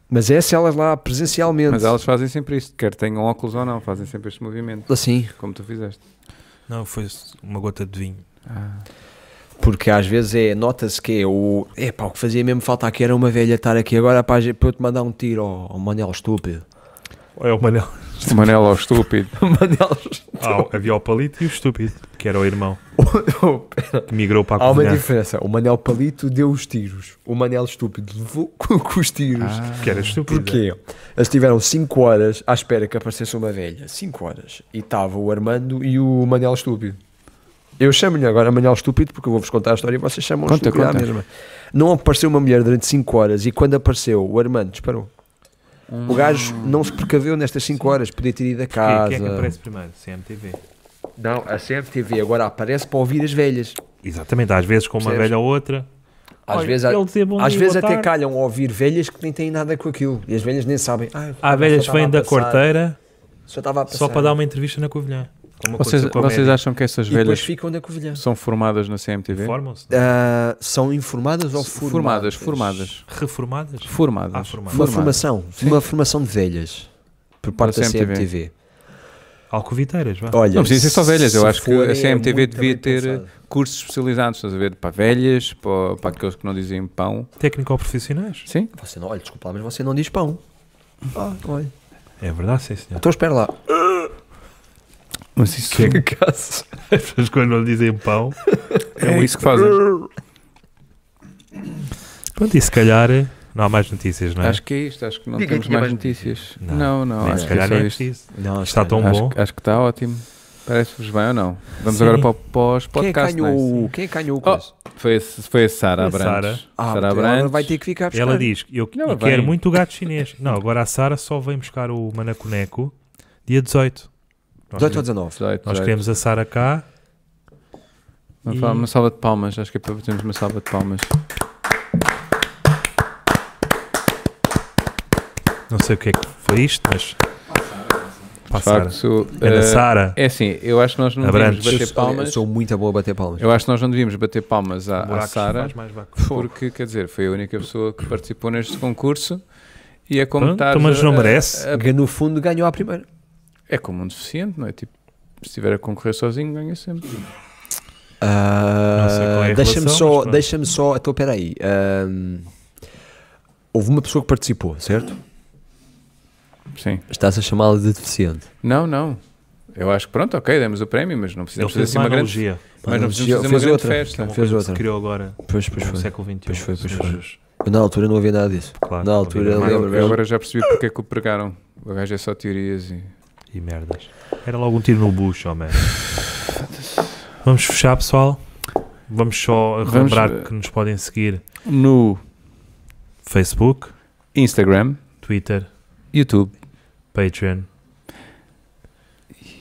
[SPEAKER 3] Mas é se elas lá presencialmente.
[SPEAKER 1] Mas elas fazem sempre isto, quer tenham óculos ou não, fazem sempre este movimento,
[SPEAKER 3] Assim,
[SPEAKER 1] como tu fizeste.
[SPEAKER 2] Não, foi uma gota de vinho.
[SPEAKER 1] Ah,
[SPEAKER 3] porque às vezes é, nota-se que é o. É pá, o que fazia mesmo falta aqui era uma velha estar aqui agora pá, para eu te mandar um tiro, ó ó, Manel estúpido.
[SPEAKER 2] É o Manel.
[SPEAKER 1] Manel ao estúpido.
[SPEAKER 3] Manel
[SPEAKER 2] Ah, havia o Oh, palito e o estúpido, que era o irmão,
[SPEAKER 3] estúpido.
[SPEAKER 2] que migrou para a
[SPEAKER 3] Há uma
[SPEAKER 2] cozinha,
[SPEAKER 3] diferença. O Manel palito deu os tiros. O Manel estúpido levou com, com os tiros.
[SPEAKER 1] Ah,
[SPEAKER 2] que era estúpido.
[SPEAKER 3] Porquê?
[SPEAKER 2] é.
[SPEAKER 3] Eles tiveram 5 horas à espera que aparecesse uma velha. 5 horas. E estava o Armando e o Manel Estúpido. Eu chamo-lhe agora Manel Estúpido porque eu vou-vos contar a história e vocês chamam
[SPEAKER 1] Conta,
[SPEAKER 3] estúpido à
[SPEAKER 1] conta.
[SPEAKER 3] mesma. Não apareceu uma mulher durante 5 horas e quando apareceu, o Armando disparou. O gajo não se precaveu nestas 5 horas, podia ter ido a
[SPEAKER 2] Hum. Quem,
[SPEAKER 3] casa.
[SPEAKER 2] é que aparece primeiro? CMTV.
[SPEAKER 3] Não, a CMTV agora aparece para ouvir as velhas.
[SPEAKER 2] Exatamente, às vezes com uma
[SPEAKER 3] Percebes?
[SPEAKER 2] velha ou outra.
[SPEAKER 3] Às
[SPEAKER 2] Olha,
[SPEAKER 3] vezes,
[SPEAKER 2] ele dizia bom
[SPEAKER 3] às
[SPEAKER 2] dia,
[SPEAKER 3] vezes
[SPEAKER 2] boa
[SPEAKER 3] até
[SPEAKER 2] tarde.
[SPEAKER 3] calham a ouvir velhas que nem têm nada com aquilo. E as velhas nem sabem. Ah,
[SPEAKER 2] Há velhas que
[SPEAKER 3] só estava
[SPEAKER 2] vêm
[SPEAKER 3] a
[SPEAKER 2] da
[SPEAKER 3] passar,
[SPEAKER 2] corteira
[SPEAKER 3] Só estava a passar.
[SPEAKER 2] É só para dar uma entrevista na Covilhã. Como
[SPEAKER 1] Vocês,
[SPEAKER 2] aconteceu com a
[SPEAKER 1] vocês
[SPEAKER 2] média.
[SPEAKER 1] acham que essas
[SPEAKER 3] E depois
[SPEAKER 1] velhas
[SPEAKER 3] ficam na Covilhã.
[SPEAKER 1] são formadas na CMTV?
[SPEAKER 2] Formam-se?
[SPEAKER 3] Ah, são informadas ou
[SPEAKER 1] Formadas,
[SPEAKER 3] formadas?
[SPEAKER 1] formadas.
[SPEAKER 2] Reformadas?
[SPEAKER 1] Formadas.
[SPEAKER 2] Ah, formadas.
[SPEAKER 3] Uma formação, uma formação de velhas por parte da
[SPEAKER 1] Da
[SPEAKER 3] CMTV.
[SPEAKER 1] CMTV.
[SPEAKER 2] Alcoviteiras, vá.
[SPEAKER 3] Olha,
[SPEAKER 1] Não precisa ser só velhas, eu
[SPEAKER 3] se
[SPEAKER 1] acho que a
[SPEAKER 3] forem, é
[SPEAKER 1] CMTV
[SPEAKER 3] muito
[SPEAKER 1] devia
[SPEAKER 3] bem
[SPEAKER 1] ter eh,
[SPEAKER 3] pensado.
[SPEAKER 1] cursos especializados, estás a ver, para velhas, para, para aqueles que não dizem pão.
[SPEAKER 2] Técnico-profissionais?
[SPEAKER 1] Sim?
[SPEAKER 3] Você não, olha, desculpa lá, mas você não diz pão. Ah, olha.
[SPEAKER 2] É verdade, sim, senhor.
[SPEAKER 3] Então espera lá.
[SPEAKER 1] Mas isso
[SPEAKER 2] Que é que-
[SPEAKER 3] Caso.
[SPEAKER 2] As pessoas quando não dizem pão.
[SPEAKER 1] é, isso que fazem.
[SPEAKER 2] Pronto, e se calhar não há mais notícias, não é?
[SPEAKER 1] Acho que é isto, acho que não
[SPEAKER 3] Ninguém
[SPEAKER 1] temos
[SPEAKER 3] tinha
[SPEAKER 1] mais,
[SPEAKER 3] mais
[SPEAKER 1] notícias.
[SPEAKER 2] Não,
[SPEAKER 1] Não, não,
[SPEAKER 2] Nem
[SPEAKER 1] acho
[SPEAKER 2] se
[SPEAKER 1] que é
[SPEAKER 2] calhar
[SPEAKER 1] só
[SPEAKER 2] nem é
[SPEAKER 1] isto.
[SPEAKER 2] preciso.
[SPEAKER 3] Não, é
[SPEAKER 2] Está tão
[SPEAKER 1] Acho,
[SPEAKER 2] bom.
[SPEAKER 1] que- acho que está ótimo. Parece-vos bem ou não? Vamos
[SPEAKER 2] Sim.
[SPEAKER 1] agora para, o- para os
[SPEAKER 3] Quem é que
[SPEAKER 1] podcasts.
[SPEAKER 3] ganhou
[SPEAKER 1] não é?
[SPEAKER 3] o- Quem é que ganhou o coisa?
[SPEAKER 1] Foi, a- foi a Sara
[SPEAKER 2] Foi a
[SPEAKER 1] Abrantes.
[SPEAKER 3] Ah,
[SPEAKER 1] Oh, Sara
[SPEAKER 3] então ela
[SPEAKER 1] Abrantes.
[SPEAKER 3] vai ter que ficar a buscar.
[SPEAKER 2] Ela diz que eu
[SPEAKER 1] Ela
[SPEAKER 2] eu quero
[SPEAKER 1] vem.
[SPEAKER 2] muito o gato chinês. Não, agora a Sara só vem buscar o Manaconeco dia 18. Nós,
[SPEAKER 3] 18 ou 19?
[SPEAKER 1] 18,
[SPEAKER 2] nós
[SPEAKER 1] 18.
[SPEAKER 2] queremos um a Sara cá.
[SPEAKER 1] Uma,
[SPEAKER 2] E-
[SPEAKER 1] fa- uma salva de palmas, acho que é para fazermos uma salva de palmas.
[SPEAKER 2] Não sei o que é que foi isto, mas. Para a
[SPEAKER 1] De
[SPEAKER 2] Sara.
[SPEAKER 1] facto,
[SPEAKER 2] É da
[SPEAKER 1] eh,
[SPEAKER 2] Sara.
[SPEAKER 1] é assim, eu acho que nós não
[SPEAKER 2] Abrantes.
[SPEAKER 1] devíamos bater
[SPEAKER 3] Eu- olha,
[SPEAKER 1] palmas.
[SPEAKER 3] eu sou um muito boa a bater palmas.
[SPEAKER 1] Eu acho que nós não devíamos bater palmas à, à
[SPEAKER 2] Buracos,
[SPEAKER 1] Sara,
[SPEAKER 2] Um faz mais vácuo.
[SPEAKER 1] porque quer dizer, foi a única pessoa que participou neste concurso e é como
[SPEAKER 2] Pronto,
[SPEAKER 1] estar.
[SPEAKER 2] mas não
[SPEAKER 1] a-
[SPEAKER 2] merece.
[SPEAKER 1] a-
[SPEAKER 3] No fundo ganhou à primeira.
[SPEAKER 1] é como um deficiente, não é? Tipo, se estiver a concorrer sozinho, ganha sempre.
[SPEAKER 3] Ah,
[SPEAKER 2] Não sei qual é a
[SPEAKER 3] deixa-me
[SPEAKER 2] relação, mas
[SPEAKER 3] só,
[SPEAKER 2] pronto.
[SPEAKER 3] deixa-me só, então peraí. Ahm, houve uma pessoa que participou, certo?
[SPEAKER 1] Sim.
[SPEAKER 3] Estás a chamá-la de deficiente.
[SPEAKER 1] Não, não. Eu acho que pronto, ok, demos o prémio, mas não
[SPEAKER 2] Ele
[SPEAKER 1] precisamos fazer
[SPEAKER 2] fez
[SPEAKER 1] assim
[SPEAKER 2] uma
[SPEAKER 1] uma grande. Ah,
[SPEAKER 2] analogia.
[SPEAKER 1] Mas não
[SPEAKER 3] Fez
[SPEAKER 1] precisamos fazer uma grande
[SPEAKER 3] outra.
[SPEAKER 1] festa.
[SPEAKER 2] Uma
[SPEAKER 3] Fez
[SPEAKER 2] coisa que se
[SPEAKER 3] outra.
[SPEAKER 2] criou agora
[SPEAKER 3] Pois, pois
[SPEAKER 2] no
[SPEAKER 3] foi.
[SPEAKER 2] século um, XXI.
[SPEAKER 3] Pois foi, pois
[SPEAKER 2] senhores.
[SPEAKER 3] Eu, na altura não havia nada disso.
[SPEAKER 2] Claro,
[SPEAKER 3] Na altura
[SPEAKER 2] não havia
[SPEAKER 3] lembro-
[SPEAKER 2] mais.
[SPEAKER 1] Eu, eu agora já percebi porque é que o pregaram. O gajo é só teorias e.
[SPEAKER 2] E merdas. Era logo um tiro no bucho, homem. Vamos fechar, pessoal. Vamos só
[SPEAKER 1] Vamos,
[SPEAKER 2] lembrar
[SPEAKER 1] eh,
[SPEAKER 2] que nos podem seguir
[SPEAKER 1] No
[SPEAKER 2] Facebook,
[SPEAKER 1] Instagram,
[SPEAKER 2] Twitter,
[SPEAKER 1] YouTube
[SPEAKER 2] Patreon.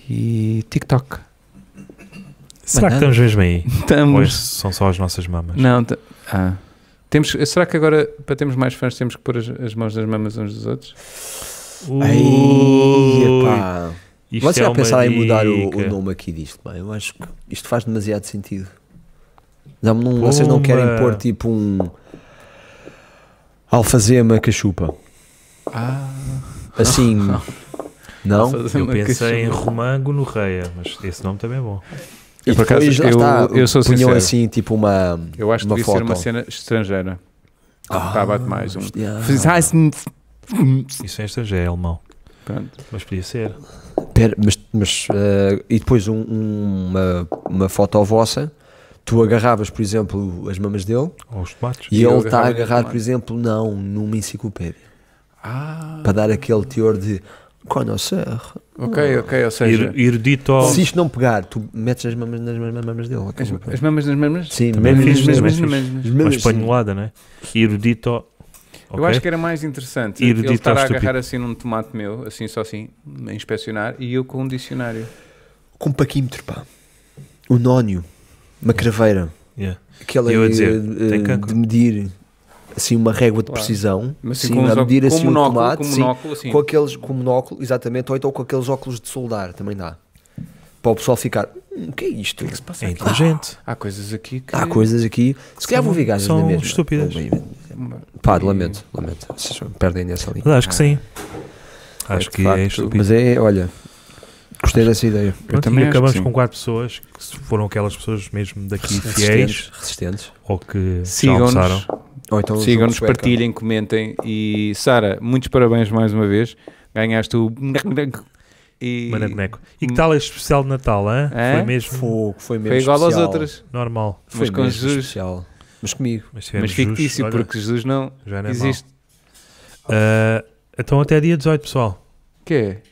[SPEAKER 1] e TikTok.
[SPEAKER 2] Será que
[SPEAKER 3] nada.
[SPEAKER 2] estamos mesmo aí? Ou
[SPEAKER 1] Estamos.
[SPEAKER 2] estes são só as nossas mamas?
[SPEAKER 1] Não, t- ah. Temos, será que agora, para termos mais fãs, temos que pôr as, as mãos nas mamas uns dos outros?
[SPEAKER 2] Ui,
[SPEAKER 3] Ai, epá.
[SPEAKER 2] Isto é
[SPEAKER 3] Vocês já
[SPEAKER 2] uma
[SPEAKER 3] pensaram em mudar o, o
[SPEAKER 2] dica.
[SPEAKER 3] nome aqui disto? pá? Eu acho que isto faz demasiado sentido. Não, não- vocês não querem
[SPEAKER 2] Pumba.
[SPEAKER 3] pôr tipo um alfazema cachupa.
[SPEAKER 1] Ah,
[SPEAKER 3] Assim. não?
[SPEAKER 2] Eu pensei em Romango no Reia, mas esse nome também é bom.
[SPEAKER 3] E
[SPEAKER 1] Eu, por acaso,
[SPEAKER 3] depois, lá
[SPEAKER 1] eu-
[SPEAKER 3] está,
[SPEAKER 1] eu sou
[SPEAKER 3] punham
[SPEAKER 1] sincero.
[SPEAKER 3] assim tipo uma.
[SPEAKER 1] Eu acho que
[SPEAKER 3] uma
[SPEAKER 1] devia ser
[SPEAKER 3] foto.
[SPEAKER 1] uma cena estrangeira.
[SPEAKER 3] Ah,
[SPEAKER 1] Tá, bate mais um.
[SPEAKER 3] yeah.
[SPEAKER 2] Isso é estrangeiro, é alemão.
[SPEAKER 1] Pronto.
[SPEAKER 2] Mas podia ser.
[SPEAKER 3] Pera, mas, mas, eh, e depois um- um- uma, uma foto vossa, tu agarravas, por exemplo, as mamas dele
[SPEAKER 2] Ou os tomates.
[SPEAKER 3] e
[SPEAKER 1] E eu
[SPEAKER 3] ele está
[SPEAKER 1] agarrava-lhe
[SPEAKER 3] a
[SPEAKER 1] as
[SPEAKER 3] agarrar, por
[SPEAKER 1] mamas.
[SPEAKER 3] exemplo, não, numa enciclopédia,
[SPEAKER 1] Ah,
[SPEAKER 3] para dar aquele teor de conhecer.
[SPEAKER 1] ok, ok. Ou seja,
[SPEAKER 2] Ir, erudito ao...
[SPEAKER 3] Se isto não pegar, tu metes as mamas nas ma- mamas dele.
[SPEAKER 1] as, as mamas nas mamas?
[SPEAKER 3] Sim, assim,
[SPEAKER 2] Também
[SPEAKER 3] mamas
[SPEAKER 2] fiz,
[SPEAKER 3] nas
[SPEAKER 2] também
[SPEAKER 3] mamas.
[SPEAKER 1] mamas.
[SPEAKER 3] As
[SPEAKER 2] Uma
[SPEAKER 3] mamas, sim.
[SPEAKER 2] espanholada, não é? Erudito ao...
[SPEAKER 1] Eu
[SPEAKER 2] Ok?
[SPEAKER 1] acho que era mais interessante
[SPEAKER 2] Ir
[SPEAKER 1] ele
[SPEAKER 2] ditar
[SPEAKER 1] estar a
[SPEAKER 2] estúpido.
[SPEAKER 1] agarrar assim num tomate meu, assim só assim, a inspecionar, e eu com um dicionário.
[SPEAKER 3] Com um paquímetro, pá. O nónio, uma craveira,
[SPEAKER 2] Yeah.
[SPEAKER 3] aquela
[SPEAKER 2] Eu ia
[SPEAKER 3] eh,
[SPEAKER 2] dizer,
[SPEAKER 3] eh,
[SPEAKER 2] tem cancro.
[SPEAKER 3] de medir assim uma régua de
[SPEAKER 1] Claro.
[SPEAKER 3] precisão,
[SPEAKER 1] Mas
[SPEAKER 3] sim,
[SPEAKER 1] com, uns
[SPEAKER 3] a
[SPEAKER 1] óculos-
[SPEAKER 3] medir
[SPEAKER 1] com um
[SPEAKER 3] assim o
[SPEAKER 1] monóculo,
[SPEAKER 3] tomate,
[SPEAKER 1] com
[SPEAKER 3] sim,
[SPEAKER 1] monóculo, assim.
[SPEAKER 3] com aqueles com um monóculo, exatamente, ou então com aqueles óculos de soldar, também dá. Para o pessoal ficar, "Hum, o que é isto?
[SPEAKER 2] É inteligente.
[SPEAKER 1] Há coisas aqui que.
[SPEAKER 3] Há coisas aqui, se calhar vão vir gajas
[SPEAKER 2] são
[SPEAKER 3] na mesma.
[SPEAKER 2] estúpidas.
[SPEAKER 1] é
[SPEAKER 3] Pá, lamento, lamento. Vocês perdem nessa linha.
[SPEAKER 2] Mas acho que sim. Acho
[SPEAKER 3] de
[SPEAKER 2] que
[SPEAKER 3] facto,
[SPEAKER 2] é estúpido.
[SPEAKER 3] Mas é, olha, gostei dessa ideia.
[SPEAKER 1] Eu
[SPEAKER 2] Pronto,
[SPEAKER 1] também
[SPEAKER 2] e
[SPEAKER 1] acho que
[SPEAKER 2] acabamos
[SPEAKER 1] sim.
[SPEAKER 2] com quatro pessoas que se foram aquelas pessoas mesmo daqui
[SPEAKER 3] Resistentes,
[SPEAKER 2] fiéis
[SPEAKER 3] resistentes.
[SPEAKER 2] ou que já almoçaram.
[SPEAKER 1] Sigam-nos,
[SPEAKER 3] Ou então
[SPEAKER 1] sigam-nos,
[SPEAKER 3] jogo sueca.
[SPEAKER 1] partilhem, comentem. E Sara, muitos parabéns mais uma vez. Ganhaste o. E
[SPEAKER 2] Manda boneco. E que tal este especial de Natal, hein?
[SPEAKER 1] É?
[SPEAKER 2] Foi mesmo
[SPEAKER 3] Fogo, foi mesmo.
[SPEAKER 1] foi igual aos
[SPEAKER 3] especial.
[SPEAKER 1] outros,
[SPEAKER 2] normal.
[SPEAKER 3] Foi
[SPEAKER 1] mas com
[SPEAKER 3] mesmo
[SPEAKER 1] Jesus.
[SPEAKER 3] especial. Mas comigo.
[SPEAKER 2] Mas,
[SPEAKER 1] mas
[SPEAKER 2] tivemos
[SPEAKER 1] fictício,
[SPEAKER 2] justos, olha,
[SPEAKER 1] porque Jesus não
[SPEAKER 2] já não é
[SPEAKER 1] existe.
[SPEAKER 2] mau. Ah, então até dia 18, pessoal.
[SPEAKER 1] O que é?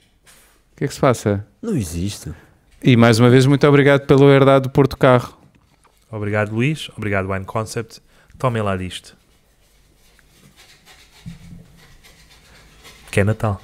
[SPEAKER 1] O que é que se passa?
[SPEAKER 3] Não existe.
[SPEAKER 1] E mais uma vez, muito obrigado pela herdade do Porto Carro.
[SPEAKER 2] Obrigado, Luís. Obrigado, Wine Concept. Tomem lá disto. Que é Natal.